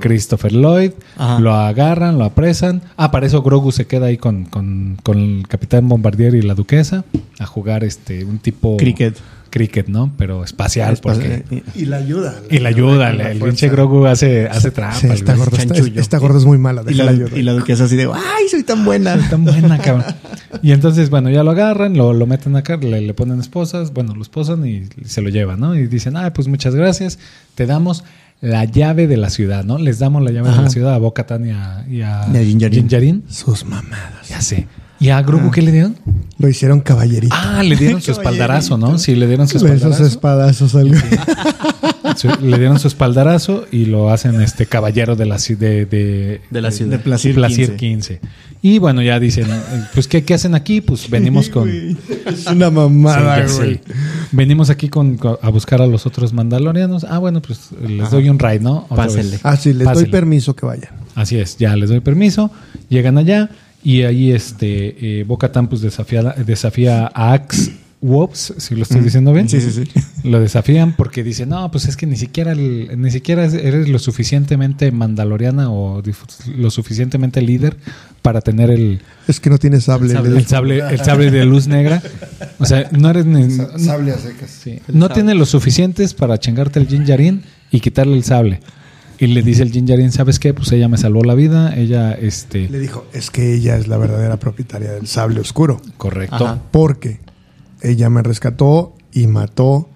Speaker 4: Christopher Lloyd.
Speaker 5: Ajá.
Speaker 4: Lo agarran, lo apresan. Ah, para eso Grogu se queda ahí con, con- con el capitán Bombardier y la duquesa a jugar este un tipo
Speaker 5: Cricket.
Speaker 4: cricket, ¿no? Pero espacial, porque
Speaker 2: Y la ayuda.
Speaker 4: y pues, la ayuda, el- el pinche Grogu hace hace trampa.
Speaker 1: Sí, esta,
Speaker 4: güey.
Speaker 1: gorda está, esta gorda es muy mala.
Speaker 5: Y la,
Speaker 1: déjala llorar.
Speaker 5: y la duquesa así de, ¡ay, soy tan buena!
Speaker 4: tan buena, cabrón. Y entonces, bueno, ya lo agarran, lo, lo meten acá, le, le ponen esposas, bueno, lo esposan y se lo llevan, ¿no? Y dicen, ah, pues muchas gracias, te damos la llave de la ciudad, ¿no? Les damos la llave de la ciudad a Boca y a, y a
Speaker 5: Y a Jinjarin.
Speaker 1: Sus mamadas.
Speaker 4: Ya sé. ¿Y a Grogu qué le dieron?
Speaker 1: Lo hicieron caballerito.
Speaker 4: Ah, le dieron su espaldarazo, ¿no? Sí, le dieron su
Speaker 1: Esos
Speaker 4: espaldarazo.
Speaker 1: espadazos. algo.
Speaker 4: Su- le dieron su espaldarazo y lo hacen este caballero de la, ci- de, de,
Speaker 3: De la ciudad.
Speaker 5: De Placir
Speaker 4: Placir 15.
Speaker 5: 15.
Speaker 4: Y bueno, ya dicen, eh, pues, ¿qué, qué hacen aquí? Pues venimos con...
Speaker 1: es una
Speaker 4: Sí, ya
Speaker 1: mamada,
Speaker 4: sé.
Speaker 1: güey.
Speaker 4: Venimos aquí con, con- a buscar a los otros mandalorianos. Ah, bueno, pues les doy un ride, ¿no? Otra
Speaker 3: Pásele.
Speaker 4: vez.
Speaker 1: Ah, sí, les
Speaker 4: Pásele.
Speaker 1: doy permiso que vayan.
Speaker 4: Así es, ya les doy permiso. Llegan allá y ahí este eh, Boca Tampus desafía, desafía a Axe Wops, si lo estoy diciendo bien.
Speaker 5: Sí, sí, sí.
Speaker 4: Lo desafían porque dicen, no, pues es que ni siquiera, el- ni siquiera eres lo suficientemente mandaloriana o dif- lo suficientemente líder para tener el,
Speaker 1: Es que no tiene sable. le
Speaker 4: el,
Speaker 1: dijo.
Speaker 4: sable, el sable de luz negra. O sea, no eres ni-
Speaker 2: Sa- Sable a secas.
Speaker 4: Sí. No tiene los suficientes para chingarte el Jinjarin y quitarle el sable. Y le dice el Jinjarin, ¿sabes qué? Pues ella me salvó la vida, ella, este...
Speaker 1: Le dijo, es que ella es la verdadera propietaria del sable oscuro.
Speaker 4: Correcto.
Speaker 1: Porque ella me rescató y mató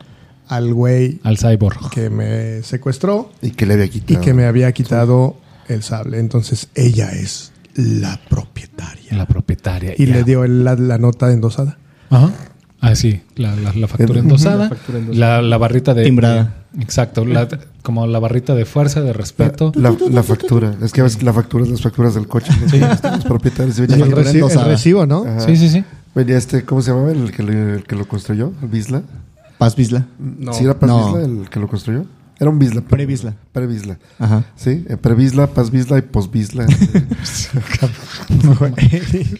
Speaker 1: al güey
Speaker 4: Al cyborg.
Speaker 1: que me secuestró
Speaker 2: Y que le había
Speaker 1: y
Speaker 2: quitado.
Speaker 1: que me había quitado el sable. Entonces ella es la propietaria.
Speaker 4: La propietaria.
Speaker 1: Y
Speaker 4: ya.
Speaker 1: le dio el- la, la nota endosada.
Speaker 4: Ajá. Ah, sí. La, la- la factura endosada. La, la barrita de...
Speaker 5: Timbrada.
Speaker 4: Exacto. la- como la barrita de fuerza, de respeto.
Speaker 2: La, la factura. Es que a veces la factura es las facturas del coche. ¿no? Los propietarios. y
Speaker 1: Y
Speaker 2: venía-
Speaker 1: el, reci- el
Speaker 5: endosada.
Speaker 1: recibo, ¿no?
Speaker 2: Ajá.
Speaker 4: Sí, sí, sí.
Speaker 2: Venía este, ¿cómo se llamaba? El que lo, el que lo construyó, el Bisla.
Speaker 5: Paz Bisla.
Speaker 2: ¿Sí era Paz
Speaker 5: No.
Speaker 2: Bisla el que lo construyó? Era un Bisla.
Speaker 5: Pre-Bisla.
Speaker 2: Pre-Bisla.
Speaker 5: Ajá.
Speaker 2: Sí, eh, pre-Bisla, Paz Bisla y post-Bisla.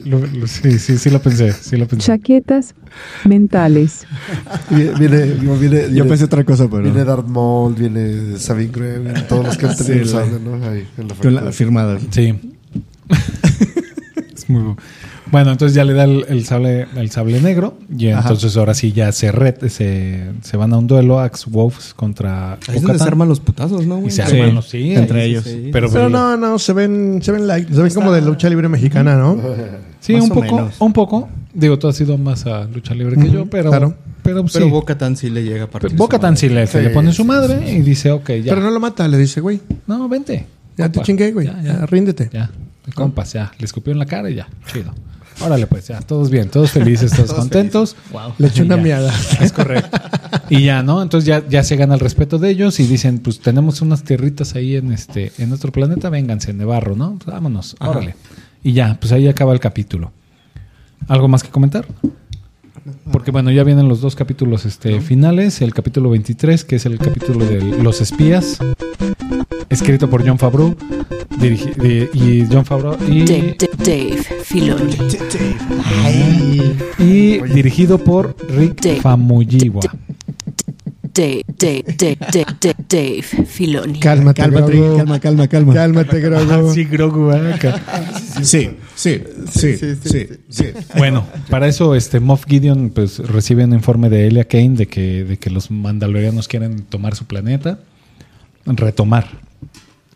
Speaker 4: Lo- lo- sí, sí, sí lo pensé. Sí lo pensé.
Speaker 6: Chaquetas mentales.
Speaker 2: viene, viene, viene-
Speaker 5: Yo
Speaker 2: viene-
Speaker 5: pensé otra cosa,
Speaker 2: Viene
Speaker 5: pero.
Speaker 2: Darth Maul, viene Sabine Graham, todos los que han tenido el sable, ¿no? Ahí, en la
Speaker 5: Con
Speaker 2: factura.
Speaker 5: la firmada.
Speaker 4: Sí. es muy bu- bueno. Entonces ya le da el, el sable, el sable negro. Y entonces ahora sí ya se, ret- se, se van a un duelo Axe Wolves contra
Speaker 3: Ahí es donde se
Speaker 4: Bo-Katan.
Speaker 3: arman los putazos, ¿no, güey?
Speaker 4: Y se
Speaker 5: Sí,
Speaker 4: arman los- sí,
Speaker 5: entre
Speaker 4: ahí sí
Speaker 5: ellos.
Speaker 4: se- Pero,
Speaker 1: Pero no, no, se ven, se ven, light, se ven como de lucha libre mexicana, ¿no?
Speaker 4: sí,
Speaker 5: más
Speaker 4: un
Speaker 5: o
Speaker 4: poco,
Speaker 5: menos.
Speaker 4: un poco. Digo, tú has sido más a lucha libre que yo, pero,
Speaker 1: claro.
Speaker 4: pero sí.
Speaker 3: Pero Boca Tan sí le llega a partir.
Speaker 4: Boca tan sí le, se le pone su madre y dice, ok, ya.
Speaker 1: Pero no lo mata, le dice, güey,
Speaker 4: no, vente.
Speaker 1: ya
Speaker 4: compa.
Speaker 1: te chingué, güey,
Speaker 4: Ya,
Speaker 1: ya,
Speaker 4: ya.
Speaker 1: ríndete.
Speaker 4: Ya, de compas, ya. Le escupió en la cara y ya. Chido. Órale, pues, ya. Todos bien, todos felices, todos, contentos.
Speaker 1: Le eché una
Speaker 4: Ya.
Speaker 1: miada.
Speaker 4: Es correcto. Y ya, ¿no? Entonces ya, ya se gana el respeto de ellos y dicen, pues tenemos unas tierritas ahí en este, en otro planeta, vénganse, de barro, ¿no? Pues, vámonos, órale. Y ya, pues ahí acaba el capítulo. ¿Algo más que comentar? Porque bueno, ya vienen los dos capítulos este, finales, el capítulo 23, que es el capítulo de los espías, escrito por John Favreau, dirigi- de- y John Favreau y Ah,
Speaker 7: Dave, Dave Filoni.
Speaker 4: Y dirigido por Rick
Speaker 7: Dave.
Speaker 4: Famuyiwa.
Speaker 7: Dave, Dave, Dave, Dave, Dave, Dave Filoni.
Speaker 1: Cálmate,
Speaker 5: Cálmate,
Speaker 1: Grogu.
Speaker 5: calma, calma, calma.
Speaker 1: Cálmate,
Speaker 4: Ah,
Speaker 1: Grogu.
Speaker 4: Grogu,
Speaker 5: Sí, sí, sí, sí, sí.
Speaker 4: Bueno, para eso este Moff Gideon pues recibe un informe de Elia Kane de que, de que los mandalorianos quieren tomar su planeta, retomar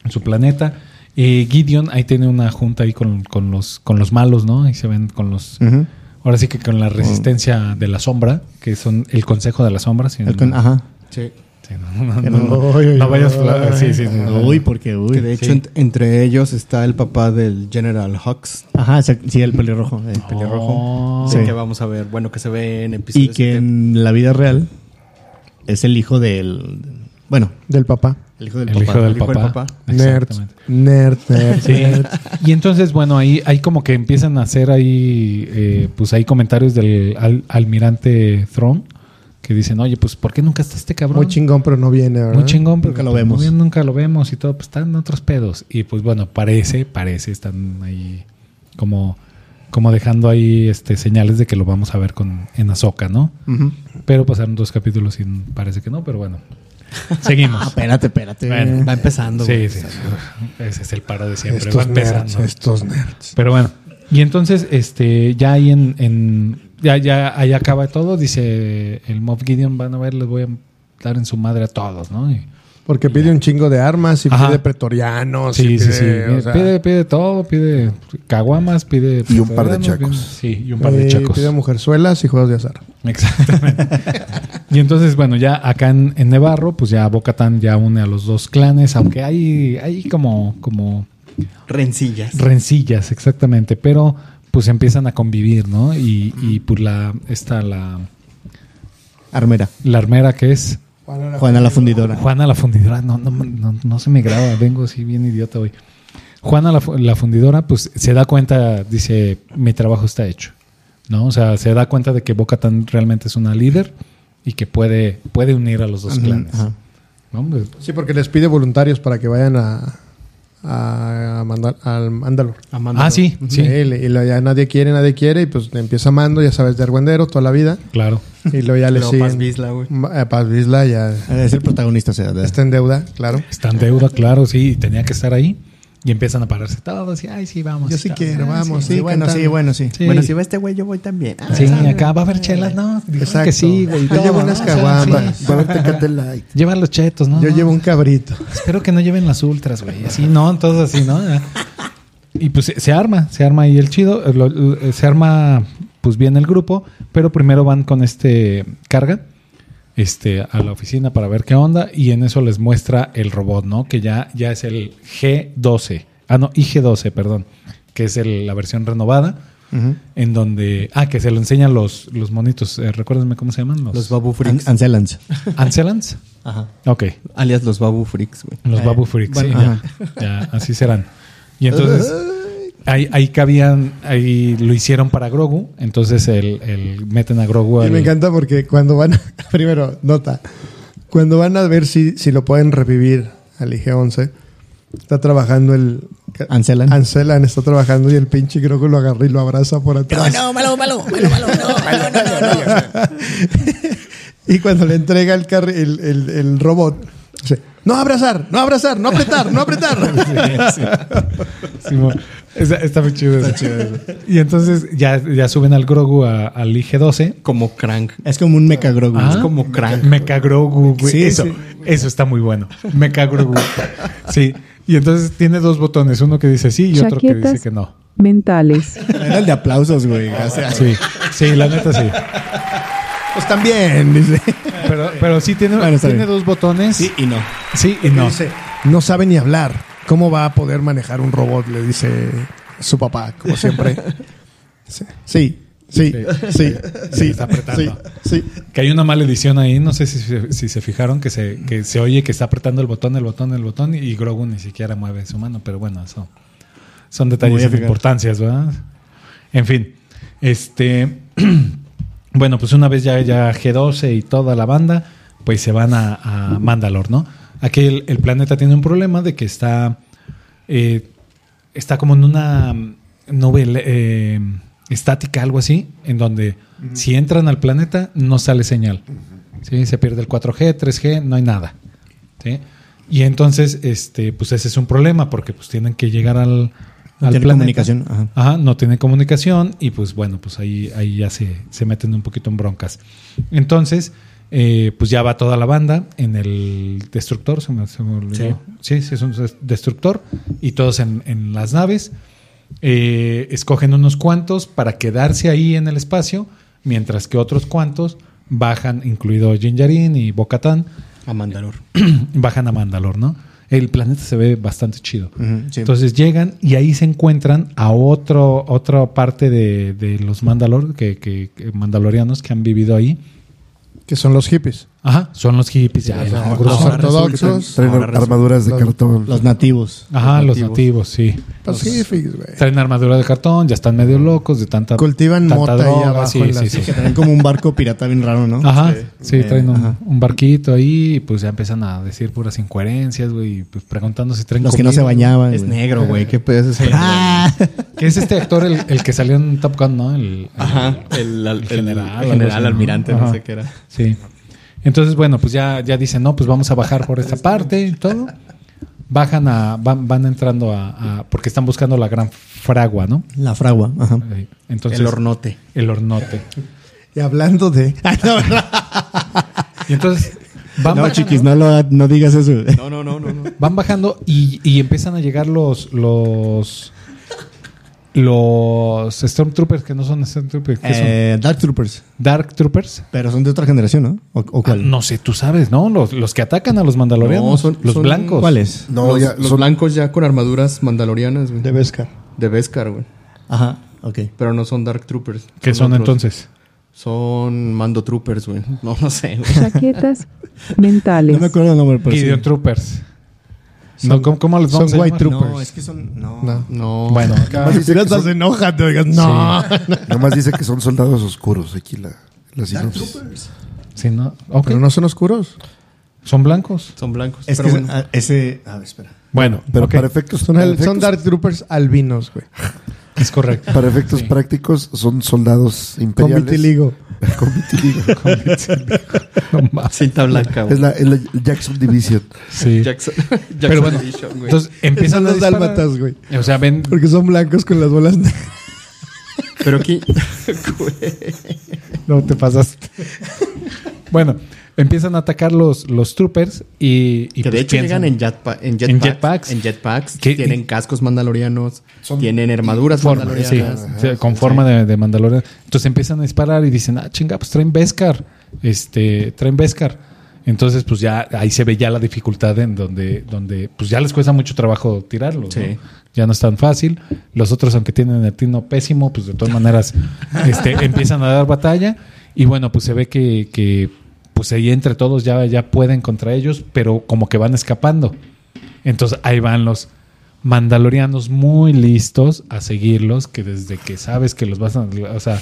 Speaker 4: su planeta. Eh, Gideon ahí tiene una junta ahí con, con los, con los malos, ¿no? Ahí se ven con los...
Speaker 5: Ujú.
Speaker 4: Ahora sí que con la resistencia de la sombra, que son el Consejo de la Sombra. si
Speaker 5: El
Speaker 4: no-
Speaker 5: con- Ajá.
Speaker 4: Sí, no, no, no, no. No vayas... fla- Sí, sí, no.
Speaker 5: Uy, porque uy.
Speaker 3: Que de hecho ent- entre ellos está el papá del General Hux.
Speaker 5: Ajá, exacto. sí, el pelirrojo. eh.
Speaker 4: pelirrojo.
Speaker 5: Sí.
Speaker 3: Sí. Que vamos a ver, bueno, que se ve en
Speaker 5: Y
Speaker 3: episodios.
Speaker 5: que en la vida real es el hijo del. Bueno,
Speaker 1: Del papá.
Speaker 5: el hijo del
Speaker 4: El
Speaker 5: papá.
Speaker 4: hijo del
Speaker 3: hijo del
Speaker 4: papá.
Speaker 3: papá.
Speaker 1: Nerd.
Speaker 4: Exactamente.
Speaker 1: Nerd, nerd,
Speaker 4: Sí.
Speaker 1: nerd.
Speaker 4: Eh, Y entonces, bueno, ahí, ahí como que empiezan a hacer ahí, eh, pues hay comentarios del al- almirante Throne que dicen, oye, pues ¿por qué nunca está este cabrón?
Speaker 1: Muy chingón, pero no viene, ¿verdad?
Speaker 4: Muy chingón, pero
Speaker 5: Nunca lo
Speaker 4: muy
Speaker 5: vemos.
Speaker 4: bien, nunca lo vemos y todo, pues están otros pedos. Y pues bueno, parece, parece, están ahí como, como dejando ahí este, señales de que lo vamos a ver con, en Azoka, ¿no? Pero pasaron dos capítulos y parece que no, pero bueno.
Speaker 1: Ah,
Speaker 4: Seguimos.
Speaker 5: Espérate, espérate.
Speaker 4: Bueno.
Speaker 5: Va empezando.
Speaker 4: sí,
Speaker 5: güey.
Speaker 4: sí. Ese es el paro de siempre. Va
Speaker 1: estos nerds,
Speaker 4: empezando.
Speaker 1: estos nerds.
Speaker 4: Pero bueno. Y entonces, este, ya ahí en, en- ya, ya, ahí acaba todo. Dice el Moff Gideon, van a ver, les voy a dar en su madre a todos, ¿no? Y-
Speaker 1: Porque pide un chingo de armas y
Speaker 4: Ajá.
Speaker 1: pide pretorianos. y
Speaker 4: sí, sí,
Speaker 1: Pues pide,
Speaker 4: sí.
Speaker 1: o sea,
Speaker 4: pide, pide todo, pide caguamas, pide...
Speaker 2: Y un par de chacos.
Speaker 4: pide- sí, y un par de
Speaker 1: y
Speaker 4: chacos.
Speaker 1: Eh, Pide mujerzuelas y juegos de azar.
Speaker 4: Exactamente. y entonces, bueno, ya acá en, en Nevarro, pues ya Bocatán ya une a los dos clanes, aunque hay, hay como, como
Speaker 3: Rencillas.
Speaker 4: rencillas, exactamente, pero pues empiezan a convivir, ¿no? Y, y pues la, esta, la,
Speaker 5: Armera.
Speaker 4: la armera que es
Speaker 5: Juana la fundidora.
Speaker 4: Juana la fundidora, no, no, no, no se me graba, vengo así bien idiota hoy. Juana la, fu- la fundidora, pues se da cuenta, dice, mi trabajo está hecho, ¿no? O sea, se da cuenta de que Bocatán realmente es una líder y que puede, puede unir a los dos clanes.
Speaker 5: Ajá.
Speaker 4: ¿no? Pues,
Speaker 1: Sí, porque les pide voluntarios para que vayan a, a, Mandal- al Mandalor.
Speaker 4: Ah, sí, sí,
Speaker 1: Sí, le- y luego ya nadie quiere, nadie quiere, y pues le empieza Mando, ya sabes, de Argüendero toda la vida.
Speaker 4: claro.
Speaker 1: Y luego ya le
Speaker 3: Luego Paz
Speaker 1: siguen.
Speaker 3: Vizla, güey.
Speaker 1: Ma- eh, Paz Vizla ya
Speaker 5: Es el protagonista, o sea, de-
Speaker 3: Este
Speaker 1: está en deuda, claro.
Speaker 4: Está en deuda, claro, sí, y tenía que estar ahí. Y empiezan a pararse todos y, ay, sí, vamos.
Speaker 1: Yo sí
Speaker 4: todos, Ah,
Speaker 1: quiero,
Speaker 4: ay,
Speaker 1: vamos,
Speaker 5: Sí,
Speaker 1: sí,
Speaker 5: bueno, sí, bueno, sí.
Speaker 4: Sí.
Speaker 3: Bueno, si va este güey, yo voy también. Ah,
Speaker 4: Sí, acá va a haber chelas, ¿no? Dijeron
Speaker 1: Exacto.
Speaker 4: que sí, güey.
Speaker 1: Yo
Speaker 4: todo,
Speaker 1: llevo unas
Speaker 4: ¿no? O sea,
Speaker 1: caguamas.
Speaker 4: sí.
Speaker 2: Va a haber Tecate Light.
Speaker 4: Llevan los chetos, ¿no?
Speaker 1: Yo
Speaker 4: No,
Speaker 1: llevo un cabrito.
Speaker 4: Espero que no lleven las ultras, güey. Así, no, entonces así, ¿no? Y pues se- se arma, se arma ahí el chido, eh, lo- lo- eh, se arma pues bien el grupo, pero primero van con este carga este a la oficina para ver qué onda y en eso les muestra el robot, ¿no? Que ya ya es el G12. Ah, no, IG12, perdón, que es el- la versión renovada en donde ah, que se lo enseñan los los monitos, eh, recuérdenme cómo se llaman los,
Speaker 3: Los Babu
Speaker 5: An-
Speaker 3: Freaks.
Speaker 5: Ancelans.
Speaker 4: Ancelans.
Speaker 3: Ajá.
Speaker 4: Ok.
Speaker 3: Alias los Babu Freaks, güey.
Speaker 4: Los Babu Freaks, sí,
Speaker 5: ajá.
Speaker 4: ya, ya, así serán. Y entonces, ahí, ahí cabían, ahí lo hicieron para Grogu, entonces el, el- meten a Grogu
Speaker 1: Y
Speaker 4: al-
Speaker 1: me encanta porque cuando van, primero, nota, cuando van a ver si, si lo pueden revivir al IG-11, está trabajando el...
Speaker 5: Ancelan.
Speaker 1: Ancelan está trabajando y el pinche creo que lo agarra y lo abraza por atrás. No, no, malo, malo, malo, malo, Y cuando le entrega el, carri- el, el, el robot, dice, no abrazar, no abrazar, no apretar, no apretar.
Speaker 4: Simón. Está, está muy chido. eso. Y entonces ya, ya suben al Grogu a- al IG-12.
Speaker 3: Como Crank.
Speaker 5: Es como un mecha Grogu.
Speaker 4: Ah,
Speaker 5: Es como-
Speaker 3: Como Crank.
Speaker 4: Mecha Grogu, güey.
Speaker 5: Sí,
Speaker 4: eso,
Speaker 5: sí.
Speaker 4: eso está muy bueno. Mecha Grogu. Sí. Y entonces tiene dos botones, uno que dice sí y otro que dice
Speaker 6: Chaquetas.
Speaker 4: que no.
Speaker 6: mentales,
Speaker 5: Era el de aplausos, güey. Gracias.
Speaker 4: Sí, sí, la neta sí.
Speaker 1: pues también, dice.
Speaker 4: Pero, pero sí tiene,
Speaker 5: Bueno, está
Speaker 4: tiene
Speaker 5: bien.
Speaker 4: dos botones.
Speaker 5: Sí y no.
Speaker 4: Sí y no.
Speaker 1: Dice, no sabe ni hablar. ¿Cómo va a poder manejar un robot? Le dice su papá, como siempre. Sí, sí, sí, sí, sí,
Speaker 4: Está apretando.
Speaker 1: sí, sí.
Speaker 4: Que hay una mala edición ahí, no sé si, se- si se fijaron que se, que se oye que está apretando el botón, el botón, el botón y Grogu ni siquiera mueve su mano, pero bueno, eso son detalles
Speaker 5: Muy
Speaker 4: de
Speaker 5: eficaz.
Speaker 4: importancias, ¿verdad? En fin, este bueno, pues una vez ya, ya G12 y toda la banda, pues se van a, a Mandalor, ¿no? Aquí el, el planeta tiene un problema de que está eh, está como en una mm, nube eh, estática, algo así, en donde si entran al planeta no sale señal. ¿sí? Se pierde el 4G, 3G, no hay nada. ¿sí? Y entonces, este, pues ese es un problema, porque pues tienen que llegar al,
Speaker 5: No
Speaker 4: al
Speaker 5: tiene
Speaker 4: planeta.
Speaker 5: comunicación, ajá.
Speaker 4: no tienen comunicación y pues bueno, pues ahí, ahí ya se, se meten un poquito en broncas. Entonces, eh, pues ya va toda la banda en el destructor, se me, se me olvidó. Sí. sí, es un des- destructor y todos en, en las naves. Eh, escogen unos cuantos para quedarse ahí en el espacio, mientras que otros cuantos bajan, incluido Jinjarin y Bocatán,
Speaker 3: A Mandalor.
Speaker 4: bajan a Mandalor, ¿no? El planeta se ve bastante chido.
Speaker 5: Ujú, sí.
Speaker 4: Entonces llegan y ahí se encuentran a otro, otra parte de, de los Mandalor, que, que- que mandalorianos que han vivido ahí.
Speaker 1: Que son los hippies.
Speaker 4: Ajá, son los hippies. ya, ya,
Speaker 1: Los
Speaker 4: grosso.
Speaker 2: Ahora resulta que
Speaker 1: ortodoxos.
Speaker 2: Traen
Speaker 3: Ahora
Speaker 2: armaduras de
Speaker 1: resulta-
Speaker 2: cartón.
Speaker 5: Los nativos.
Speaker 4: Ajá, los nativos, sí.
Speaker 1: Los hippies, güey.
Speaker 4: Traen armadura de cartón, ya están medio locos de tanta.
Speaker 1: Cultivan
Speaker 4: tanta
Speaker 1: mota ahí abajo
Speaker 4: sí,
Speaker 1: en las-
Speaker 4: sí, sí.
Speaker 5: Que traen como un barco pirata bien raro, ¿no?
Speaker 4: Ajá, sí, traen un,
Speaker 5: ajá.
Speaker 4: un barquito ahí y pues ya empiezan a decir puras incoherencias, güey, y, pues preguntando si traen
Speaker 5: Los que no
Speaker 4: comida.
Speaker 5: se bañaban.
Speaker 3: Es
Speaker 5: güey.
Speaker 3: negro, güey. ¿Qué pedo es ese?
Speaker 5: Ah,
Speaker 4: Que es este actor el, el que salió en Top Gun, ¿no? El, el-
Speaker 3: Ajá, el, al-
Speaker 4: el
Speaker 3: el
Speaker 4: general,
Speaker 3: general,
Speaker 4: algo así, ¿no?
Speaker 3: almirante,
Speaker 4: Ajá.
Speaker 3: no sé qué era.
Speaker 4: Sí. Entonces, bueno, pues ya, ya dicen, no, pues vamos a bajar por esta parte y todo. Bajan a, van, van entrando a, a- porque están buscando la gran fragua, ¿no?
Speaker 5: La fragua, ajá.
Speaker 4: Eh, Entonces,
Speaker 3: el hornote.
Speaker 4: El hornote.
Speaker 5: Y hablando de.
Speaker 1: Ah,
Speaker 4: Y entonces van,
Speaker 5: no,
Speaker 4: bajando,
Speaker 5: chiquis, no, lo, no digas eso.
Speaker 3: No, no, no, no. no.
Speaker 4: van bajando y, y empiezan a llegar los, los, los Stormtroopers, que no son Stormtroopers, que son
Speaker 5: Eh, Dark Troopers.
Speaker 4: Dark Troopers.
Speaker 5: Pero son de otra generación, ¿no? ¿O, o
Speaker 4: Ah,
Speaker 5: cuál?
Speaker 4: no sé, tú sabes, ¿no? Los, los que atacan a los mandalorianos,
Speaker 3: No, son-
Speaker 4: los
Speaker 3: son-
Speaker 4: blancos.
Speaker 5: ¿Cuáles?
Speaker 2: No,
Speaker 3: los,
Speaker 2: ya
Speaker 3: los
Speaker 2: son-
Speaker 3: blancos ya con armaduras mandalorianas, güey.
Speaker 5: De Vescar.
Speaker 3: De Beskar, güey.
Speaker 5: Ajá, ok.
Speaker 3: Pero no son Dark Troopers.
Speaker 4: ¿Qué son
Speaker 3: otros.
Speaker 4: entonces?
Speaker 3: Son Mando Troopers, güey. No, no sé, güey.
Speaker 6: Chaquetas mentales.
Speaker 5: No me acuerdo el nombre, pero.
Speaker 4: Gideon
Speaker 5: Pues sí.
Speaker 4: Troopers.
Speaker 5: Son-
Speaker 4: No, ¿cómo, cómo los
Speaker 5: Son
Speaker 4: vamos a
Speaker 5: White
Speaker 4: llamar?
Speaker 5: Troopers. No, es que son. No.
Speaker 3: No.
Speaker 4: Bueno,
Speaker 2: Nomás dice, que son,
Speaker 5: enojan, te digas, no.
Speaker 2: nomás dice que son soldados oscuros. Aquí la, la sinopsis.
Speaker 4: sí, no. ok.
Speaker 1: Pero no son oscuros.
Speaker 4: Son blancos.
Speaker 3: Son blancos.
Speaker 5: Es
Speaker 3: pero
Speaker 5: que
Speaker 3: bueno.
Speaker 5: ah, ese. A ver, espera.
Speaker 4: Bueno,
Speaker 2: Pero
Speaker 4: ok,
Speaker 2: para efectos,
Speaker 1: Son,
Speaker 2: para
Speaker 1: al- son
Speaker 2: efectos-
Speaker 1: Dark Troopers albinos, güey.
Speaker 5: Ah,
Speaker 4: es correcto.
Speaker 2: para efectos prácticos, son soldados
Speaker 5: Con
Speaker 2: imperiales.
Speaker 5: vitiligo.
Speaker 2: Con vitiligo.
Speaker 4: No más.
Speaker 3: Cinta blanca, güey.
Speaker 2: es, la, es la Jackson Division.
Speaker 4: Sí.
Speaker 3: Jackson, Jackson
Speaker 4: Pero bueno,
Speaker 3: Edition, güey.
Speaker 4: entonces empiezan
Speaker 5: Empiezan
Speaker 4: a
Speaker 5: los
Speaker 4: disparar.
Speaker 5: dálmatas, güey.
Speaker 4: O sea, ven,
Speaker 5: Porque son blancos con las bolas. negras.
Speaker 3: Pero aquí.
Speaker 4: no te pasaste. bueno, empiezan a atacar los, los troopers y, y
Speaker 3: que de
Speaker 4: pues
Speaker 3: hecho
Speaker 4: piensan-
Speaker 3: llegan en, jetpa- en
Speaker 4: En
Speaker 3: jetpacks.
Speaker 4: jetpacks.
Speaker 3: En jetpacks.
Speaker 4: ¿Qué?
Speaker 3: Tienen cascos mandalorianos. tienen armaduras
Speaker 4: forma, sí,
Speaker 3: mandalorianas.
Speaker 4: sí, con forma de, de Mandalorian. Entonces empiezan a disparar y dicen, ah, chinga, pues traen Beskar, este, traen Beskar. Entonces, pues ya ahí se ve ya la dificultad en donde, donde pues ya les cuesta mucho trabajo tirarlos.
Speaker 3: Sí.
Speaker 4: ¿no? Ya no es tan fácil. Los otros, aunque tienen el tino pésimo, pues de todas maneras este, empiezan a dar batalla. Y bueno, pues se ve que, que, pues ahí entre todos ya, ya pueden contra ellos, pero como que van escapando. Entonces ahí van los mandalorianos muy listos a seguirlos, que desde que sabes que los vas a... O sea,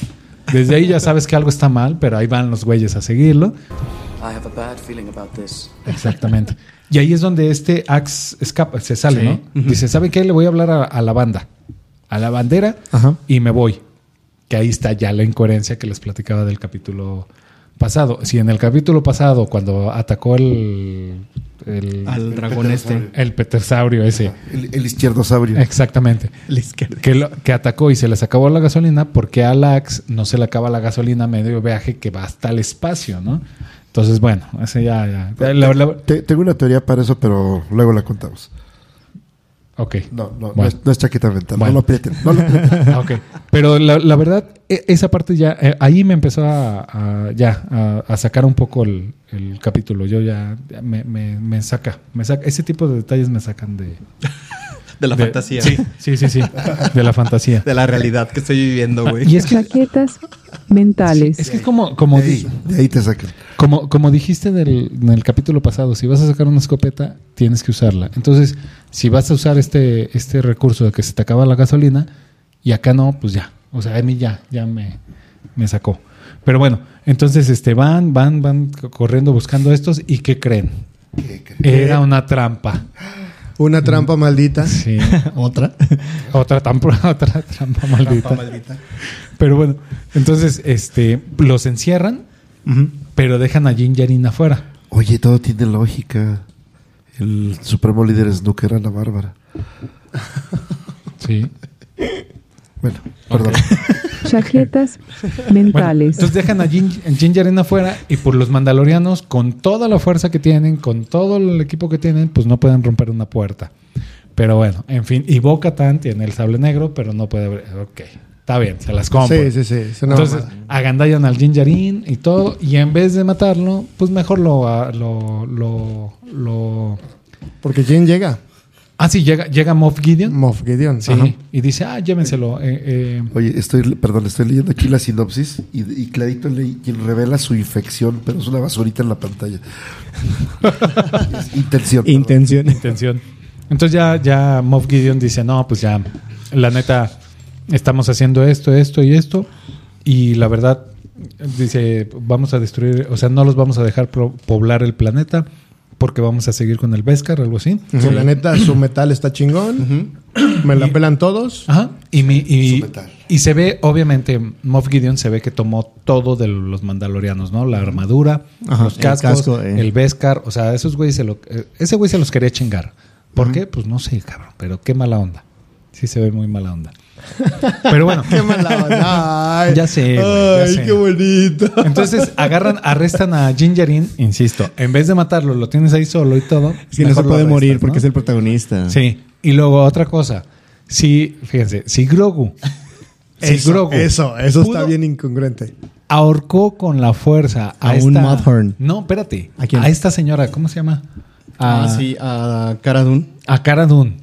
Speaker 4: desde ahí ya sabes que algo está mal, pero ahí van los güeyes a seguirlo.
Speaker 8: I have a bad feeling about this.
Speaker 4: Exactamente. Y ahí es donde este Axe escapa, se sale,
Speaker 3: Sí.
Speaker 4: ¿no? Dice, ¿saben qué? Le voy a hablar a, a la banda, a la bandera,
Speaker 5: Ajá.
Speaker 4: y me voy. Que ahí está ya la incoherencia que les platicaba del capítulo pasado. Si en el capítulo pasado, cuando atacó el... El,
Speaker 3: Al dragón este.
Speaker 4: el petersaurio ese.
Speaker 2: El, el izquierdosaurio.
Speaker 4: Exactamente.
Speaker 3: La izquierda.
Speaker 4: Que, lo- que atacó y se les acabó la gasolina porque a Lax no se le acaba la gasolina a medio viaje que va hasta el espacio, ¿no? Entonces, bueno, ese ya... ya. La- la-
Speaker 2: Te- tengo una teoría para eso, pero luego la contamos.
Speaker 4: ok.
Speaker 2: No, no, no,
Speaker 4: Bueno.
Speaker 2: es, no es chaqueta mental.
Speaker 4: Bueno.
Speaker 2: No lo aprieten. No lo aprieten.
Speaker 4: Ah, ok. Pero la, la verdad, e- esa parte ya... eh, ahí me empezó a, a- ya a, a sacar un poco el, el capítulo. Yo ya... ya me, me- me saca. Me saca. Ese tipo de detalles me sacan de...
Speaker 3: De la
Speaker 4: de-
Speaker 3: fantasía.
Speaker 4: Sí, sí, sí, sí. De la fantasía.
Speaker 3: De la realidad que estoy viviendo, güey.
Speaker 4: Ah, Y es que...
Speaker 6: Chaquetas mentales.
Speaker 4: Es que es como, como
Speaker 2: De
Speaker 4: di-
Speaker 2: ahí, de ahí te sacan.
Speaker 4: Como, como dijiste del- en el capítulo pasado, si vas a sacar una escopeta, tienes que usarla. Entonces, si vas a usar este, este recurso de que se te acaba la gasolina y acá no, pues ya. O sea, a mí ya, ya me, me sacó. Pero bueno, entonces este, van, van, van co- corriendo buscando estos y ¿qué creen? Era una trampa.
Speaker 1: Una trampa maldita.
Speaker 4: ¿Ah, Sí.
Speaker 5: Otra.
Speaker 4: Otra, trampa, otra trampa maldita. Pero bueno, entonces este, los encierran, pero dejan a Jin Yarin afuera.
Speaker 2: Oye, todo tiene lógica. El supremo líder snooker, Ana Bárbara.
Speaker 4: Sí.
Speaker 2: Bueno, perdón.
Speaker 6: Chaquetas
Speaker 4: Bueno,
Speaker 6: mentales.
Speaker 4: entonces dejan a Jin, Jin Yaren afuera y por los mandalorianos, con toda la fuerza que tienen, con todo el equipo que tienen, pues no pueden romper una puerta. Pero bueno, en fin. Y Boca Tan tiene el sable negro, pero no puede abrir. Ok, está bien, se las compro.
Speaker 5: pues.
Speaker 1: Sí, sí, sí. es una
Speaker 4: Entonces
Speaker 1: mamada.
Speaker 4: agandallan al Jin Yarin y todo. Y en vez de matarlo, pues mejor lo. ah, lo, lo, lo-
Speaker 1: Porque ¿quién llega?
Speaker 4: Ah, sí, llega, llega Moff Gideon.
Speaker 1: Moff Gideon.
Speaker 4: Sí.
Speaker 1: Ajá.
Speaker 4: Y dice, ah, llévenselo. eh, eh,
Speaker 2: Oye, estoy, perdón, estoy leyendo aquí la sinopsis y, y clarito leí quien revela su infección, pero es una basurita en la pantalla. Es Intención. perdón.
Speaker 5: Intención.
Speaker 4: intención. Entonces ya, ya Moff Gideon dice, no, pues ya, la neta, estamos haciendo esto, esto y esto. Y la verdad, dice, vamos a destruir, o sea, no los vamos a dejar pro- poblar el planeta porque vamos a seguir con el Beskar, algo así.
Speaker 1: Sí, La neta, su metal está chingón. Me la pelan todos.
Speaker 4: Ajá. Y, mi- y-
Speaker 2: Su metal.
Speaker 4: y se ve, obviamente, Moff Gideon se ve que tomó todo de los mandalorianos, ¿no? La armadura,
Speaker 5: Ajá,
Speaker 4: los
Speaker 5: el
Speaker 4: cascos, el,
Speaker 5: casco, eh.
Speaker 4: Beskar. O sea, esos güeyes se lo, eh, ese güey se los quería chingar. ¿Por qué? Pues no sé, cabrón. Pero qué mala onda. Sí se ve muy mala onda. Pero bueno.
Speaker 1: Qué mala onda. Ay.
Speaker 4: Ya sé, güey, ya
Speaker 1: Ay,
Speaker 4: sé.
Speaker 1: qué bonito.
Speaker 4: Entonces agarran, arrestan a Gingerin, insisto, en vez de matarlo, lo tienes ahí solo y todo.
Speaker 5: Es que no se
Speaker 4: mejor lo
Speaker 5: puede
Speaker 4: arrestas,
Speaker 5: morir porque
Speaker 4: ¿no?
Speaker 5: es el protagonista.
Speaker 4: Sí. Y luego otra cosa. Si, fíjense, si Grogu. si
Speaker 1: Eso,
Speaker 4: Grogu
Speaker 1: eso, eso está
Speaker 4: pudo-
Speaker 1: bien incongruente.
Speaker 4: Ahorcó con la fuerza a,
Speaker 5: A un
Speaker 4: esta-
Speaker 5: Mudhorn.
Speaker 4: No, espérate.
Speaker 5: ¿A quién?
Speaker 4: A esta señora, ¿cómo se llama? A,
Speaker 3: Ah, sí, a Cara Dune.
Speaker 4: a Cara Dune.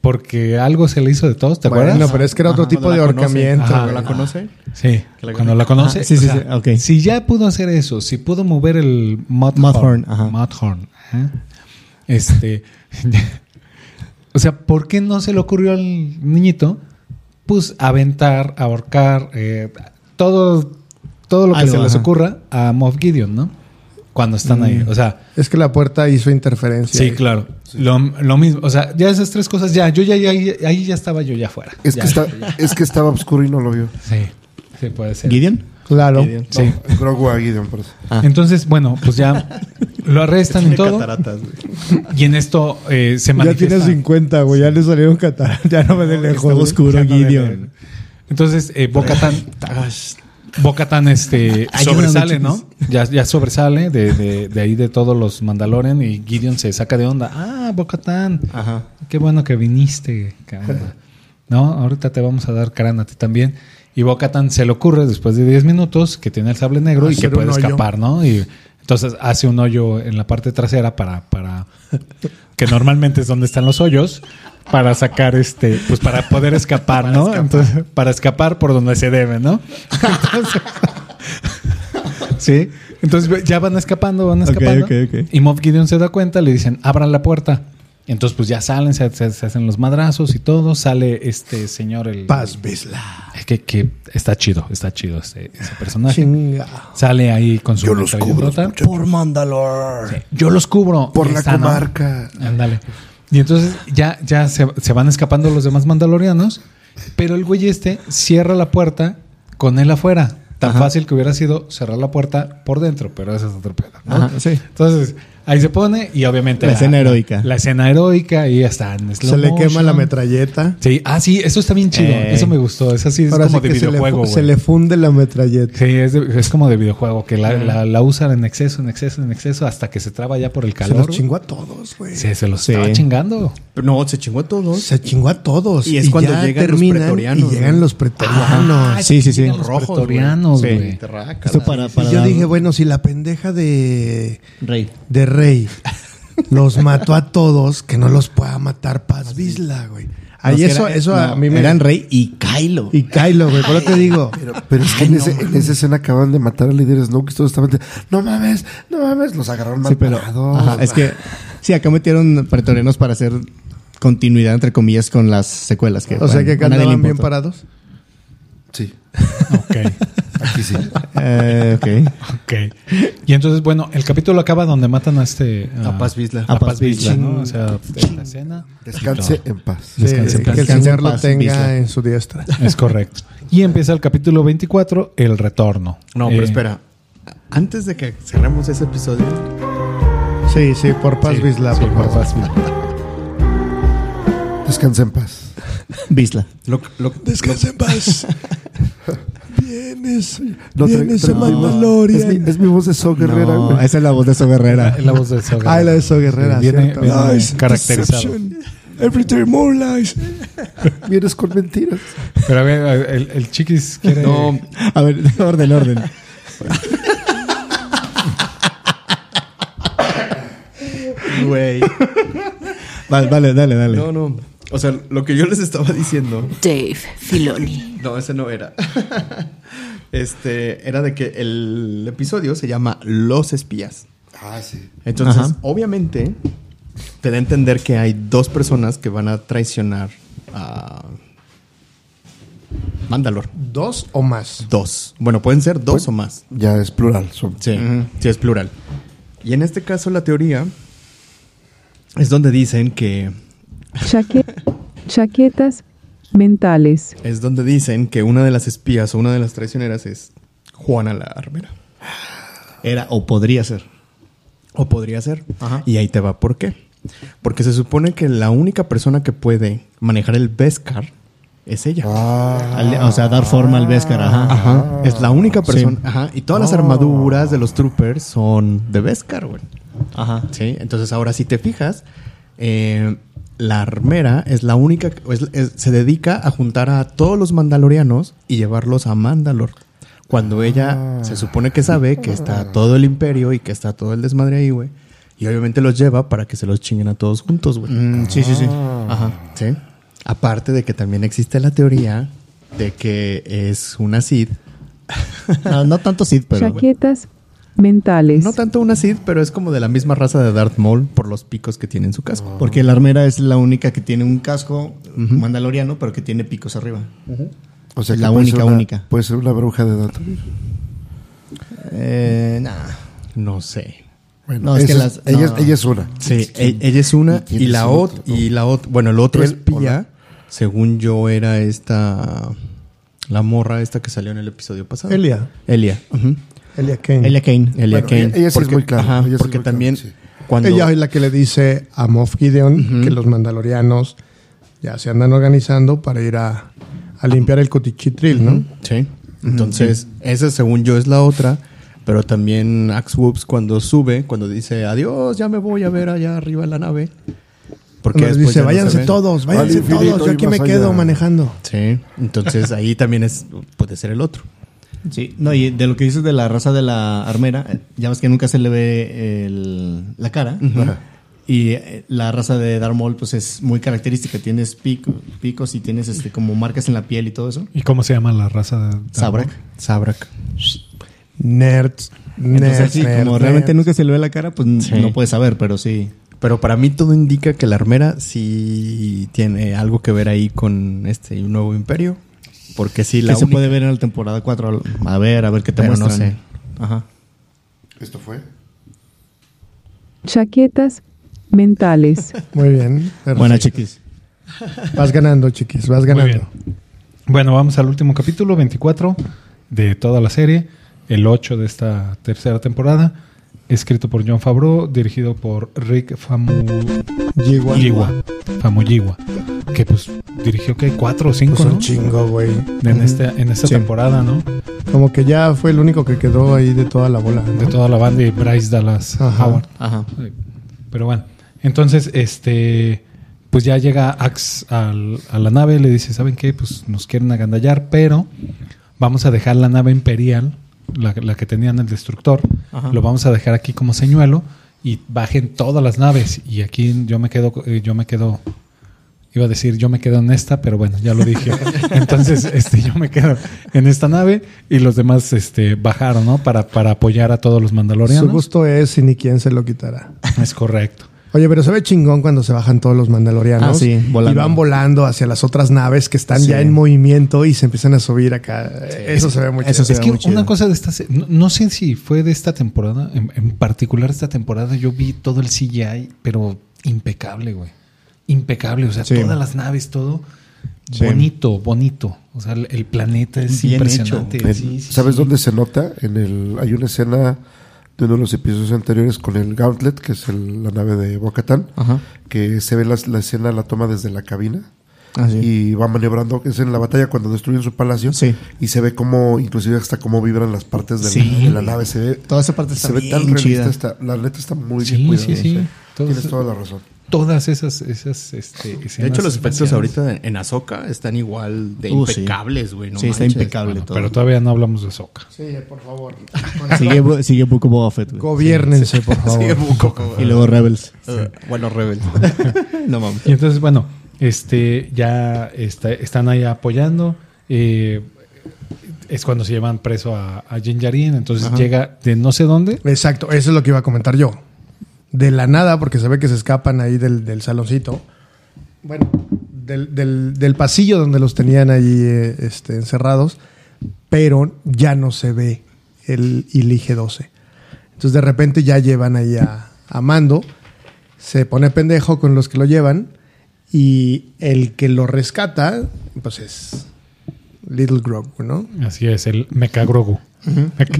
Speaker 4: Porque algo se le hizo de todos, ¿te
Speaker 1: Bueno,
Speaker 4: acuerdas?
Speaker 1: pero es que era otro
Speaker 3: Ajá,
Speaker 1: tipo
Speaker 3: cuando
Speaker 1: de
Speaker 3: la conoce.
Speaker 1: ahorcamiento.
Speaker 3: Ajá,
Speaker 1: güey.
Speaker 3: ¿La conoce?
Speaker 4: Sí.
Speaker 3: Que la-
Speaker 4: Cuando la conoce.
Speaker 5: Ajá, sí,
Speaker 4: o
Speaker 5: sí,
Speaker 4: sea,
Speaker 5: sí, ok.
Speaker 4: Si ya pudo hacer eso, si pudo mover el Mudhorn.
Speaker 5: Mudhorn, ajá.
Speaker 4: Mudhorn, ajá. Este. o sea, ¿por qué no se le ocurrió al niñito? Pues aventar, ahorcar, eh, todo, todo lo que
Speaker 5: Algo,
Speaker 4: se les
Speaker 5: ajá. Mm,
Speaker 4: ocurra a Moff Gideon, ¿no? Cuando están ahí. O sea,
Speaker 1: Es que la puerta hizo interferencia.
Speaker 4: sí, claro. Lo, lo mismo. O sea, ya esas tres cosas, ya, yo ya, ya- ya- ahí ya estaba yo ya afuera.
Speaker 2: Es
Speaker 4: Ya.
Speaker 2: que, está, es que estaba oscuro y no lo vio.
Speaker 4: Sí, sí, puede ser.
Speaker 5: ¿Gideon?
Speaker 1: Claro.
Speaker 4: Sí.
Speaker 2: Grogu a Gideon, por eso.
Speaker 5: Ah.
Speaker 4: Entonces, bueno, pues ya lo arrestan y
Speaker 3: Tiene
Speaker 4: todo.
Speaker 3: cataratas, güey.
Speaker 4: Y en esto eh, se
Speaker 1: Ya
Speaker 4: manifiesta.
Speaker 1: tiene 50, güey. Ya le salieron catar. Ya no me de lejos.
Speaker 5: Está oscuro,
Speaker 1: Ya no me dé
Speaker 5: Gideon.
Speaker 1: lejos.
Speaker 4: Entonces, eh, Bocatan. Bocatan este,
Speaker 5: Ayúdame,
Speaker 4: sobresale,
Speaker 5: chicos.
Speaker 4: ¿no? Ya, ya sobresale de, de- de ahí de todos los Mandalorian y Gideon se saca de onda. Ah, Bocatan.
Speaker 5: Ajá.
Speaker 4: Qué bueno que viniste, caramba. No, ahorita te vamos a dar carana a ti también. Y Bocatan se le ocurre después de 10 minutos que tiene el sable negro y que
Speaker 1: Hacer un
Speaker 4: puede
Speaker 1: hoyo.
Speaker 4: escapar, ¿no? Y entonces hace un hoyo en la parte trasera para, para que normalmente es donde están los hoyos para sacar este, pues para poder escapar, ¿no? Entonces, para escapar por donde se debe, ¿no? Entonces- sí. Entonces ya van escapando, van
Speaker 5: Ok,
Speaker 4: escapando.
Speaker 5: ok, ok.
Speaker 4: Y Moff Gideon se da cuenta, le dicen, abran la puerta. Entonces, pues ya salen, se, se- se hacen los madrazos y todo. Sale este señor, el.
Speaker 1: Paz, Bisla.
Speaker 4: Es que, que está chido, está chido ese, ese personaje.
Speaker 1: Chinga.
Speaker 4: Sale ahí con su.
Speaker 2: Yo los
Speaker 4: metralleta.
Speaker 2: cubro,
Speaker 1: Por Mandalor.
Speaker 4: Yo los cubro.
Speaker 2: Por la
Speaker 4: Esa, ¿no?
Speaker 2: comarca.
Speaker 4: Ándale. Y entonces ya, ya se, se van escapando los demás mandalorianos, pero el güey este cierra la puerta con él afuera. Tan fácil que hubiera sido cerrar la puerta por dentro, pero esa es otra pedo. ¿no?
Speaker 5: Ajá, sí.
Speaker 4: Entonces, ahí se pone y obviamente...
Speaker 5: La escena heroica.
Speaker 4: La escena heroica y ya está. en slow
Speaker 1: Se le quema
Speaker 4: motion.
Speaker 1: la metralleta.
Speaker 4: Sí, ah, sí, eso está bien chido.
Speaker 5: Eh.
Speaker 4: Eso me gustó. Es así, es
Speaker 1: Ahora
Speaker 4: como
Speaker 1: sí
Speaker 4: de
Speaker 1: que se le fu-
Speaker 4: videojuego.
Speaker 1: se
Speaker 4: güey.
Speaker 1: le funde la metralleta.
Speaker 4: Sí, es, de- es como de videojuego, que la, la- la usan en exceso, en exceso, en exceso, hasta que se traba ya por el
Speaker 1: Se
Speaker 4: calor.
Speaker 1: los
Speaker 4: güey.
Speaker 1: chingó a todos, güey.
Speaker 4: Sí, se los
Speaker 5: Sí.
Speaker 4: estaba chingando.
Speaker 3: Pero no, se chingó a todos.
Speaker 1: Se chingó a todos.
Speaker 3: Y es cuando
Speaker 1: ya
Speaker 3: llegan los pretorianos,
Speaker 1: Y llegan
Speaker 3: güey.
Speaker 1: los pretorianos.
Speaker 5: Sí, sí, sí.
Speaker 4: Los pretorianos,
Speaker 5: Sí.
Speaker 4: güey.
Speaker 5: Esto para,
Speaker 1: y
Speaker 5: para
Speaker 1: yo
Speaker 5: dar-
Speaker 1: dije, bueno, si la pendeja de,
Speaker 5: Rey.
Speaker 1: de Rey los mató a todos, que no los pueda matar Paz Vizla, güey. Ahí
Speaker 5: No, es que
Speaker 1: eso,
Speaker 5: era-
Speaker 1: eso a
Speaker 5: no,
Speaker 1: mí me.
Speaker 5: Eran Rey y Kylo.
Speaker 1: Y Kylo, güey, por eso te digo.
Speaker 2: Pero, pero es que en, ese- en esa escena acaban de matar al líder Snoke. Y todos estaban de, no mames, no mames. Los agarraron mal
Speaker 5: Sí, pero.
Speaker 2: parados.
Speaker 5: ajá, Ah, es que. Sí, acá metieron pretorianos para hacer continuidad, entre comillas, con las secuelas. Que,
Speaker 1: o sea
Speaker 5: bueno,
Speaker 1: que
Speaker 5: a nadie le
Speaker 1: cantaban bien
Speaker 5: importó.
Speaker 1: parados.
Speaker 2: Sí,
Speaker 4: Ok,
Speaker 2: aquí sí.
Speaker 5: Eh, ok.
Speaker 4: ok. Y entonces, bueno, el capítulo acaba donde matan a este...
Speaker 3: A Paz Vizsla.
Speaker 4: A
Speaker 5: A
Speaker 4: Paz
Speaker 5: Paz
Speaker 4: Vizsla, ¿no? O sea, en la escena.
Speaker 2: Descanse en paz.
Speaker 1: Sí,
Speaker 4: Descanse en paz.
Speaker 1: que el
Speaker 5: Descanse en
Speaker 1: señor lo
Speaker 5: paz,
Speaker 1: tenga
Speaker 5: Vizsla.
Speaker 1: en su diestra.
Speaker 4: Es correcto. Y empieza el capítulo 24, El Retorno.
Speaker 3: No, pero
Speaker 4: Eh,
Speaker 3: espera. Antes de que cerremos ese episodio,
Speaker 1: Sí, sí, por Paz
Speaker 4: sí,
Speaker 1: Vizla,
Speaker 4: sí,
Speaker 1: por
Speaker 4: por
Speaker 1: favor.
Speaker 4: Paz Vizsla.
Speaker 2: Descanse en paz.
Speaker 5: Bisla.
Speaker 3: lo, lo-
Speaker 1: Descansa en paz. Vienes,
Speaker 2: No, tra-
Speaker 1: vienes a
Speaker 2: tra- no,
Speaker 1: Mandalorian.
Speaker 2: Es mi, es mi voz de So Guerrera.
Speaker 5: No,
Speaker 2: güey.
Speaker 5: esa es la voz de So Guerrera.
Speaker 4: Es la voz de Soga.
Speaker 1: Ah, la de So Guerrera,
Speaker 4: Viene,
Speaker 1: cierto.
Speaker 4: viene
Speaker 1: Nice.
Speaker 4: caracterizado.
Speaker 1: Every day more lies.
Speaker 2: Vienes con mentiras.
Speaker 4: Pero a ver, el, el chiquis quiere...
Speaker 3: no,
Speaker 5: A ver, orden, orden.
Speaker 3: güey.
Speaker 5: Vale, vale, dale, dale.
Speaker 3: No, no. O sea, lo que yo les estaba diciendo.
Speaker 7: Dave Filoni.
Speaker 3: No, ese no era. Este, era de que el episodio se llama Los Espías.
Speaker 2: Ah, sí.
Speaker 3: Entonces,
Speaker 5: Ajá.
Speaker 3: obviamente, te da a entender que hay dos personas que van a traicionar a Mandalor.
Speaker 1: ¿Dos o más?
Speaker 3: Dos. Bueno, pueden ser
Speaker 5: Pues,
Speaker 3: dos o más.
Speaker 2: Ya es plural. son-
Speaker 3: Sí, sí, es plural. Y en este caso, la teoría es donde dicen que
Speaker 6: Shaque- chaquetas mentales,
Speaker 3: Es donde dicen que una de las espías o una de las traicioneras es Juana la Armera.
Speaker 5: Era o podría ser.
Speaker 3: O podría ser. Y ahí te va. ¿Por qué? Porque se supone que la única persona que puede manejar el Beskar es ella.
Speaker 5: Al- o sea, dar forma al Beskar, ajá.
Speaker 3: Ajá. Es la única persona. Ajá. Y todas las armaduras de los troopers son de Beskar, güey.
Speaker 5: Ajá.
Speaker 3: Sí. Entonces, ahora si te fijas, eh, la armera es la única. que- es- es- se dedica a juntar a todos los mandalorianos y llevarlos a Mandalor. Cuando ella
Speaker 5: Ah.
Speaker 3: se supone que sabe que está todo el imperio y que está todo el desmadre ahí, güey. Y obviamente los lleva para que se los chinguen a todos juntos, güey.
Speaker 5: Mm, sí, sí, sí.
Speaker 3: Ajá. Sí. Aparte de que también existe la teoría de que es una Sith
Speaker 5: No, no tanto Sid, pero.
Speaker 6: chaquetas mentales,
Speaker 3: No tanto una Sith, pero es como de la misma raza de Darth Maul por los picos que tiene en su casco.
Speaker 5: Ah. Porque la armera es la única que tiene un casco mandaloriano, pero que tiene picos arriba.
Speaker 2: O sea, que
Speaker 5: La
Speaker 2: puede
Speaker 5: única,
Speaker 2: ser una-
Speaker 5: única.
Speaker 2: Puede ser una bruja de datos.
Speaker 5: Eh, nah.
Speaker 3: No sé.
Speaker 5: No, es que
Speaker 2: Esa es-
Speaker 5: las-
Speaker 2: ella,
Speaker 5: no.
Speaker 2: ella es una.
Speaker 3: Sí, e- ella es una
Speaker 2: ¿Y quién
Speaker 3: y
Speaker 2: es
Speaker 3: la
Speaker 2: el
Speaker 3: ot-
Speaker 2: otro?
Speaker 3: y la ot- bueno, el otro
Speaker 2: Él,
Speaker 3: espía, según yo era esta la morra esta que salió en el episodio pasado.
Speaker 9: Elia.
Speaker 3: Elia. ujú.
Speaker 9: Elia Kane.
Speaker 5: Elia Kane.
Speaker 3: Elia
Speaker 2: Bueno,
Speaker 3: Kane.
Speaker 2: ella- ella sí es
Speaker 3: Porque-
Speaker 2: muy clara,
Speaker 3: ajá,
Speaker 2: ella sí es
Speaker 3: porque
Speaker 2: muy clara,
Speaker 3: también
Speaker 2: sí.
Speaker 3: cuando
Speaker 1: Ella es la que le dice a Moff Gideon que los mandalorianos ya se andan organizando para ir a, a limpiar el cotichitril, ¿no?
Speaker 3: Sí. Entonces, esa según yo es la otra. Pero también Axe Whoops cuando sube, cuando dice adiós, ya me voy a ver allá arriba la nave. Porque
Speaker 1: Porque
Speaker 3: después
Speaker 1: dice,
Speaker 3: ya no se
Speaker 1: váyanse
Speaker 3: ve".
Speaker 1: todos, váyanse
Speaker 2: Vale, infinito
Speaker 1: todos, yo
Speaker 2: y
Speaker 1: aquí
Speaker 2: más
Speaker 1: me quedo
Speaker 2: allá".
Speaker 1: manejando.
Speaker 3: Sí. Entonces ahí también es puede ser el otro.
Speaker 5: Sí, no, y de lo que dices de la raza de la armera, eh, ya ves que nunca se le ve el- la cara. Y eh, la raza de Darth Maul, pues es muy característica. Tienes pico- picos y tienes este como marcas en la piel y todo eso.
Speaker 4: ¿Y cómo se llama la raza? de-
Speaker 5: Sabrak.
Speaker 3: Sabrak.
Speaker 1: Nerds, nerds,
Speaker 5: Entonces, sí,
Speaker 1: nerds,
Speaker 5: como realmente
Speaker 1: nerds.
Speaker 5: nunca se le ve la cara, pues n-
Speaker 3: Sí.
Speaker 5: no puedes saber, pero sí.
Speaker 3: Pero para mí todo indica que la armera sí tiene algo que ver ahí con este nuevo imperio. Porque sí, la
Speaker 5: que se
Speaker 3: única-
Speaker 5: puede ver en la temporada 4. A ver, a ver qué te
Speaker 3: Pero no
Speaker 5: muestran.
Speaker 3: sé.
Speaker 5: Ajá.
Speaker 2: ¿Esto fue?
Speaker 6: chaquetas mentales,
Speaker 1: Muy bien.
Speaker 5: Buena, chiquis.
Speaker 1: Vas ganando, chiquis, vas
Speaker 4: Muy
Speaker 1: ganando.
Speaker 4: bien. Bueno, vamos al último capítulo, 24 de toda la serie, el 8 de esta tercera temporada, escrito por John Favreau, dirigido por Rick Famuyiwa,
Speaker 1: Yigua.
Speaker 4: Famuyiwa, que pues dirigió que cuatro o cinco,
Speaker 1: Pues un
Speaker 4: ¿no?
Speaker 1: chingo, güey.
Speaker 4: en esta, en esta temporada, ¿no?
Speaker 1: Como que ya fue el único que quedó ahí de toda la bola. ¿no?
Speaker 4: De toda la banda y Bryce Dallas
Speaker 1: Ajá.
Speaker 4: Howard.
Speaker 5: Ajá.
Speaker 4: Pero bueno, entonces, este, pues ya llega Axe al- a la nave, le dice, ¿saben qué? Pues nos quieren agandallar, pero vamos a dejar la nave imperial, la, la que tenían el destructor, lo vamos a dejar aquí como señuelo y bajen todas las naves. Y aquí yo me quedo, eh, yo me quedo, iba a decir yo me quedo en esta, pero bueno, ya lo dije. Entonces, este, yo me quedo en esta nave y los demás, este, bajaron, ¿no? Para, para apoyar a todos los
Speaker 1: Su
Speaker 4: mandalorianos.
Speaker 1: gusto es y ni quién se lo quitará.
Speaker 4: Es correcto.
Speaker 1: Oye, pero se ve chingón cuando se bajan todos los mandalorianos.
Speaker 5: Ah, sí, volando.
Speaker 1: Y van volando hacia las otras naves que están ya en movimiento y se empiezan a subir acá. Eso se ve muy
Speaker 5: Eso
Speaker 1: chido.
Speaker 5: se
Speaker 4: es
Speaker 5: ve
Speaker 4: que
Speaker 5: muy chido.
Speaker 4: una cosa de esta se- no, no sé si fue de esta temporada, en, en particular esta temporada yo vi todo el CGI, pero impecable, güey. Impecable, o sea,
Speaker 5: Sí.
Speaker 4: todas las naves, todo bonito, bonito. O sea, el, el planeta es
Speaker 5: Bien
Speaker 4: impresionante.
Speaker 2: En-
Speaker 4: Sí, sí,
Speaker 2: ¿Sabes
Speaker 4: sí.
Speaker 2: dónde se nota? En el hay una escena de uno de los episodios anteriores con el Gauntlet, que es el- la nave de Bocatán, que se ve la, la escena, la toma desde la cabina.
Speaker 5: Ah,
Speaker 2: Y va maniobrando, que es en la batalla cuando destruyen su palacio.
Speaker 5: Sí.
Speaker 2: Y se ve como, inclusive hasta cómo vibran las partes de, la-
Speaker 5: Sí.
Speaker 2: de la nave. Se ve,
Speaker 5: Toda esa parte está
Speaker 2: se ve
Speaker 5: bien
Speaker 2: tan realista.
Speaker 5: chida.
Speaker 2: está- la neta está muy
Speaker 4: Sí,
Speaker 2: bien cuidada.
Speaker 4: sí, sí.
Speaker 2: ¿eh?
Speaker 4: Todo
Speaker 2: Tienes
Speaker 4: eso-
Speaker 2: toda la razón.
Speaker 4: Todas esas, esas este, escenas.
Speaker 3: De hecho, los efectos
Speaker 4: espaciales.
Speaker 3: ahorita en Azoka están igual de
Speaker 5: Uh, sí.
Speaker 3: impecables, güey. no
Speaker 5: sí, está
Speaker 3: manches.
Speaker 5: impecable todo.
Speaker 4: Pero todavía no hablamos de Soca.
Speaker 1: Sí, por favor.
Speaker 5: sigue, bu- sigue Book of Boba Fett, güey.
Speaker 1: Gobiernense, por favor.
Speaker 3: Sigue buco, como-
Speaker 5: Y luego Rebels.
Speaker 3: Eh, bueno, Rebel. no mames.
Speaker 4: Y entonces, bueno, este, ya está- están ahí apoyando. eh, es cuando se llevan preso a, a Jin Yarin. Entonces llega de no sé dónde.
Speaker 1: Exacto, eso es lo que iba a comentar yo. De la nada, porque se ve que se escapan ahí del, del saloncito. Bueno, del, del- del pasillo donde los tenían ahí eh, este, encerrados, pero ya no se ve el Ilige 12. Entonces de repente ya llevan ahí a, a Mando, se pone pendejo con los que lo llevan Y el que lo rescata, pues es Little Grogu, ¿no?
Speaker 4: Así es, el Mecagrogu.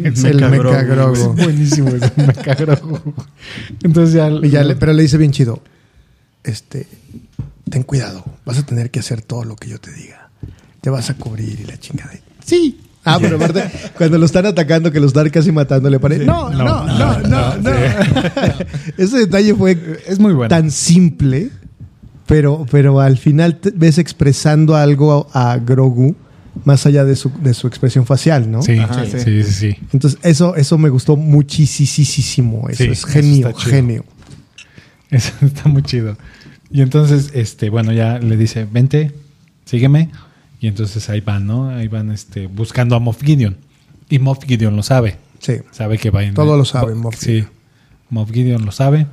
Speaker 1: Es el Mecha Grogu.
Speaker 4: Buenísimo ese Mecagrogu. Entonces ya.
Speaker 1: Y ya le- pero le dice bien chido, este, ten cuidado, vas a tener que hacer todo lo que yo te diga. Te vas a cubrir y la chingada. Sí. Ah, pero aparte, cuando lo están atacando, que lo están casi matando, le parece. No, no, no, no, no. Ese detalle fue
Speaker 4: Es muy bueno.
Speaker 1: tan simple, pero, pero al final te ves expresando algo a, a Grogu más allá de su, de su expresión facial, ¿no?
Speaker 4: Sí,
Speaker 2: Ajá,
Speaker 4: sí,
Speaker 2: sí.
Speaker 4: sí, sí, sí.
Speaker 1: Entonces, eso, eso me gustó muchísimo. Eso
Speaker 4: Sí,
Speaker 1: es
Speaker 4: eso
Speaker 1: genio,
Speaker 4: está chido.
Speaker 1: genio.
Speaker 4: Eso está muy chido. Y entonces, este, bueno, ya le dice, vente, sígueme. Y entonces ahí van, ¿no? Ahí van este, buscando a Moff Gideon. Y Moff Gideon lo sabe.
Speaker 1: Sí.
Speaker 4: Sabe que va en...
Speaker 1: Todo lo sabe, Moff
Speaker 4: Sí. Moff Gideon lo sabe.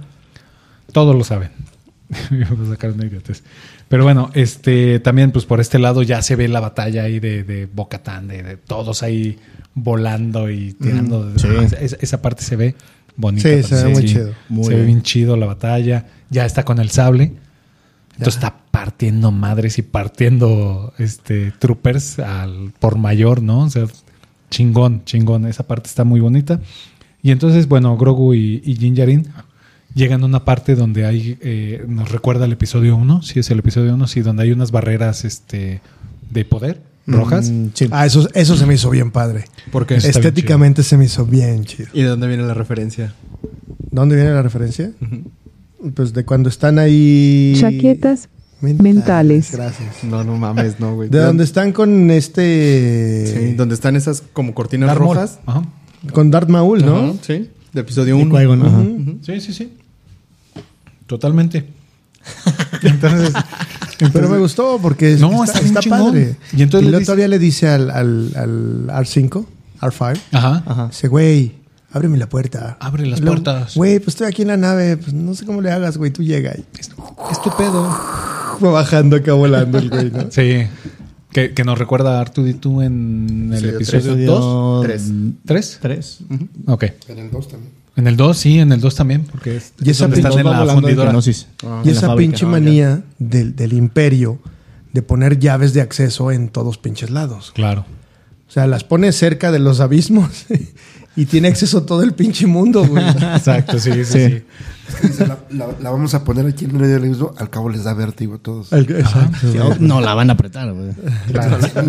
Speaker 4: Todos lo saben. Vamos a sacar una idiotez. Pero bueno, este también, pues por este lado ya se ve la batalla ahí de, de Bocatán, de, de todos ahí volando y tirando. Es- es- esa parte se ve bonita.
Speaker 1: Sí, se ve
Speaker 4: también.
Speaker 1: muy chido.
Speaker 5: Muy
Speaker 4: se ve
Speaker 5: bien.
Speaker 4: bien chido la batalla. Ya está con el sable. Entonces está partiendo madres y partiendo este troopers al por mayor, ¿no? O sea, chingón, chingón. Esa parte está muy bonita. Y entonces, bueno, Grogu y, y Jinjarin llegan a una parte donde hay, eh, nos recuerda el episodio 1, sí es el episodio 1, sí, donde hay unas barreras este, de poder rojas.
Speaker 5: Mm, sí.
Speaker 1: Ah, eso, eso se me hizo bien padre.
Speaker 3: ¿Por qué?
Speaker 4: Eso está bien
Speaker 1: Estéticamente se me hizo bien chido.
Speaker 3: ¿Y de dónde viene la referencia?
Speaker 1: ¿Dónde viene la referencia? Pues de cuando están ahí.
Speaker 6: Chaquetas mentales.
Speaker 1: Gracias.
Speaker 4: Mm.
Speaker 3: No, no mames, no, güey.
Speaker 1: De donde están con
Speaker 3: Sí,
Speaker 1: este.
Speaker 3: donde están esas como cortinas
Speaker 4: Darth Maul.
Speaker 3: rojas.
Speaker 4: Ajá.
Speaker 1: Con Darth Maul, ¿no?
Speaker 3: Ajá, Sí, de episodio
Speaker 5: Y
Speaker 3: 1.
Speaker 5: Qui-Gon, ajá.
Speaker 4: Sí, sí, sí. Totalmente. Entonces,
Speaker 1: Pero me gustó porque es- está,
Speaker 4: No, está bien
Speaker 1: está
Speaker 4: chingón.
Speaker 1: padre.
Speaker 4: Y entonces le
Speaker 1: luego
Speaker 4: dice-
Speaker 1: todavía le dice al, al, al R5, R5,
Speaker 4: ajá.
Speaker 1: dice, güey, ábreme la puerta.
Speaker 4: Abre las
Speaker 1: Y luego,
Speaker 4: puertas.
Speaker 1: Güey, pues estoy aquí en la nave, pues no sé cómo le hagas, güey, tú llega y
Speaker 4: Es tu pedo.
Speaker 1: fue bajando acá volando el güey, ¿no?
Speaker 4: Sí. Que, que nos recuerda a Artuditú en el episodio 2.
Speaker 3: Tres.
Speaker 4: ¿Tres?
Speaker 5: Tres.
Speaker 4: Ok.
Speaker 2: En el 2 también.
Speaker 4: En el 2, sí, en el 2 también, porque es,
Speaker 1: Y
Speaker 4: es
Speaker 1: esa
Speaker 4: donde están
Speaker 1: pinche-
Speaker 4: en la fundidora. Ah.
Speaker 1: Y esa pinche manía del, del imperio de poner llaves de acceso en todos pinches lados.
Speaker 4: Claro.
Speaker 1: O sea, las pone cerca de los abismos y tiene acceso a todo el pinche mundo, güey.
Speaker 4: Exacto, sí, sí, sí.
Speaker 2: la, la- la vamos a poner aquí en medio del mismo. Al cabo les da vértigo a todos.
Speaker 5: No la van a apretar, güey.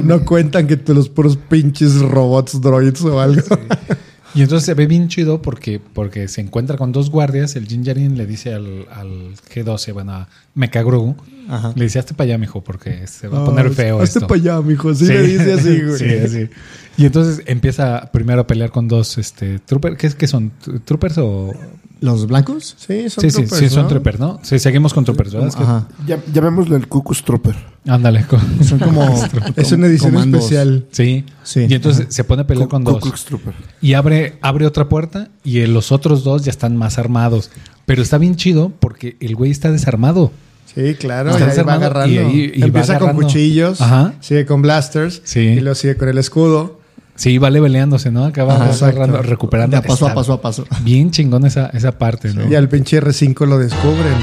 Speaker 1: No cuentan que tú los puros pinches robots, droids o algo.
Speaker 4: Y entonces se ve bien chido porque, porque se encuentra con dos guardias. El Jinjarin le dice al, al G12, bueno, a Mecagrogu, le dice, hazte para allá, mijo, porque se va a poner feo
Speaker 1: Hazte
Speaker 4: esto.
Speaker 1: para allá, Ah, mijo. Sí, le dice así, güey.
Speaker 4: Sí, así. Y entonces empieza primero a pelear con dos este, troopers. ¿Qué, es que son? ¿Troopers o...?
Speaker 5: ¿Los blancos?
Speaker 1: Sí, son
Speaker 4: sí,
Speaker 1: troopers,
Speaker 4: sí, sí, son
Speaker 1: ¿no?
Speaker 4: troopers, ¿no? Sí, seguimos con troopers, ¿verdad? Es que-
Speaker 5: Ajá.
Speaker 2: Ya- llamémoslo el Cucus Trooper.
Speaker 4: Ándale. con-
Speaker 5: Son como.
Speaker 1: Es una edición
Speaker 5: comandos.
Speaker 1: especial.
Speaker 4: Sí.
Speaker 5: Sí.
Speaker 4: Y entonces se pone a pelear
Speaker 2: Cu-
Speaker 4: con
Speaker 2: Ku
Speaker 4: dos.
Speaker 2: Klux Trooper.
Speaker 4: Y abre, abre otra puerta y eh, los otros dos ya están más armados. Pero está bien chido porque el güey está desarmado.
Speaker 1: Sí, claro.
Speaker 4: Está
Speaker 1: y ahí va
Speaker 4: desarmado
Speaker 1: agarrando.
Speaker 4: y ahí- y va
Speaker 1: Empieza
Speaker 4: agarrando.
Speaker 1: con cuchillos,
Speaker 4: Ajá.
Speaker 1: sigue con blasters
Speaker 4: Sí.
Speaker 1: y luego sigue con el escudo.
Speaker 4: Sí, va leveleándose, ¿no? Acaba
Speaker 1: Ajá,
Speaker 4: agarrando-
Speaker 1: exacto.
Speaker 4: recuperando.
Speaker 5: De paso a
Speaker 4: Está
Speaker 5: paso a paso.
Speaker 4: Bien chingón esa, esa parte, ¿no?
Speaker 1: Y al pinche R5 lo descubren.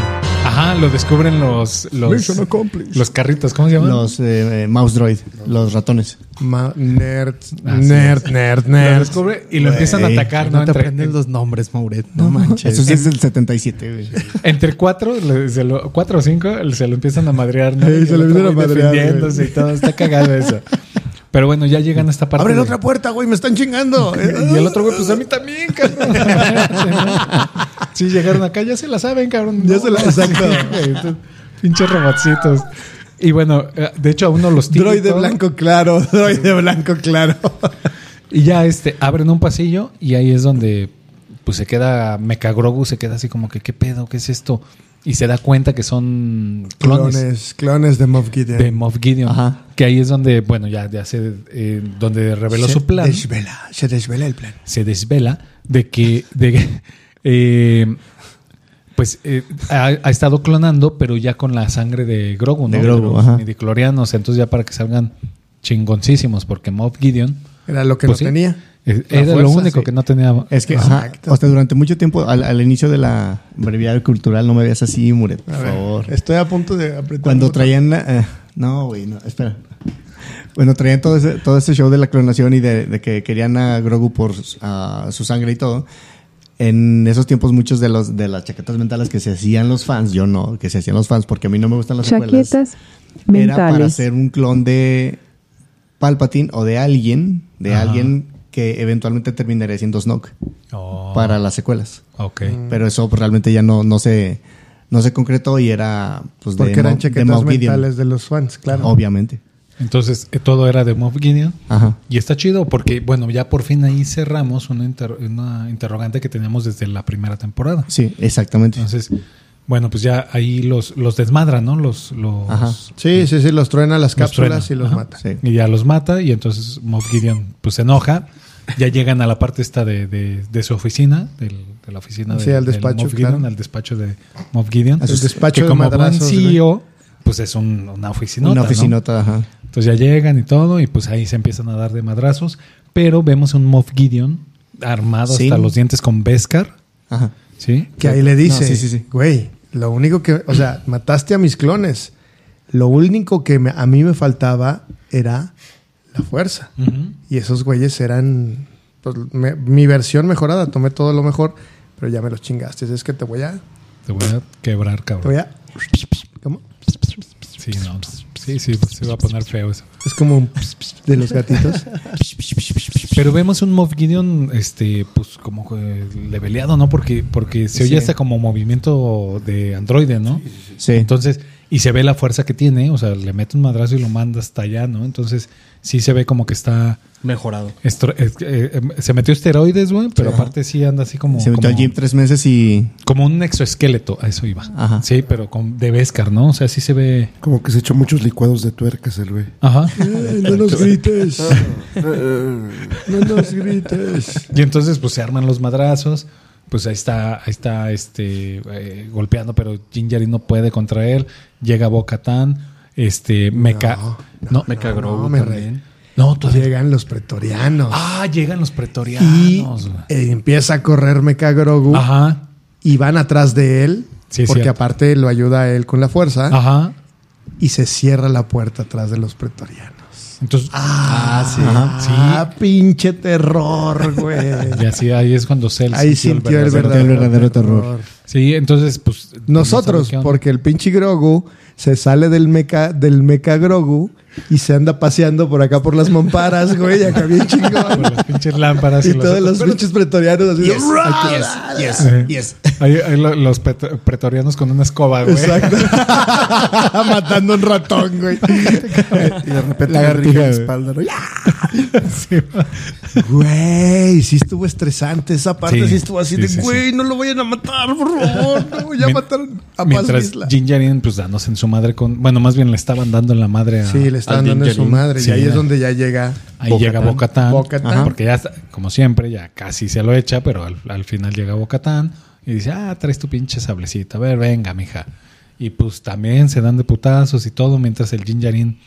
Speaker 4: Ajá, lo descubren los, los,
Speaker 1: Mission accomplished.
Speaker 4: los carritos, ¿cómo se llaman?
Speaker 5: Los eh, eh, mouse droid, los ratones.
Speaker 1: Ma- nerd,
Speaker 4: Así
Speaker 1: nerd, nerd,
Speaker 4: Lo
Speaker 1: nerd.
Speaker 4: descubre y lo empiezan a atacar, ¿no?
Speaker 3: No te
Speaker 4: Entre-
Speaker 3: aprendes los nombres, Mauret. No manches.
Speaker 5: Eso es desde el 77, güey.
Speaker 4: Entre cuatro, le- se lo- cuatro o cinco, se lo empiezan a madrear, ¿no?
Speaker 1: Sí,
Speaker 4: Y el
Speaker 1: se lo
Speaker 4: otro
Speaker 1: empiezan a
Speaker 4: güey
Speaker 1: madrear,
Speaker 4: defendiéndose y todo, está cagado eso. Pero bueno, ya llegan a esta parte.
Speaker 1: Abre la
Speaker 4: de-
Speaker 1: otra puerta, güey, me están chingando.
Speaker 4: Y el otro güey, pues a mí también, cabrón. sí, llegaron acá, ya se la saben, cabrón.
Speaker 1: Ya se la- exacto.
Speaker 4: Sí, güey, entonces, Pinches robotcitos. Y bueno, eh, de hecho a uno los tira y
Speaker 1: Droide
Speaker 4: todo.
Speaker 1: blanco claro, droide blanco claro.
Speaker 4: Y ya este, abren un pasillo y ahí es donde pues se queda Mecagrogu, se queda así como que, ¿qué pedo? ¿Qué es esto? Y se da cuenta que son clones,
Speaker 1: Clones, clones de Moff Gideon.
Speaker 4: de Moff Gideon.
Speaker 5: Ajá.
Speaker 4: Que ahí es donde, bueno, ya, ya se, eh, donde reveló
Speaker 1: se
Speaker 4: su plan.
Speaker 1: Desvela, se desvela el plan.
Speaker 4: se desvela de que de, eh, pues eh, ha, ha estado clonando, pero ya con la sangre de Grogu, ¿no?
Speaker 5: De Grogu,
Speaker 4: los
Speaker 5: ajá.
Speaker 4: midichlorianos, entonces ya para que salgan chingoncísimos, porque Moff Gideon
Speaker 1: Era lo que
Speaker 4: pues
Speaker 1: no
Speaker 4: sí,
Speaker 1: tenía.
Speaker 4: Eh,
Speaker 5: La
Speaker 4: Era lo
Speaker 5: fuerza,
Speaker 4: único
Speaker 5: sí. Eh,
Speaker 4: que no tenía.
Speaker 5: Es que, ajá, o sea, durante mucho tiempo, al, al inicio de la breviario cultural, no me veas así, Muret, por
Speaker 1: A ver,
Speaker 5: favor.
Speaker 1: Estoy a punto de apretar.
Speaker 5: Cuando
Speaker 1: el botón.
Speaker 5: traían la. eh, no, güey, no, espera. Bueno, traían todo ese, todo ese show de la clonación y de, de que querían a Grogu por ah, su sangre y todo. En esos tiempos, muchos de los de las chaquetas mentales que se hacían los fans, yo no, que se hacían los fans, porque a mí no me gustan las secuelas,
Speaker 6: Chaquetas
Speaker 5: Era para
Speaker 6: mentales.
Speaker 5: hacer un clon de Palpatine o de alguien, de alguien que eventualmente terminaría siendo Snoke
Speaker 4: Oh,
Speaker 5: para las secuelas.
Speaker 4: ok.
Speaker 5: Pero eso pues, realmente ya no, no se no se concretó y era pues
Speaker 1: Porque
Speaker 5: de
Speaker 1: eran
Speaker 5: Moff- de
Speaker 1: chaquetas
Speaker 5: Moff Gideon.
Speaker 1: mentales de los fans, claro.
Speaker 5: Obviamente.
Speaker 4: Entonces, eh, todo era de Moff Gideon.
Speaker 5: Ajá.
Speaker 4: Y está chido porque, bueno, ya por fin ahí cerramos una, inter- una interrogante que teníamos desde la primera temporada.
Speaker 5: Sí, exactamente.
Speaker 4: Entonces, bueno, pues ya ahí los, los desmadra, ¿no? Los, los,
Speaker 5: Ajá.
Speaker 1: Sí, sí, sí, los truena las
Speaker 4: Los
Speaker 1: cápsulas y
Speaker 4: truena.
Speaker 1: los
Speaker 4: Ajá.
Speaker 1: mata.
Speaker 5: Sí.
Speaker 4: Y ya los mata y entonces Moff Gideon pues se enoja. Ya llegan a la parte esta de, de- de su oficina, del- de la oficina de,
Speaker 1: Sí, al
Speaker 4: del
Speaker 1: despacho,
Speaker 4: Moff Gideon,
Speaker 1: claro.
Speaker 4: al despacho de Moff Gideon.
Speaker 1: A su despacho
Speaker 4: que
Speaker 1: de
Speaker 4: como buen
Speaker 1: madrazos, güey.
Speaker 4: CEO, pues es un- una oficinota.
Speaker 5: Una
Speaker 4: ¿no?
Speaker 5: oficinota, ajá.
Speaker 4: Entonces ya llegan y todo y pues ahí se empiezan a dar de madrazos. Pero vemos un Moff Gideon armado
Speaker 5: Sí.
Speaker 4: hasta los dientes con Beskar,
Speaker 5: Ajá.
Speaker 4: ¿sí?
Speaker 1: Que ahí le dice,
Speaker 5: No, sí, sí, sí.
Speaker 1: güey, lo único que, o sea, mataste a mis clones. Lo único que me- a mí me faltaba era la fuerza.
Speaker 4: Ujú.
Speaker 1: Y esos güeyes eran pues, me- mi versión mejorada. Tomé todo lo mejor, pero ya me los chingaste. Es que te voy a,
Speaker 4: Te voy a quebrar,
Speaker 1: te voy
Speaker 4: cabrón.
Speaker 1: a, ¿cómo?
Speaker 4: Sí, no, sí, sí, se va a poner feo eso.
Speaker 1: Es como un de los gatitos.
Speaker 4: Pero vemos un Moff Gideon, este, pues como que leveleado, ¿no? Porque, porque se oye
Speaker 5: Sí.
Speaker 4: hasta como movimiento de androide, ¿no?
Speaker 5: Sí.
Speaker 4: Entonces, y se ve la fuerza que tiene, o sea, le mete un madrazo y lo manda hasta allá, ¿no? Entonces, sí se ve como que está.
Speaker 3: Mejorado.
Speaker 4: estro- eh, eh, eh, se metió esteroides, güey, pero aparte sí anda así como.
Speaker 5: se metió
Speaker 4: como,
Speaker 5: al gym tres meses y.
Speaker 4: como un exoesqueleto, a eso iba.
Speaker 5: Ajá.
Speaker 4: Sí, pero con, de Beskar, ¿no? O sea, sí se ve.
Speaker 2: Como que se echó muchos licuados de tuercas el güey. Eh,
Speaker 4: Ajá.
Speaker 1: no nos grites. No nos grites.
Speaker 4: Y entonces, pues se arman los madrazos. Pues ahí está, ahí está este eh, golpeando, pero Jinjari no puede contra él. Llega Boca Tan, este Meca. No, Meca Grogu
Speaker 1: no, me
Speaker 4: también. No, todavía.
Speaker 1: Llegan los pretorianos.
Speaker 4: Ah, llegan los
Speaker 1: y
Speaker 4: pretorianos. güey.
Speaker 1: eh, empieza a correr Mecha Grogu
Speaker 4: Ajá,
Speaker 1: y van atrás de él.
Speaker 4: Sí, es
Speaker 1: porque
Speaker 4: cierto. Ah.
Speaker 1: aparte lo ayuda a él con la fuerza.
Speaker 4: ajá.
Speaker 1: Y se cierra la puerta atrás de los pretorianos.
Speaker 4: Entonces,
Speaker 1: Ah, sí.
Speaker 4: sí.
Speaker 1: Ah, pinche terror, güey.
Speaker 4: y así ahí es cuando Cell
Speaker 1: Ahí sintió el
Speaker 5: verdadero-
Speaker 1: verdadero,
Speaker 5: verdadero terror.
Speaker 4: Sí, entonces, pues. no
Speaker 1: Nosotros,
Speaker 4: sabe qué onda.
Speaker 1: porque el pinche Grogu se sale del meca, del meca Grogu y se anda paseando por acá por las mamparas, güey, y acá bien
Speaker 4: Con
Speaker 1: chingón.
Speaker 4: las pinches lámparas
Speaker 1: y
Speaker 4: los
Speaker 1: todos los
Speaker 4: otros-
Speaker 1: pinches pretorianos así. de, "Ra".
Speaker 4: Sí. Ahí- ahí lo- los pet- pretorianos con una escoba, güey.
Speaker 1: Exacto. Pues. Matando un ratón, güey.
Speaker 2: Y de repente
Speaker 5: La
Speaker 2: la la
Speaker 5: lagartija, güey.
Speaker 2: espalda, ¿no? ¡Ya!
Speaker 1: Güey, sí estuvo estresante esa parte,
Speaker 4: Sí,
Speaker 1: sí, estuvo así
Speaker 4: sí,
Speaker 1: de,
Speaker 4: sí, sí.
Speaker 1: güey, no lo vayan a matar, por favor. no, ya
Speaker 4: Mien-
Speaker 1: mataron a Paz
Speaker 4: Mientras
Speaker 1: Vizla.
Speaker 4: Jin Yarin, pues dándose en su madre con. Bueno, más bien le estaban dando en la madre a.
Speaker 1: Sí, le estaban
Speaker 4: al
Speaker 1: dando en su
Speaker 4: Jinjarin.
Speaker 1: madre.
Speaker 4: Sí,
Speaker 1: y ahí es donde ya llega.
Speaker 4: Ahí llega Bocatán.
Speaker 1: Bo-Katan.
Speaker 4: Ajá. Porque ya, está- como siempre, ya casi se lo echa, pero al, al final llega Bocatán y dice: Ah, traes tu pinche sablecita. A ver, venga, mija. Y pues también se dan de putazos y todo, mientras el Jin Yarin,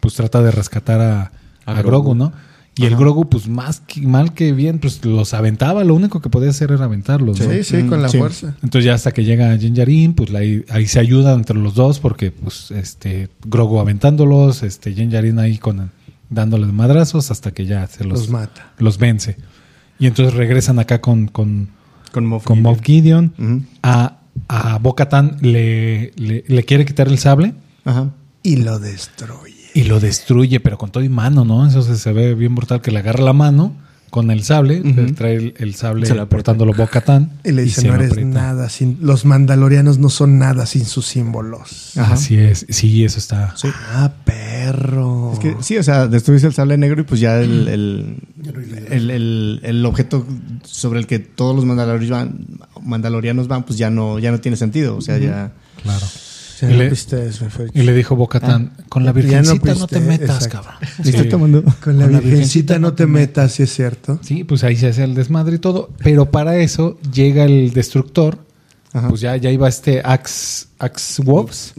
Speaker 4: pues trata de rescatar a, a Grogu, ¿no? Y el Grogu, pues más que- mal que bien, pues los aventaba. Lo único que podía hacer era aventarlos. ¿no?
Speaker 1: Sí, sí, con la
Speaker 5: sí.
Speaker 1: fuerza.
Speaker 4: Entonces ya hasta que llega Jinjarin, pues ahí, ahí se ayuda entre los dos porque pues este Grogu aventándolos, este Jinjarin ahí con dándoles madrazos hasta que ya se los,
Speaker 1: Los mata.
Speaker 4: los vence. Y entonces regresan acá con con,
Speaker 3: Con Moff
Speaker 4: con
Speaker 3: Gideon.
Speaker 4: Moff Gideon. A a Bo-Katan le, le le quiere quitar el sable
Speaker 5: Ajá.
Speaker 1: Y lo destruye.
Speaker 4: y lo destruye, pero con todo y mano, ¿no? Eso se, se ve bien brutal que le agarra la mano con el sable, trae el, el sable
Speaker 3: Se la aprieta.
Speaker 4: portándolo Bo-Katan
Speaker 1: Y le dice,
Speaker 4: se
Speaker 1: no
Speaker 4: lo
Speaker 1: eres
Speaker 4: aprieta".
Speaker 1: nada sin... Los mandalorianos no son nada sin sus símbolos.
Speaker 4: Así es, sí, eso está.
Speaker 1: Ah, perro.
Speaker 5: Es que, sí, o sea, destruiste el sable negro y pues ya el, el, el, el- el objeto sobre el que todos los mandalorianos van, mandalorianos van pues ya no, ya no tiene sentido. O sea, ya.
Speaker 4: Claro.
Speaker 1: Ya
Speaker 4: y
Speaker 1: no
Speaker 4: le-
Speaker 1: pistees, me fue-
Speaker 4: Y le dijo Bocatán, con la
Speaker 1: ya no
Speaker 4: virgencita no,
Speaker 1: piste,
Speaker 4: te metas,
Speaker 1: exacto.
Speaker 4: cabrón.
Speaker 5: Le está
Speaker 4: Sí.
Speaker 5: tomando-
Speaker 1: Con la virgencita no te metas, si es cierto.
Speaker 4: Sí, pues ahí se hace el desmadre y todo. Pero para eso llega el destructor. Pues ya, ya iba este Axe, Axe Wolves.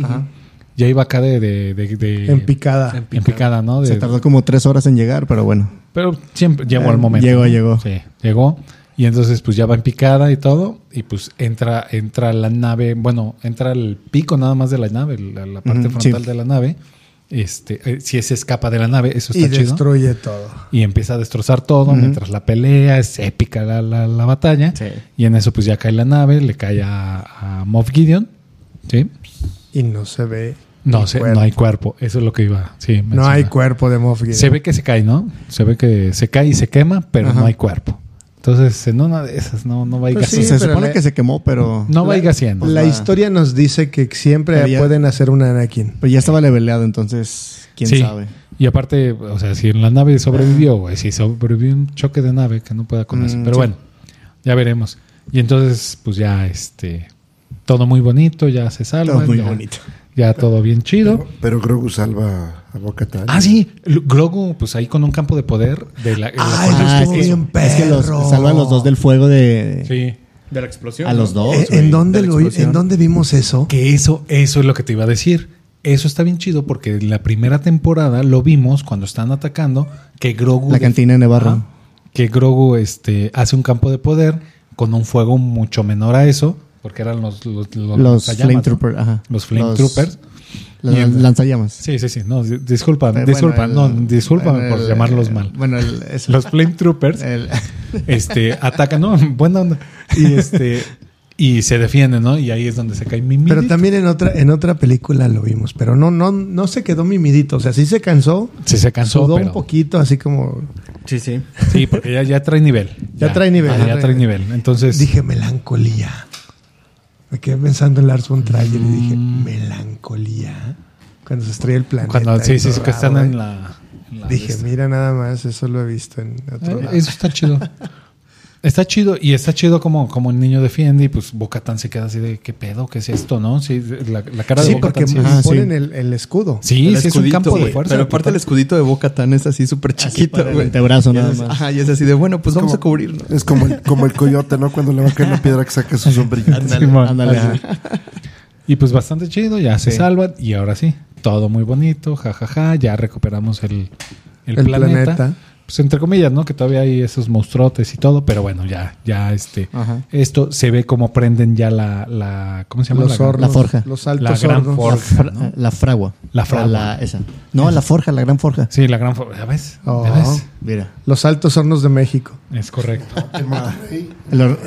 Speaker 4: ya iba acá de... de, de- de-
Speaker 1: En picada.
Speaker 4: En picada, ¿no? De-
Speaker 5: Se tardó como tres horas en llegar, pero bueno.
Speaker 4: pero siempre llegó
Speaker 5: Eh,
Speaker 4: al momento.
Speaker 5: llegó,
Speaker 4: ¿no?
Speaker 5: llegó.
Speaker 4: Sí, llegó. Y entonces pues ya va en picada y todo. Y pues entra, entra la nave, bueno, entra el pico nada más de la nave, la, la parte
Speaker 5: Ujú, sí.
Speaker 4: frontal de la nave. Este, eh, si se escapa de la nave, eso
Speaker 1: Y
Speaker 4: está chido.
Speaker 1: destruye todo.
Speaker 4: y empieza a destrozar todo mientras la pelea, es épica la, la- la batalla.
Speaker 3: Sí.
Speaker 4: Y en eso pues ya cae la nave, le cae a, a Moff Gideon. ¿Sí?
Speaker 1: Y no se ve.
Speaker 4: No,
Speaker 1: el
Speaker 4: se-
Speaker 1: cuerpo.
Speaker 4: no hay cuerpo, eso es lo que iba. Sí,
Speaker 1: No hay
Speaker 4: mencionar.
Speaker 1: cuerpo de Moff Gideon.
Speaker 4: Se ve que se cae, ¿no? Se ve que se cae y se quema, pero
Speaker 1: Ajá.
Speaker 4: no hay cuerpo. Entonces, en una de esas no, no va a ir
Speaker 1: Pues Sí,
Speaker 5: Sí, se
Speaker 1: pero
Speaker 5: supone
Speaker 1: le-
Speaker 5: que se quemó, pero.
Speaker 4: No va
Speaker 1: La-
Speaker 4: a ir haciendo.
Speaker 1: La historia nos dice que siempre
Speaker 5: Pero ya-
Speaker 1: pueden hacer un Anakin.
Speaker 5: Pero ya estaba leveleado, entonces. Quién
Speaker 4: Sí.
Speaker 5: sabe.
Speaker 4: Y aparte, o sea, si en la nave sobrevivió, güey, si sobrevivió un choque de nave, que no pueda con eso.
Speaker 5: Ah. Mm,
Speaker 4: Pero
Speaker 5: sí.
Speaker 4: bueno, ya veremos. Y entonces, pues ya, este, todo muy bonito, ya se salva.
Speaker 5: Todo muy
Speaker 4: ya,
Speaker 5: bonito.
Speaker 4: Ya todo bien chido.
Speaker 2: Pero Grogu salva a Bocatán.
Speaker 4: Ah, sí, L- Grogu, pues ahí con un campo de poder de la... de la-
Speaker 1: Ah, eso estuvo
Speaker 5: es, que-
Speaker 1: bien
Speaker 5: es que los,
Speaker 1: perro.
Speaker 5: salvan los dos del fuego de.
Speaker 4: Sí.
Speaker 3: De la explosión.
Speaker 5: A los dos.
Speaker 1: Eh,
Speaker 5: güey.
Speaker 1: ¿En, dónde
Speaker 3: de la
Speaker 1: lo, vi-
Speaker 3: explosión.
Speaker 1: ¿En dónde vimos eso?
Speaker 4: Que eso, eso es lo que te iba a decir. Eso está bien chido porque en la primera temporada lo vimos cuando están atacando que Grogu...
Speaker 5: La
Speaker 4: de-
Speaker 5: cantina de Nevarro.
Speaker 4: Ajá. que Grogu este, hace un campo de poder con un fuego mucho menor a eso, porque eran los los, los,
Speaker 5: Los
Speaker 4: lanzallamas, ¿no?
Speaker 5: Flametrooper, ajá.
Speaker 4: Los Flametroopers.
Speaker 5: Los- Los
Speaker 4: Y en-
Speaker 5: lanzallamas.
Speaker 4: Sí, sí, sí. No, di- disculpa,
Speaker 5: Pero
Speaker 4: disculpa,
Speaker 5: bueno, el-
Speaker 4: no, discúlpame
Speaker 5: el-
Speaker 4: por
Speaker 5: el-
Speaker 4: llamarlos mal.
Speaker 5: Bueno, el, es-
Speaker 4: Los Flametroopers
Speaker 1: Eh.
Speaker 5: el-
Speaker 4: este, atacan, no, buena onda. Y este y se defienden, ¿no? Y ahí es donde se cae Mimi.
Speaker 1: Pero también en otra, en otra película lo vimos, pero no, no, no se quedó mimidito. O sea, sí se cansó,
Speaker 4: Sí, se cansó,
Speaker 1: sudó
Speaker 4: pero-
Speaker 1: un poquito, así como
Speaker 3: Sí, sí.
Speaker 4: Sí, porque ya, ya trae nivel.
Speaker 1: Ya trae nivel,
Speaker 4: Ajá,
Speaker 1: ya
Speaker 4: ya trae,
Speaker 1: trae
Speaker 4: nivel. Entonces,
Speaker 1: dije melancolía. Me quedé pensando en Lars von Trier y dije, melancolía. Cuando se estrella el planeta.
Speaker 4: Mm. cuando sí,
Speaker 1: y
Speaker 4: sí, sí,
Speaker 1: todo
Speaker 4: que están
Speaker 1: raro,
Speaker 4: en
Speaker 1: ¿eh?
Speaker 4: la, en la-
Speaker 1: Dije, mira nada más, eso lo he visto en otro
Speaker 4: Eh,
Speaker 1: lado.
Speaker 4: Eso está chido. Está chido y está chido como, como el niño defiende y pues Bocatán se queda así de qué pedo, qué es esto, ¿no? Sí, la, la cara de
Speaker 1: Sí, porque
Speaker 4: Bo-Katan Ah, sí,
Speaker 5: ajá.
Speaker 4: es-
Speaker 1: ponen el, el escudo.
Speaker 4: sí,
Speaker 3: El
Speaker 4: sí, es un
Speaker 3: escudito,
Speaker 4: campo de
Speaker 3: güey.
Speaker 4: fuerza.
Speaker 3: Pero aparte el escudito de Boca Tan es así súper chiquito,
Speaker 5: para el
Speaker 3: güey.
Speaker 5: antebrazo
Speaker 3: Y es
Speaker 5: nada
Speaker 3: así-
Speaker 5: más.
Speaker 3: Ajá, y es así de bueno, pues vamos a cubrirlo.
Speaker 2: Es como el, como el coyote, ¿no? Cuando le va a caer la piedra que saca su sombrilla.
Speaker 4: Simón.
Speaker 5: ándale,
Speaker 4: Así.
Speaker 5: ajá.
Speaker 4: Y pues bastante chido, ya se salvan y ahora sí, todo muy bonito, jajaja, ya recuperamos el, el
Speaker 1: El
Speaker 4: planeta.
Speaker 1: planeta.
Speaker 4: Pues entre comillas, ¿no? Que todavía hay esos monstruotes y todo, pero bueno, ya, ya este,
Speaker 5: Ajá.
Speaker 4: esto se ve como prenden ya la, la ¿cómo se llama?
Speaker 1: Los
Speaker 4: la,
Speaker 1: hornos,
Speaker 5: La forja.
Speaker 1: Los
Speaker 4: la
Speaker 1: altos
Speaker 4: gran
Speaker 1: hornos.
Speaker 4: forja,
Speaker 5: Fra- eh,
Speaker 4: ¿no?
Speaker 5: La fragua.
Speaker 4: La
Speaker 5: O
Speaker 4: fragua.
Speaker 5: esa. No, la forja, la gran forja.
Speaker 4: Sí, la gran forja. ¿Ya ves? ¿Ya
Speaker 1: Oh.
Speaker 4: ves?
Speaker 5: Mira.
Speaker 1: Los altos hornos de México.
Speaker 4: Es correcto.
Speaker 5: Lo-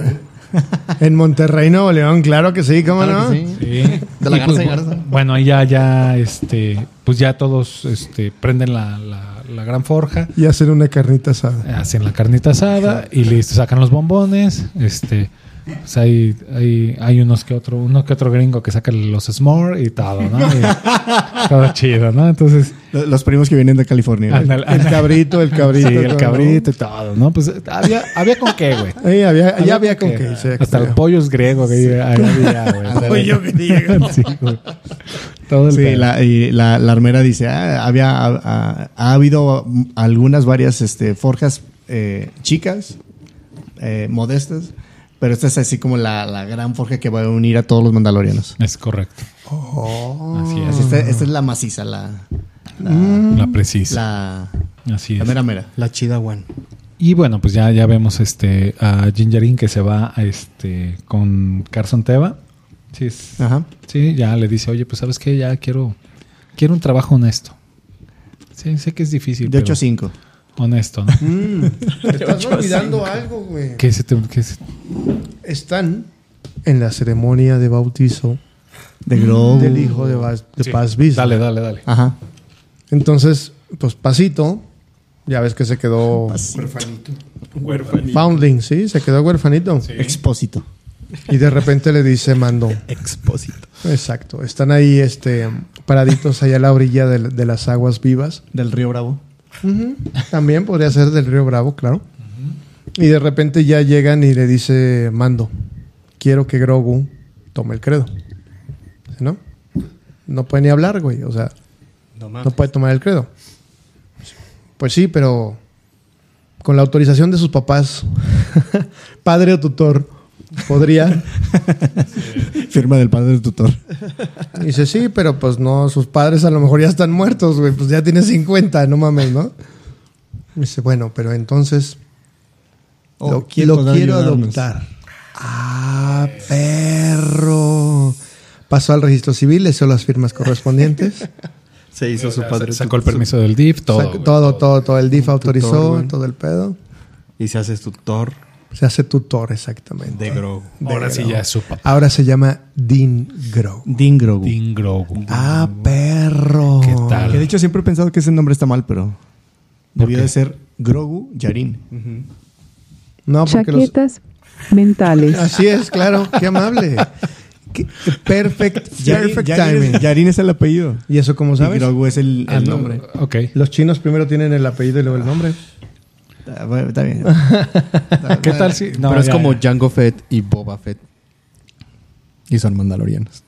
Speaker 1: En Monterrey, Nuevo León, claro que sí, ¿cómo
Speaker 5: claro
Speaker 1: no?
Speaker 5: que sí.
Speaker 4: Sí.
Speaker 3: De la
Speaker 4: Y, pues,
Speaker 3: garza y garza.
Speaker 4: Bueno, ahí ya, ya, este, pues ya todos este, prenden la, la- la gran forja,
Speaker 1: Y hacer una carnita asada.
Speaker 4: hacen la carnita asada y listo, sacan los bombones. Este, pues hay, hay, hay unos que otro, uno que otro gringo que saca los s'more y todo, ¿no? Y todo chido, ¿no? Entonces,
Speaker 5: lo- Los primos que vienen de California. güey.
Speaker 4: ándale,
Speaker 1: El
Speaker 4: ándale.
Speaker 1: cabrito, el cabrito.
Speaker 4: Sí, el
Speaker 1: ¿cómo
Speaker 4: cabrito y todo, ¿no? Pues había, había con qué, güey.
Speaker 1: no? Eh, había, ya había con qué. sí,
Speaker 4: Hasta el
Speaker 1: creo.
Speaker 4: pollo es griego que ahí había, güey.
Speaker 1: Pollo griego.
Speaker 4: Sí, güey. Todo el
Speaker 5: Sí,
Speaker 4: pedo.
Speaker 5: la, y la, la armera dice, "Ah, había, ha- ha- ha habido mm, algunas varias este, forjas eh, chicas, eh, modestas, pero esta es así como la, la gran forja que va a unir a todos los mandalorianos.
Speaker 4: Es correcto. Así es.
Speaker 5: Así, esta, esta es la maciza, la,
Speaker 3: Mm.
Speaker 4: La precisa.
Speaker 5: la,
Speaker 4: Así
Speaker 5: la
Speaker 4: es.
Speaker 5: mera mera.
Speaker 3: La chida one.
Speaker 4: Y bueno, pues ya, ya vemos este a Gingerin que se va a este con Carson Teva. Sí, es-
Speaker 5: Ajá.
Speaker 4: sí, ya le dice, oye, pues sabes que ya quiero, quiero un trabajo honesto. Sí, sé que es difícil.
Speaker 5: De 8
Speaker 4: pero
Speaker 5: a 5.
Speaker 4: Honesto, ¿no?
Speaker 1: Te estás olvidando algo, güey.
Speaker 4: ¿Qué se te- qué se-
Speaker 1: Están en la ceremonia de bautizo
Speaker 5: De
Speaker 4: Oh.
Speaker 5: Grow.
Speaker 1: del hijo de, Bas- de
Speaker 4: Sí.
Speaker 1: Paz Vizla.
Speaker 4: Dale, dale, dale.
Speaker 5: Ajá.
Speaker 1: Entonces, pues Pasito, ya ves que se quedó founding, ¿sí? Se quedó huerfanito.
Speaker 5: Expósito.
Speaker 1: Y de repente le dice Mando.
Speaker 3: Expósito.
Speaker 1: Exacto. Están ahí este, paraditos allá a la orilla del- de, las aguas vivas.
Speaker 5: Del río Bravo.
Speaker 1: Ujú. También podría ser del río Bravo, claro. Y de repente ya llegan y le dice Mando, quiero que Grogu tome el credo. ¿No? No puede ni hablar, güey. O sea,
Speaker 3: No
Speaker 1: no puede tomar el credo. Pues sí, pero con la autorización de sus papás, padre o tutor, Podría.
Speaker 5: Firma del padre del tutor.
Speaker 1: Dice, sí, pero pues no, sus padres a lo mejor ya están muertos, güey, pues ya tiene 50, no mames, ¿no? Dice, bueno, pero entonces
Speaker 5: Oh,
Speaker 1: lo,
Speaker 5: ¿quién
Speaker 1: lo
Speaker 5: podrá
Speaker 1: quiero
Speaker 5: ayudarnos?
Speaker 1: adoptar. Ah, perro. Pasó al registro civil, le hizo las firmas correspondientes.
Speaker 3: Se hizo su
Speaker 4: Sa-
Speaker 3: padre.
Speaker 4: Sacó el permiso del DIF, todo.
Speaker 1: Sac-
Speaker 4: güey,
Speaker 1: todo, todo, todo. El DIF autorizó,
Speaker 3: güey.
Speaker 1: todo el pedo.
Speaker 3: Y se hace tutor
Speaker 1: Se hace tutor, exactamente.
Speaker 3: de Grogu.
Speaker 4: Ahora sí ya es su papá.
Speaker 1: Ahora se llama Dean Grow.
Speaker 5: Dean Grogu.
Speaker 4: Dean Grogu.
Speaker 1: Ah, perro.
Speaker 4: ¿Qué tal? Ah,
Speaker 5: Que de hecho siempre he pensado que ese nombre está mal, pero debió
Speaker 4: qué?
Speaker 5: de ser Grogu Yarin.
Speaker 1: No, porque los,
Speaker 6: Chaquetas mentales.
Speaker 1: Así es, claro. Qué amable. Qué- qué perfect, perfect timing.
Speaker 5: Yarin, Yarin es el apellido.
Speaker 1: ¿Y eso cómo
Speaker 5: Y
Speaker 1: sabes?
Speaker 5: Grogu es el,
Speaker 4: Ah,
Speaker 5: el
Speaker 4: no,
Speaker 5: nombre.
Speaker 4: Ok.
Speaker 1: Los chinos primero tienen el apellido y luego el nombre.
Speaker 5: Ah, bueno, Está bien.
Speaker 4: ¿Qué tal si.? no,
Speaker 3: Pero es
Speaker 4: ya,
Speaker 3: como
Speaker 4: ya.
Speaker 3: Django Fett y Boba Fett.
Speaker 5: Y son mandalorianos.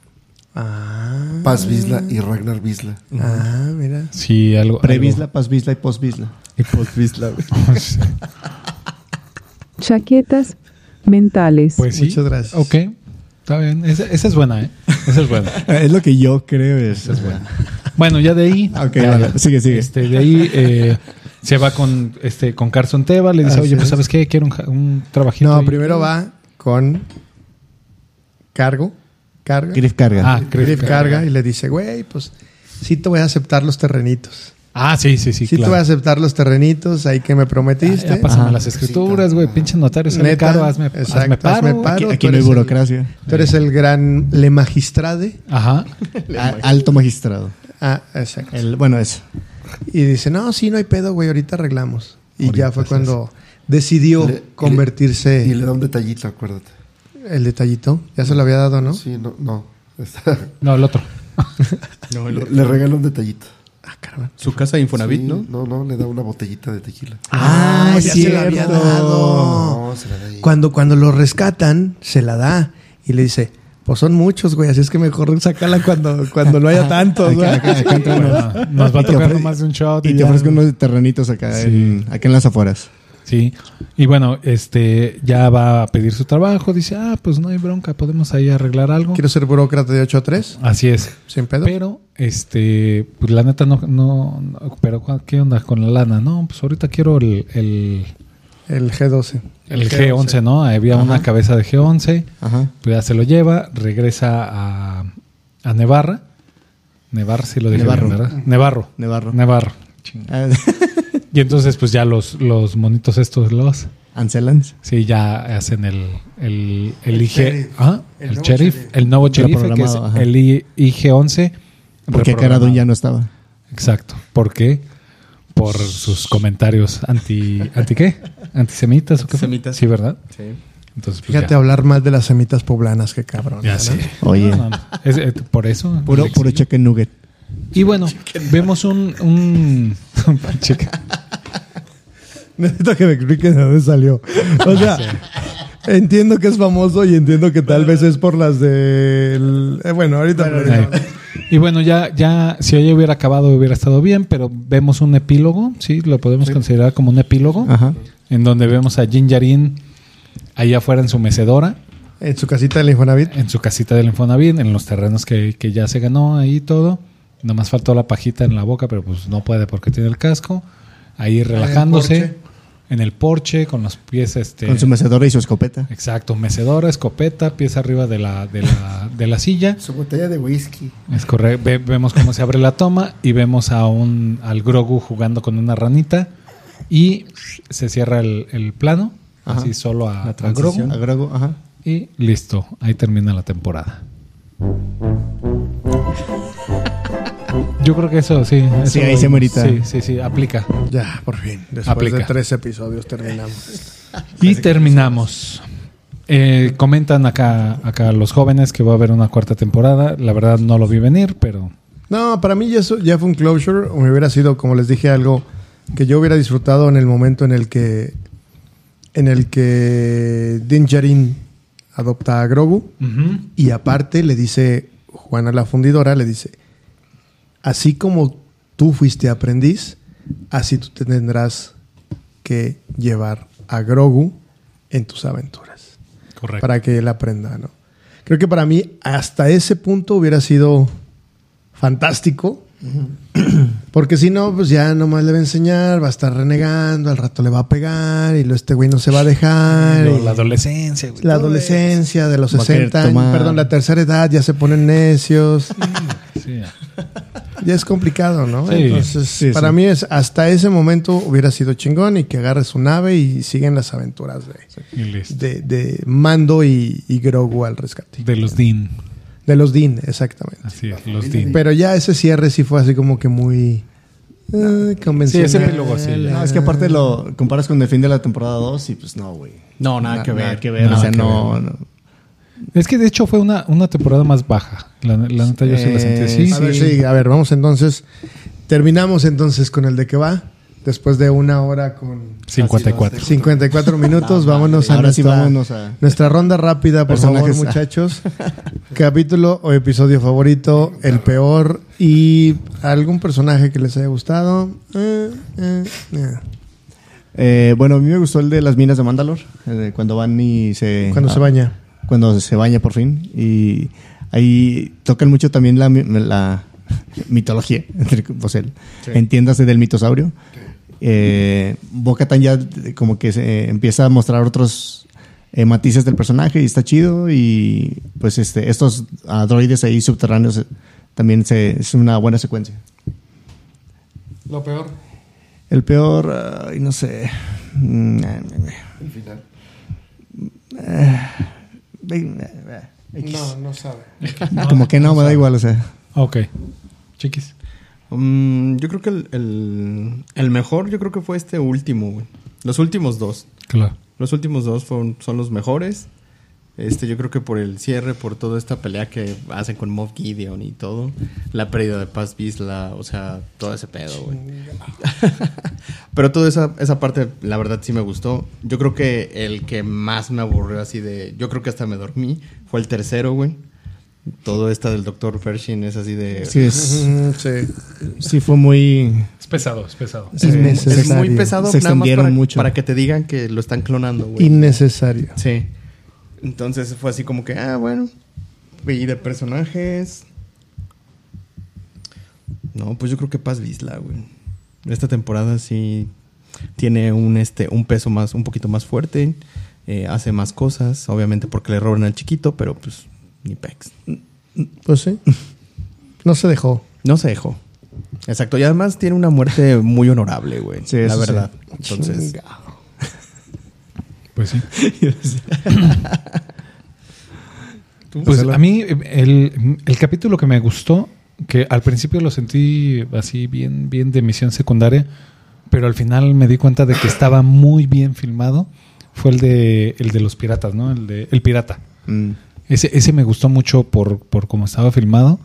Speaker 1: Ah,
Speaker 2: Paz Vizla y Ragnar Vizla.
Speaker 1: ah, mira.
Speaker 4: Sí, algo.
Speaker 5: Previsla, pasvisla y posvisla.
Speaker 3: Y Post Vizsla, güey.
Speaker 4: algo. Sí.
Speaker 6: Chaquetas mentales.
Speaker 4: Pues sí.
Speaker 1: Muchas gracias.
Speaker 4: Ok. Está bien. Esa, esa es buena, ¿eh? Esa es buena.
Speaker 5: Es lo que yo creo. Es,
Speaker 4: Esa es buena. Bueno, ya de ahí.
Speaker 5: Ok,
Speaker 4: ya,
Speaker 5: vale.
Speaker 4: ya.
Speaker 5: sigue, sigue.
Speaker 4: Este, de ahí eh, se va con, este, con Carson Teva, le dice,
Speaker 1: Así
Speaker 4: oye, pues
Speaker 1: es.
Speaker 4: sabes qué, quiero un, ja- un trabajito.
Speaker 1: No,
Speaker 4: ahí".
Speaker 1: primero va con cargo. Carga.
Speaker 5: Griff carga.
Speaker 4: Ah, Griff
Speaker 1: Griff
Speaker 4: carga.
Speaker 1: carga y le dice, güey, pues sí te voy a aceptar los terrenitos.
Speaker 4: Ah, sí, sí, sí.
Speaker 1: Sí te
Speaker 4: claro.
Speaker 1: voy a aceptar los terrenitos ahí que me
Speaker 4: Ah,
Speaker 1: prometiste.
Speaker 4: ya pásame
Speaker 5: Ajá.
Speaker 4: las escrituras, güey, pinche notario, sale
Speaker 1: Neta,
Speaker 4: caro, hazme,
Speaker 1: exacto,
Speaker 4: hazme paro.
Speaker 1: hazme paro.
Speaker 5: aquí,
Speaker 1: tú
Speaker 5: aquí no hay
Speaker 1: eres el-
Speaker 5: burocracia.
Speaker 1: Tú eres el gran le magistrade.
Speaker 4: Ajá.
Speaker 5: A- alto magistrado.
Speaker 1: Ah, exacto.
Speaker 5: El, bueno, es.
Speaker 1: Y dice, no, sí, no hay pedo, güey, ahorita arreglamos. Y ya fue cuando decidió
Speaker 2: Le-
Speaker 1: convertirse
Speaker 2: Y le da un detallito, acuérdate.
Speaker 1: el detallito. Ya se lo había dado, ¿no?
Speaker 2: Sí, no, no.
Speaker 4: No, el otro.
Speaker 2: le, le regala un detallito.
Speaker 1: Ah, caramba.
Speaker 3: Su casa de Infonavit,
Speaker 2: Sí,
Speaker 3: ¿no?
Speaker 2: No, no, le da una botellita de tequila.
Speaker 1: Ah,
Speaker 5: es
Speaker 1: ya se la había
Speaker 5: cierto.
Speaker 1: dado.
Speaker 2: No, se la da ahí.
Speaker 1: Cuando, cuando lo rescatan, se la da. Y le dice, pues son muchos, güey, así es que mejor sacarla cuando, cuando no haya tantos, ¿no?
Speaker 5: Acá- acá- acá entra uno.
Speaker 4: Bueno, nos va a
Speaker 5: Y te
Speaker 4: tocar
Speaker 5: ofre-
Speaker 4: nomás de un shot.
Speaker 5: Y te
Speaker 4: ya.
Speaker 5: ofrezco unos terrenitos acá, en, acá en las afueras.
Speaker 4: Sí. Y bueno, este, ya va a pedir su trabajo, dice, ah, pues no hay bronca, podemos ahí arreglar algo.
Speaker 1: Quiero ser burócrata de 8 a 3,
Speaker 4: Así es.
Speaker 1: sin pedo.
Speaker 4: Pero, este, pues la neta no, no, no- pero ¿cu- ¿qué onda con la lana? No, pues ahorita quiero el, el,
Speaker 1: El G12.
Speaker 2: Pues
Speaker 4: el G11, ¿no? Había una cabeza de G11,
Speaker 5: Ajá.
Speaker 4: pues ya se lo lleva, regresa a, a Nevarra. Nevar, sí lo dije
Speaker 5: Nevarro.
Speaker 4: bien, ¿verdad? Nevarro.
Speaker 5: Nevarro.
Speaker 4: Nevarro.
Speaker 5: Ah,
Speaker 4: Y entonces, pues ya los, los monitos estos, los,
Speaker 5: Ancelans.
Speaker 4: sí, ya hacen el, el, el, IG,
Speaker 1: sheriff.
Speaker 4: ah,
Speaker 1: El
Speaker 4: el,
Speaker 1: nuevo
Speaker 4: sheriff,
Speaker 1: sheriff.
Speaker 4: el nuevo sheriff, que es
Speaker 5: Reprogramado, ajá.
Speaker 4: el I- IG11.
Speaker 5: Porque Caradón ya no estaba.
Speaker 4: Exacto. ¿Por qué? Por sus comentarios anti... ¿Anti qué? ¿Antisemitas o qué? fue?
Speaker 3: Antisemitas.
Speaker 4: Sí, ¿verdad?
Speaker 3: Sí.
Speaker 4: Entonces, pues,
Speaker 1: Fíjate
Speaker 4: ya,
Speaker 1: hablar mal de las semitas poblanas, qué cabrón.
Speaker 4: ya
Speaker 1: ¿no?
Speaker 4: sí.
Speaker 5: Oye.
Speaker 4: No, no, no. Es, eh, por eso.
Speaker 5: Puro, puro chicken nugget.
Speaker 4: Y bueno, vemos un... un chica.
Speaker 1: Necesito que me expliquen de dónde salió. O sea, entiendo que es famoso y entiendo que tal vez es por las de... eh, bueno, ahorita...
Speaker 4: Ahí. Y bueno, ya, ya, si ella hubiera acabado hubiera estado bien, pero vemos un epílogo, ¿sí? Lo podemos considerar como un epílogo,
Speaker 5: Ajá.
Speaker 4: en donde vemos a Jin Yarin allá afuera en su mecedora,
Speaker 1: En su casita del Infonavit.
Speaker 4: en su casita del Infonavit, en los terrenos que, que ya se ganó ahí todo. Nomás faltó la pajita en la boca, pero pues no puede porque tiene el casco.
Speaker 5: Ah,
Speaker 4: Ahí relajándose en el porche, con los pies este
Speaker 5: Con su mecedora y su escopeta.
Speaker 4: Exacto, mecedora, escopeta, pies arriba de la de la, de la silla.
Speaker 2: Su botella de whisky.
Speaker 4: Es correcto. Ve- vemos cómo se abre la toma y vemos a un al Grogu jugando con una ranita y se cierra el, el plano,
Speaker 5: Ajá.
Speaker 4: así solo a, a
Speaker 5: Grogu.
Speaker 4: Grogu
Speaker 5: A Grogu, ajá.
Speaker 4: y listo, ahí termina la temporada. Yo creo que eso sí.
Speaker 5: Sí,
Speaker 4: eso-
Speaker 5: ahí se merita.
Speaker 4: Sí, sí, sí, aplica.
Speaker 1: Ya, por fin. Después
Speaker 4: Aplica.
Speaker 1: de tres episodios terminamos.
Speaker 4: Y terminamos. Eh, comentan acá, acá los jóvenes que va a haber una cuarta temporada. La verdad no lo vi venir, pero
Speaker 1: No, para mí ya, eso, ya fue un closure. O me hubiera sido, como les dije, algo que yo hubiera disfrutado en el momento en el que... En el que Din Djarin adopta a Grogu. Y aparte le dice, Juana la fundidora le dice, así como tú fuiste aprendiz, así tú te tendrás que llevar a Grogu en tus aventuras.
Speaker 4: Correcto.
Speaker 1: para que él aprenda, ¿no? Creo que para mí hasta ese punto hubiera sido fantástico. Porque si no, pues ya nomás le va a enseñar, va a estar renegando, al rato le va a pegar y lo este güey no se va a dejar.
Speaker 4: Lo-
Speaker 1: y-
Speaker 4: la adolescencia, güey.
Speaker 1: la
Speaker 4: Todo
Speaker 1: adolescencia de los
Speaker 5: Va a querer
Speaker 1: 60 años,
Speaker 5: tomar.
Speaker 1: perdón, la tercera edad, ya se ponen necios.
Speaker 4: eso. Sí.
Speaker 1: ya es complicado, ¿no?
Speaker 4: Sí.
Speaker 1: Entonces,
Speaker 5: Sí,
Speaker 1: para
Speaker 5: sí.
Speaker 1: mí es hasta ese momento hubiera sido chingón y que agarre su nave y siguen las aventuras de,
Speaker 4: Y listo.
Speaker 1: de, de Mando y, y Grogu al rescate.
Speaker 4: De los Dean.
Speaker 1: De los Dean, exactamente.
Speaker 4: Así es, los Dean.
Speaker 1: Pero ya ese cierre sí fue así como que muy eh, convencional.
Speaker 4: Sí, ese epílogo sí, ya.
Speaker 5: No, es que aparte lo comparas con el fin de la temporada 2 y pues no, güey.
Speaker 3: No, nada que ver.
Speaker 5: Nada que ver.
Speaker 3: Nada
Speaker 5: o sea,
Speaker 3: que
Speaker 5: no,
Speaker 3: ver.
Speaker 5: no.
Speaker 4: Es que de hecho fue una, una temporada más baja. La, la neta yo Eh, sí la sentí así.
Speaker 1: A ver, sí, a ver, vamos entonces. Terminamos entonces con el de que va. Después de una hora con
Speaker 4: 54.
Speaker 1: 54 minutos, vámonos a,
Speaker 5: Ahora
Speaker 1: nuestra,
Speaker 5: sí, vámonos a-
Speaker 1: nuestra ronda rápida, por favor,
Speaker 5: Personajes.
Speaker 1: muchachos. Capítulo o episodio favorito, el peor y algún personaje que les haya gustado. Eh, eh, eh.
Speaker 5: Eh, bueno, a mí me gustó el de las minas de Mandalor, el de cuando van y se...
Speaker 1: Cuando se
Speaker 5: ah,
Speaker 1: baña.
Speaker 5: Cuando se baña por fin. Y ahí tocan mucho también la, mi- la mitología, entre- pues el, entiéndase del mitosaurio. Eh, Tan ya como que se empieza a mostrar otros eh, matices del personaje y está chido. Y pues este, estos ah, droides ahí subterráneos eh, también se, es una buena secuencia.
Speaker 1: Lo peor.
Speaker 5: El peor, ay, no sé. Mm, eh,
Speaker 2: El final.
Speaker 5: eh, eh, X.
Speaker 1: no sabe.
Speaker 5: Como que no, me da igual, o sea.
Speaker 4: Ok. Chiquis.
Speaker 3: Mm, yo creo que el, el- el mejor, yo creo que fue este último, güey. Los últimos dos.
Speaker 4: Claro.
Speaker 3: Los últimos dos fueron- son los mejores. Este, yo creo que por el cierre, por toda esta pelea que hacen con Moff Gideon y todo, la pérdida de Paz Vizla, o sea, todo ese pedo, güey. Pero toda esa, esa parte, la verdad, sí me gustó. Yo creo que el que más me aburrió así de... Yo creo que hasta me dormí. Fue el tercero, güey. Todo esta del Dr. Pershing es así de...
Speaker 5: Sí, es,
Speaker 1: Sí.
Speaker 5: Mm, sí fue muy.
Speaker 4: Es pesado, es pesado.
Speaker 5: Eh,
Speaker 1: Innecesario.
Speaker 3: Es muy pesado
Speaker 5: Se
Speaker 3: nada más
Speaker 5: extendieron
Speaker 3: para,
Speaker 5: mucho.
Speaker 3: para que te digan que lo están clonando, güey.
Speaker 1: Innecesario.
Speaker 3: Sí. Entonces fue así como que, ah, bueno. Y de personajes. No, pues yo creo que Paz Vizla, güey. Esta temporada sí tiene un, este, un peso más, un poquito más fuerte. eh, hace más cosas, obviamente porque le roban al chiquito, pero pues ni pex.
Speaker 1: Pues sí. No se dejó.
Speaker 3: No se dejó. Exacto. Y además tiene una muerte muy honorable, güey.
Speaker 5: Sí,
Speaker 3: la
Speaker 5: eso sí.
Speaker 3: verdad. Entonces.
Speaker 4: Pues sí. Pues a mí eh, el, el capítulo que me gustó, que al principio lo sentí así bien, bien de misión secundaria, pero al final me di cuenta de que estaba muy bien filmado, fue el de, el de los piratas, ¿no? El de El Pirata.
Speaker 5: mm,
Speaker 4: Ese, ese me gustó mucho por, por cómo estaba filmado.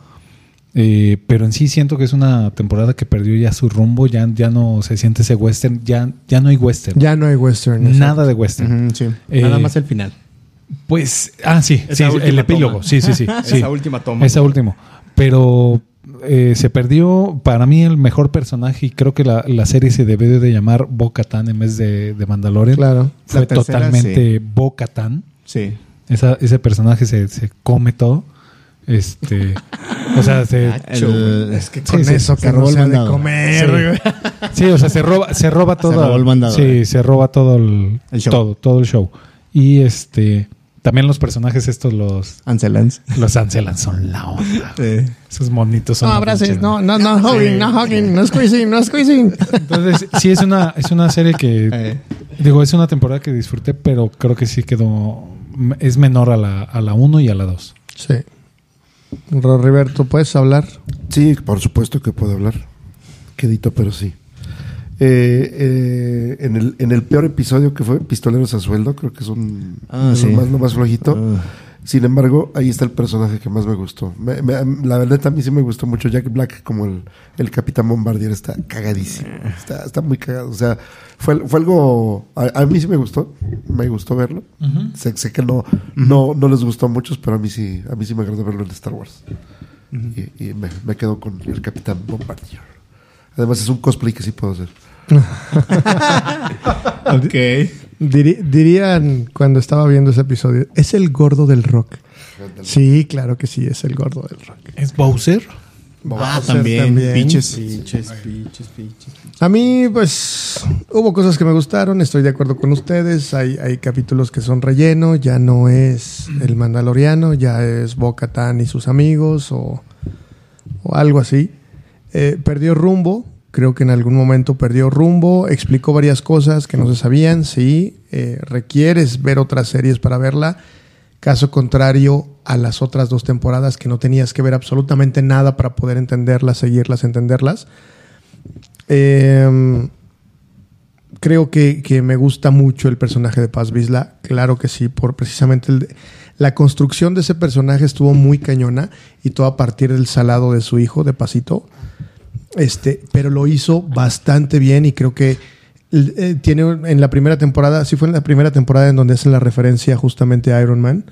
Speaker 4: eh, pero en sí siento que es una temporada que perdió ya su rumbo, ya, ya no se siente ese western, ya, ya no hay western.
Speaker 1: Ya no hay western.
Speaker 4: nada de western.
Speaker 5: ujú, sí.
Speaker 4: Eh,
Speaker 3: Nada más el final.
Speaker 4: Pues, ah, sí,
Speaker 3: Esa
Speaker 4: sí, el
Speaker 3: última
Speaker 4: epílogo,
Speaker 3: toma.
Speaker 4: sí, sí, sí.
Speaker 3: Esa
Speaker 4: sí.
Speaker 3: última toma.
Speaker 4: Esa última. Pero eh, se perdió, para mí, el mejor personaje y creo que la, la serie se debió de llamar Bo-Katan en vez de, de Mandalorian.
Speaker 1: Claro.
Speaker 4: Fue
Speaker 5: La tercera,
Speaker 4: totalmente Bo-Katan.
Speaker 5: Sí.
Speaker 4: Esa- ese personaje se, se come todo. Este, o sea, se,
Speaker 5: Ah, El- es que
Speaker 1: Con
Speaker 4: Sí, sí,
Speaker 1: eso
Speaker 5: se
Speaker 1: que no
Speaker 5: robó el
Speaker 1: se ha de
Speaker 5: mandado.
Speaker 1: comer.
Speaker 4: Sí.
Speaker 1: güey.
Speaker 4: Sí, o sea, se roba, se roba todo.
Speaker 5: robó el mandado,
Speaker 4: Sí,
Speaker 5: ¿eh?
Speaker 4: se roba todo el,
Speaker 5: El show.
Speaker 4: Todo, todo el show. Y este también los personajes estos, los,
Speaker 5: Ancelans.
Speaker 4: los Ancelan son la onda. Esos monitos son.
Speaker 1: No
Speaker 4: la
Speaker 1: abraces,
Speaker 4: pinche-
Speaker 1: no, no, no hugging, no hugging, no squeezing, no squeezing.
Speaker 4: Entonces, sí, es una, es una serie que.
Speaker 5: Eh.
Speaker 4: Digo, es una temporada que disfruté, pero creo que sí quedó. Es menor a la 1 y a la 2.
Speaker 1: Sí. Ro- Roberto, ¿puedes hablar?
Speaker 2: Sí, por supuesto que puedo hablar. Quedito, pero sí. Eh, eh, en, el, en el peor episodio que fue Pistoleros a Sueldo, creo que es un
Speaker 5: Ah,
Speaker 2: de
Speaker 5: sí.
Speaker 2: lo más, lo más flojito.
Speaker 5: Ah.
Speaker 2: Sin embargo, ahí está el personaje que más me gustó. Me- me- la verdad, a mí sí me gustó mucho Jack Black como el, el Capitán Bombardier. Está cagadísimo. Está, está muy cagado. O sea, fue, fue algo... A, a mí sí me gustó. Me gustó verlo. sé, sé que no, no, no les gustó a muchos, pero a mí sí, a mí sí me agradó verlo en Star Wars. Y, y me, me quedo con el Capitán Bombardier. Además, es un cosplay que sí puedo hacer.
Speaker 5: Ok.
Speaker 1: Diri- dirían cuando estaba viendo ese episodio, es el gordo del rock. Sí, claro que sí, es el gordo del rock.
Speaker 4: ¿Es Bowser?
Speaker 5: Ah,
Speaker 1: Vamos a hacer
Speaker 3: también, pinches.
Speaker 2: Pinches, pinches,
Speaker 1: A mí, pues, hubo cosas que me gustaron, estoy de acuerdo con ustedes. Hay, hay capítulos que son relleno, ya no es el Mandaloriano, ya es Boca Tan y sus amigos o, o algo así. Eh, perdió rumbo, creo que en algún momento perdió rumbo, explicó varias cosas que no se sabían, sí, eh, requieres ver otras series para verla. Caso contrario a las otras dos temporadas que no tenías que ver absolutamente nada para poder entenderlas, seguirlas, entenderlas. Eh, creo que, que me gusta mucho el personaje de Paz Vizla. Claro que sí, por precisamente el de- la construcción de ese personaje estuvo muy cañona y todo a partir del salado de su hijo, de Pasito. Este, pero lo hizo bastante bien y creo que l- eh, tiene un- en la primera temporada, sí fue en la primera temporada en donde hace la referencia justamente a Iron Man,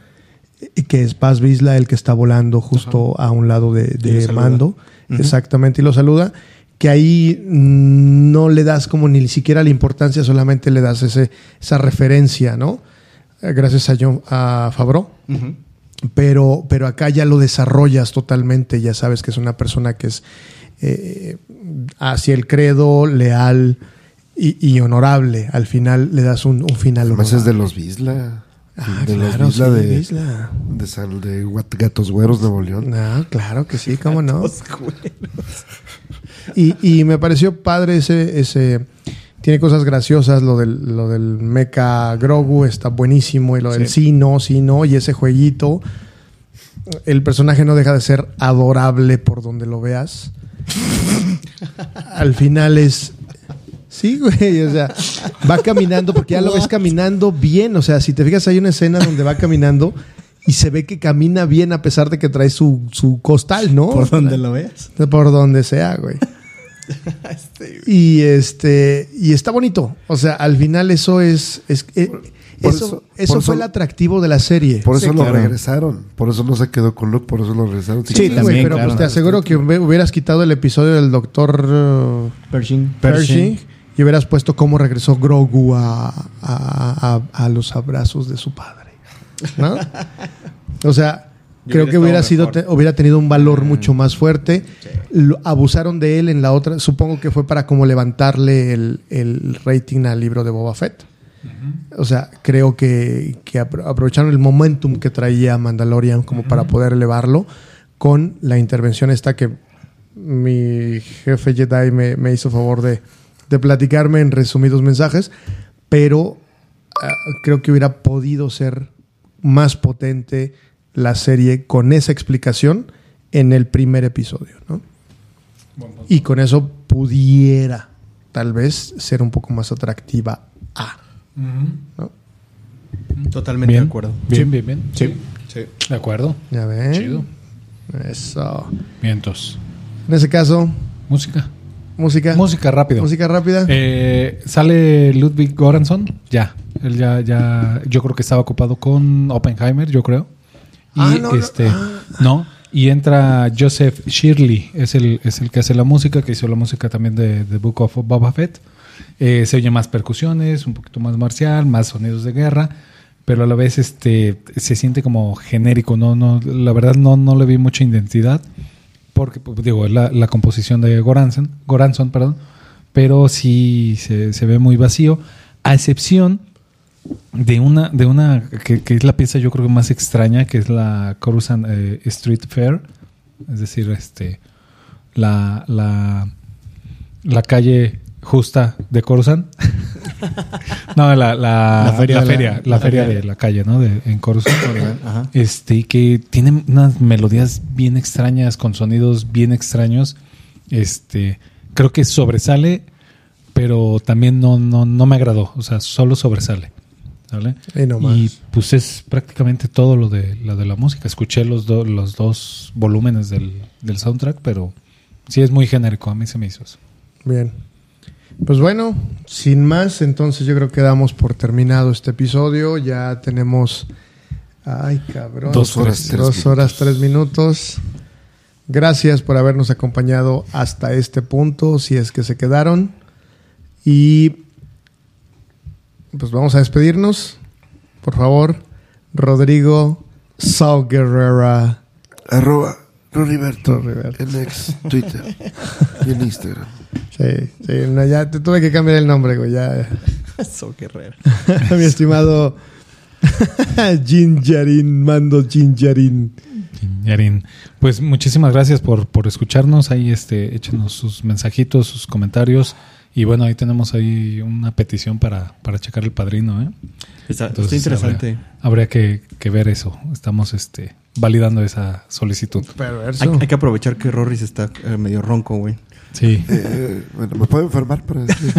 Speaker 1: eh, que es Paz Vizla el que está volando justo a un lado de,
Speaker 4: Y lo
Speaker 1: de
Speaker 4: saluda.
Speaker 1: Mando. Exactamente, y lo saluda. Que ahí mm, no le das como ni siquiera la importancia, solamente le das ese, esa referencia, ¿no? Eh, Gracias a, John, a Favreau pero, pero acá ya lo desarrollas totalmente, ya sabes que es una persona que es eh, hacia el credo, leal y, y honorable. Al final le das un, un final
Speaker 2: Además Pues es
Speaker 1: honorable.
Speaker 2: de los Bisla.
Speaker 1: Ah,
Speaker 2: de
Speaker 1: claro,
Speaker 2: los Bisla
Speaker 1: sí,
Speaker 2: de,
Speaker 1: Bisla.
Speaker 2: de Sal de Guat- Gatos Güeros, Nuevo León.
Speaker 1: No, Ah, claro que sí, cómo no. Y, y me pareció padre ese, ese. Tiene cosas graciosas, lo del, lo del Mecha Grogu está buenísimo, y lo del sí, no, sí, no, y ese jueguito. El personaje no deja de ser adorable por donde lo veas. Al final es. Sí, güey, o sea, va caminando porque ya lo ves caminando bien. O sea, si te fijas, hay una escena donde va caminando y se ve que camina bien a pesar de que trae su, su costal, ¿no?
Speaker 3: Por donde lo veas.
Speaker 1: Por donde sea, güey. Y este y está bonito. O sea, al final eso es, es- eh,
Speaker 2: Por
Speaker 1: eso,
Speaker 2: eso-
Speaker 1: eso
Speaker 2: por
Speaker 1: fue
Speaker 2: eso-
Speaker 1: el atractivo de la serie.
Speaker 2: Por eso
Speaker 3: Sí,
Speaker 2: lo
Speaker 3: claro.
Speaker 2: regresaron. Por eso no se quedó con Luke, por eso lo regresaron.
Speaker 1: Sí,
Speaker 2: Sin-
Speaker 1: güey,
Speaker 5: también,
Speaker 1: pero
Speaker 5: claro.
Speaker 1: pues te aseguro que hube- hubieras quitado el episodio del doctor eh,
Speaker 5: Pershing.
Speaker 1: Pershing y hubieras puesto cómo regresó Grogu a, a- a- a los abrazos de su padre. ¿No? O sea,
Speaker 3: Yo
Speaker 1: creo
Speaker 3: hubiera
Speaker 1: que hubiera
Speaker 3: estado
Speaker 1: sido
Speaker 3: mejor. Mm.
Speaker 1: te- hubiera tenido un valor mucho más fuerte. Lo- abusaron de él en la otra. Supongo que fue para como levantarle el, el rating al libro de Boba Fett. O sea, creo que, que apro- aprovecharon el momentum que traía Mandalorian como para poder elevarlo con la intervención esta que mi jefe Jedi me, me hizo favor de, de platicarme en resumidos mensajes, pero ah, creo que hubiera podido ser más potente la serie con esa explicación en el primer episodio, ¿no? Y con eso pudiera tal vez ser un poco más atractiva a...
Speaker 3: Totalmente
Speaker 4: Bien.
Speaker 3: de acuerdo.
Speaker 4: Bien, bien, bien.
Speaker 5: Sí.
Speaker 4: De acuerdo.
Speaker 1: Ya ven.
Speaker 4: Chido.
Speaker 1: Eso.
Speaker 4: Vientos.
Speaker 1: En ese caso,
Speaker 4: Música.
Speaker 1: música.
Speaker 4: Música rápido.
Speaker 1: Música rápida.
Speaker 4: Eh, sale Ludwig Göransson, ya. Él ya, ya, yo creo que estaba ocupado con Oppenheimer, yo creo. Y
Speaker 1: Ah, no, no.
Speaker 4: este, no. Y entra Joseph Shirley, es el, es el que hace la música, que hizo la música también de The Book of Boba Fett. Eh, se oye más percusiones, un poquito más marcial, más sonidos de guerra, pero a la vez este, se siente como genérico. No, no, la verdad no, no le vi mucha identidad porque pues, digo, es la, la composición de Goranson, Goranson perdón, pero sí se, se ve muy vacío, a excepción de una, de una que, que es la pieza yo creo que más extraña, que es la Coruscant eh, Street Fair, es decir, este la, la, la calle justa de Coruscant. no, la, la,
Speaker 5: La feria
Speaker 4: la
Speaker 5: de la-
Speaker 4: feria, la
Speaker 5: la
Speaker 4: feria
Speaker 5: feria.
Speaker 4: de la calle, ¿no? De, en Coruscant.
Speaker 5: Ajá.
Speaker 4: Este, que tiene unas melodías bien extrañas, con sonidos bien extraños. Este, creo que sobresale, pero también no, no, no me agradó. O sea, solo sobresale. ¿Sale?
Speaker 1: Y no más.
Speaker 4: Y pues es prácticamente todo lo de, lo de la música. Escuché los, do- los dos volúmenes del, del soundtrack, pero sí es muy genérico. A mí se me hizo eso.
Speaker 1: Bien. Pues bueno, sin más, entonces yo creo que damos por terminado este episodio. Ya tenemos. Ay, cabrón.
Speaker 2: Dos horas, tres
Speaker 1: Dos
Speaker 2: minutos.
Speaker 1: horas, tres minutos. Gracias por habernos acompañado hasta este punto, si es que se quedaron. Y pues vamos a despedirnos. Por favor, Rodrigo Sao Guerrera.
Speaker 2: Arroba Roriberto
Speaker 1: Roriberto.
Speaker 2: en ex Twitter y en Instagram.
Speaker 1: Sí, sí, no, ya te tuve que cambiar el nombre, güey. Ya.
Speaker 3: So Guerrero.
Speaker 1: Mi estimado Gingerin, mando Gingerin.
Speaker 4: Yarin, pues muchísimas gracias por, por escucharnos. Ahí este, échenos sus mensajitos, sus comentarios. Y bueno, ahí tenemos ahí una petición para, para checar el padrino. ¿eh?
Speaker 3: Está, está
Speaker 4: Entonces,
Speaker 3: interesante.
Speaker 4: Habría, habría que, que ver eso. Estamos este, validando esa solicitud.
Speaker 1: Perverso.
Speaker 3: Hay, hay que aprovechar que Rory se está eh, medio ronco, güey.
Speaker 4: Sí.
Speaker 2: Eh, bueno, me puedo enfermar para decir?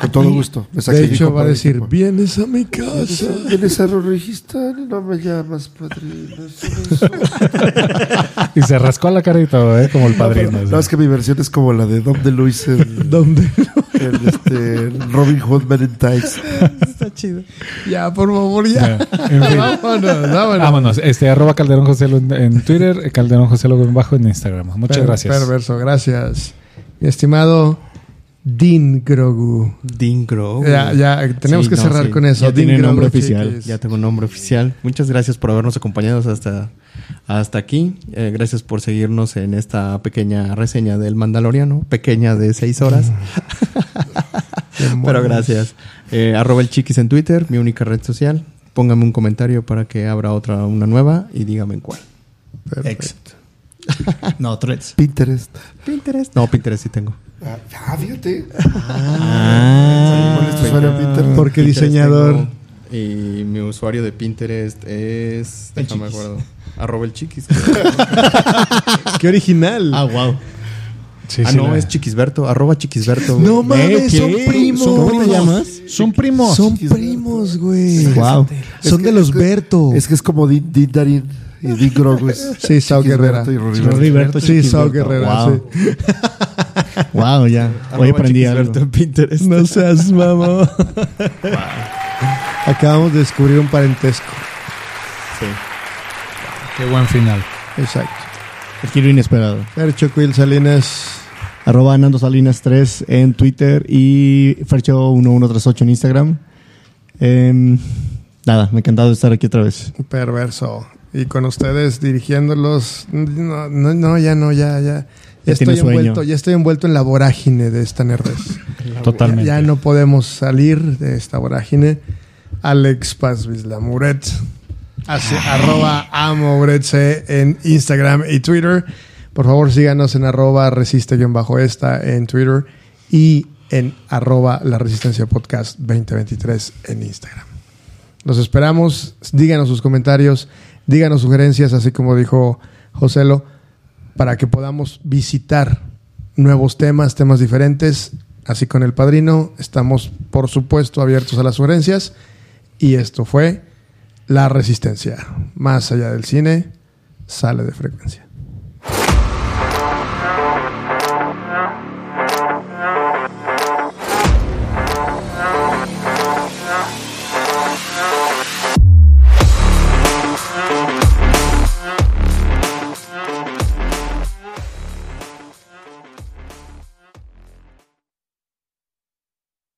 Speaker 2: Con todo gusto. Me
Speaker 1: De
Speaker 2: sacrifico
Speaker 1: hecho, va a
Speaker 2: por el
Speaker 1: decir,
Speaker 2: equipo.
Speaker 1: vienes a mi casa.
Speaker 2: Vienes a Rorigistán y no me llamas padrino. es un insulto.
Speaker 4: Y se rascó la cara y todo, ¿eh? como el padrino.
Speaker 2: No, es
Speaker 4: así.
Speaker 2: que mi versión es como la de Dom de Luis en,
Speaker 1: ¿Dónde?
Speaker 2: en, este, en Robin Hood Valentine's.
Speaker 1: ya, por favor, ya.
Speaker 4: En fin.
Speaker 1: vámonos, vámonos.
Speaker 4: Vámonos, este, arroba Calderón José Lo en, en Twitter, eh, Calderón José Lo en bajo en Instagram. Muchas
Speaker 1: Per-
Speaker 4: gracias.
Speaker 1: Perverso, gracias. Mi estimado Dean Grogu.
Speaker 3: Dingro.
Speaker 1: Ya, ya, tenemos
Speaker 3: Sí,
Speaker 1: que
Speaker 3: no,
Speaker 1: cerrar
Speaker 3: sí.
Speaker 1: con eso.
Speaker 5: Ya tiene
Speaker 1: Grogu,
Speaker 5: nombre oficial.
Speaker 1: chiquis.
Speaker 3: Ya tengo un nombre oficial. Muchas gracias por habernos acompañado hasta, hasta aquí. Eh, gracias por seguirnos en esta pequeña reseña del Mandaloriano, pequeña de seis horas.
Speaker 1: Mm.
Speaker 3: Pero gracias. Eh, arroba el chiquis en Twitter, mi única red social. Póngame un comentario para que abra otra, una nueva y dígame en cuál.
Speaker 5: Ex. No, threads.
Speaker 2: Pinterest.
Speaker 3: Pinterest. No, Pinterest sí tengo.
Speaker 2: Ah, ah, fíjate.
Speaker 3: Ah,
Speaker 2: Esto suena a Pinterest.
Speaker 1: Porque diseñador.
Speaker 3: Y mi usuario de Pinterest es.
Speaker 5: El
Speaker 3: Déjame
Speaker 5: chiquis.
Speaker 3: acuerdo. Arroba el chiquis.
Speaker 1: Qué original.
Speaker 5: Ah, wow.
Speaker 4: Sí,
Speaker 3: ah,
Speaker 4: sí,
Speaker 3: no,
Speaker 4: la-
Speaker 3: es Chiquisberto. Arroba Chiquisberto. güey.
Speaker 1: no
Speaker 4: ¿Eh?
Speaker 1: mames, son
Speaker 4: ¿Qué?
Speaker 1: primos.
Speaker 4: ¿Son primos? Son primos.
Speaker 1: Son primos, güey.
Speaker 5: Wow.
Speaker 1: Son
Speaker 2: que-
Speaker 1: de los
Speaker 2: que-
Speaker 1: Berto.
Speaker 2: Es que es como Din, Din Darin y Din Grogu. es
Speaker 1: Sí, Sao Guerrera.
Speaker 2: Chiquisberto y Rorriberto.
Speaker 5: Rorriberto,
Speaker 1: Sí, Sao
Speaker 5: Chiquisberto.
Speaker 1: Guerrera.
Speaker 5: Wow.
Speaker 1: sí.
Speaker 5: Wow, ya. Hoy
Speaker 3: Arroba
Speaker 5: aprendí
Speaker 3: Chiquisberto
Speaker 5: algo.
Speaker 3: en Pinterest.
Speaker 1: No seas mamón. Acabamos de descubrir un parentesco.
Speaker 4: Qué buen final.
Speaker 1: Exacto.
Speaker 5: El giro inesperado.
Speaker 1: Fercho Quil Salinas.
Speaker 5: Arroba Nando Salinas 3 en Twitter y Fercho1138 en Instagram. Em, nada, me ha encantado estar aquí otra vez.
Speaker 1: Perverso. Y con ustedes dirigiéndolos. No, no, no, ya no, ya, ya. Ya
Speaker 5: Ya tiene
Speaker 1: estoy,
Speaker 5: sueño.
Speaker 1: envuelto, ya estoy envuelto en la vorágine de esta nerdez.
Speaker 4: Totalmente.
Speaker 1: Ya no podemos salir de esta vorágine. Alex Paz Vislamuret. Hace arroba amouretce en Instagram y Twitter. Por favor, síganos en arroba resiste-esta en Twitter y en arroba la resistencia podcast 2023 en Instagram. Los esperamos. Díganos sus comentarios, díganos sugerencias, así como dijo Joselo, para que podamos visitar nuevos temas, temas diferentes. Así con el padrino, estamos por supuesto abiertos a las sugerencias. Y esto fue La Resistencia. Más allá del cine, sale de frecuencia.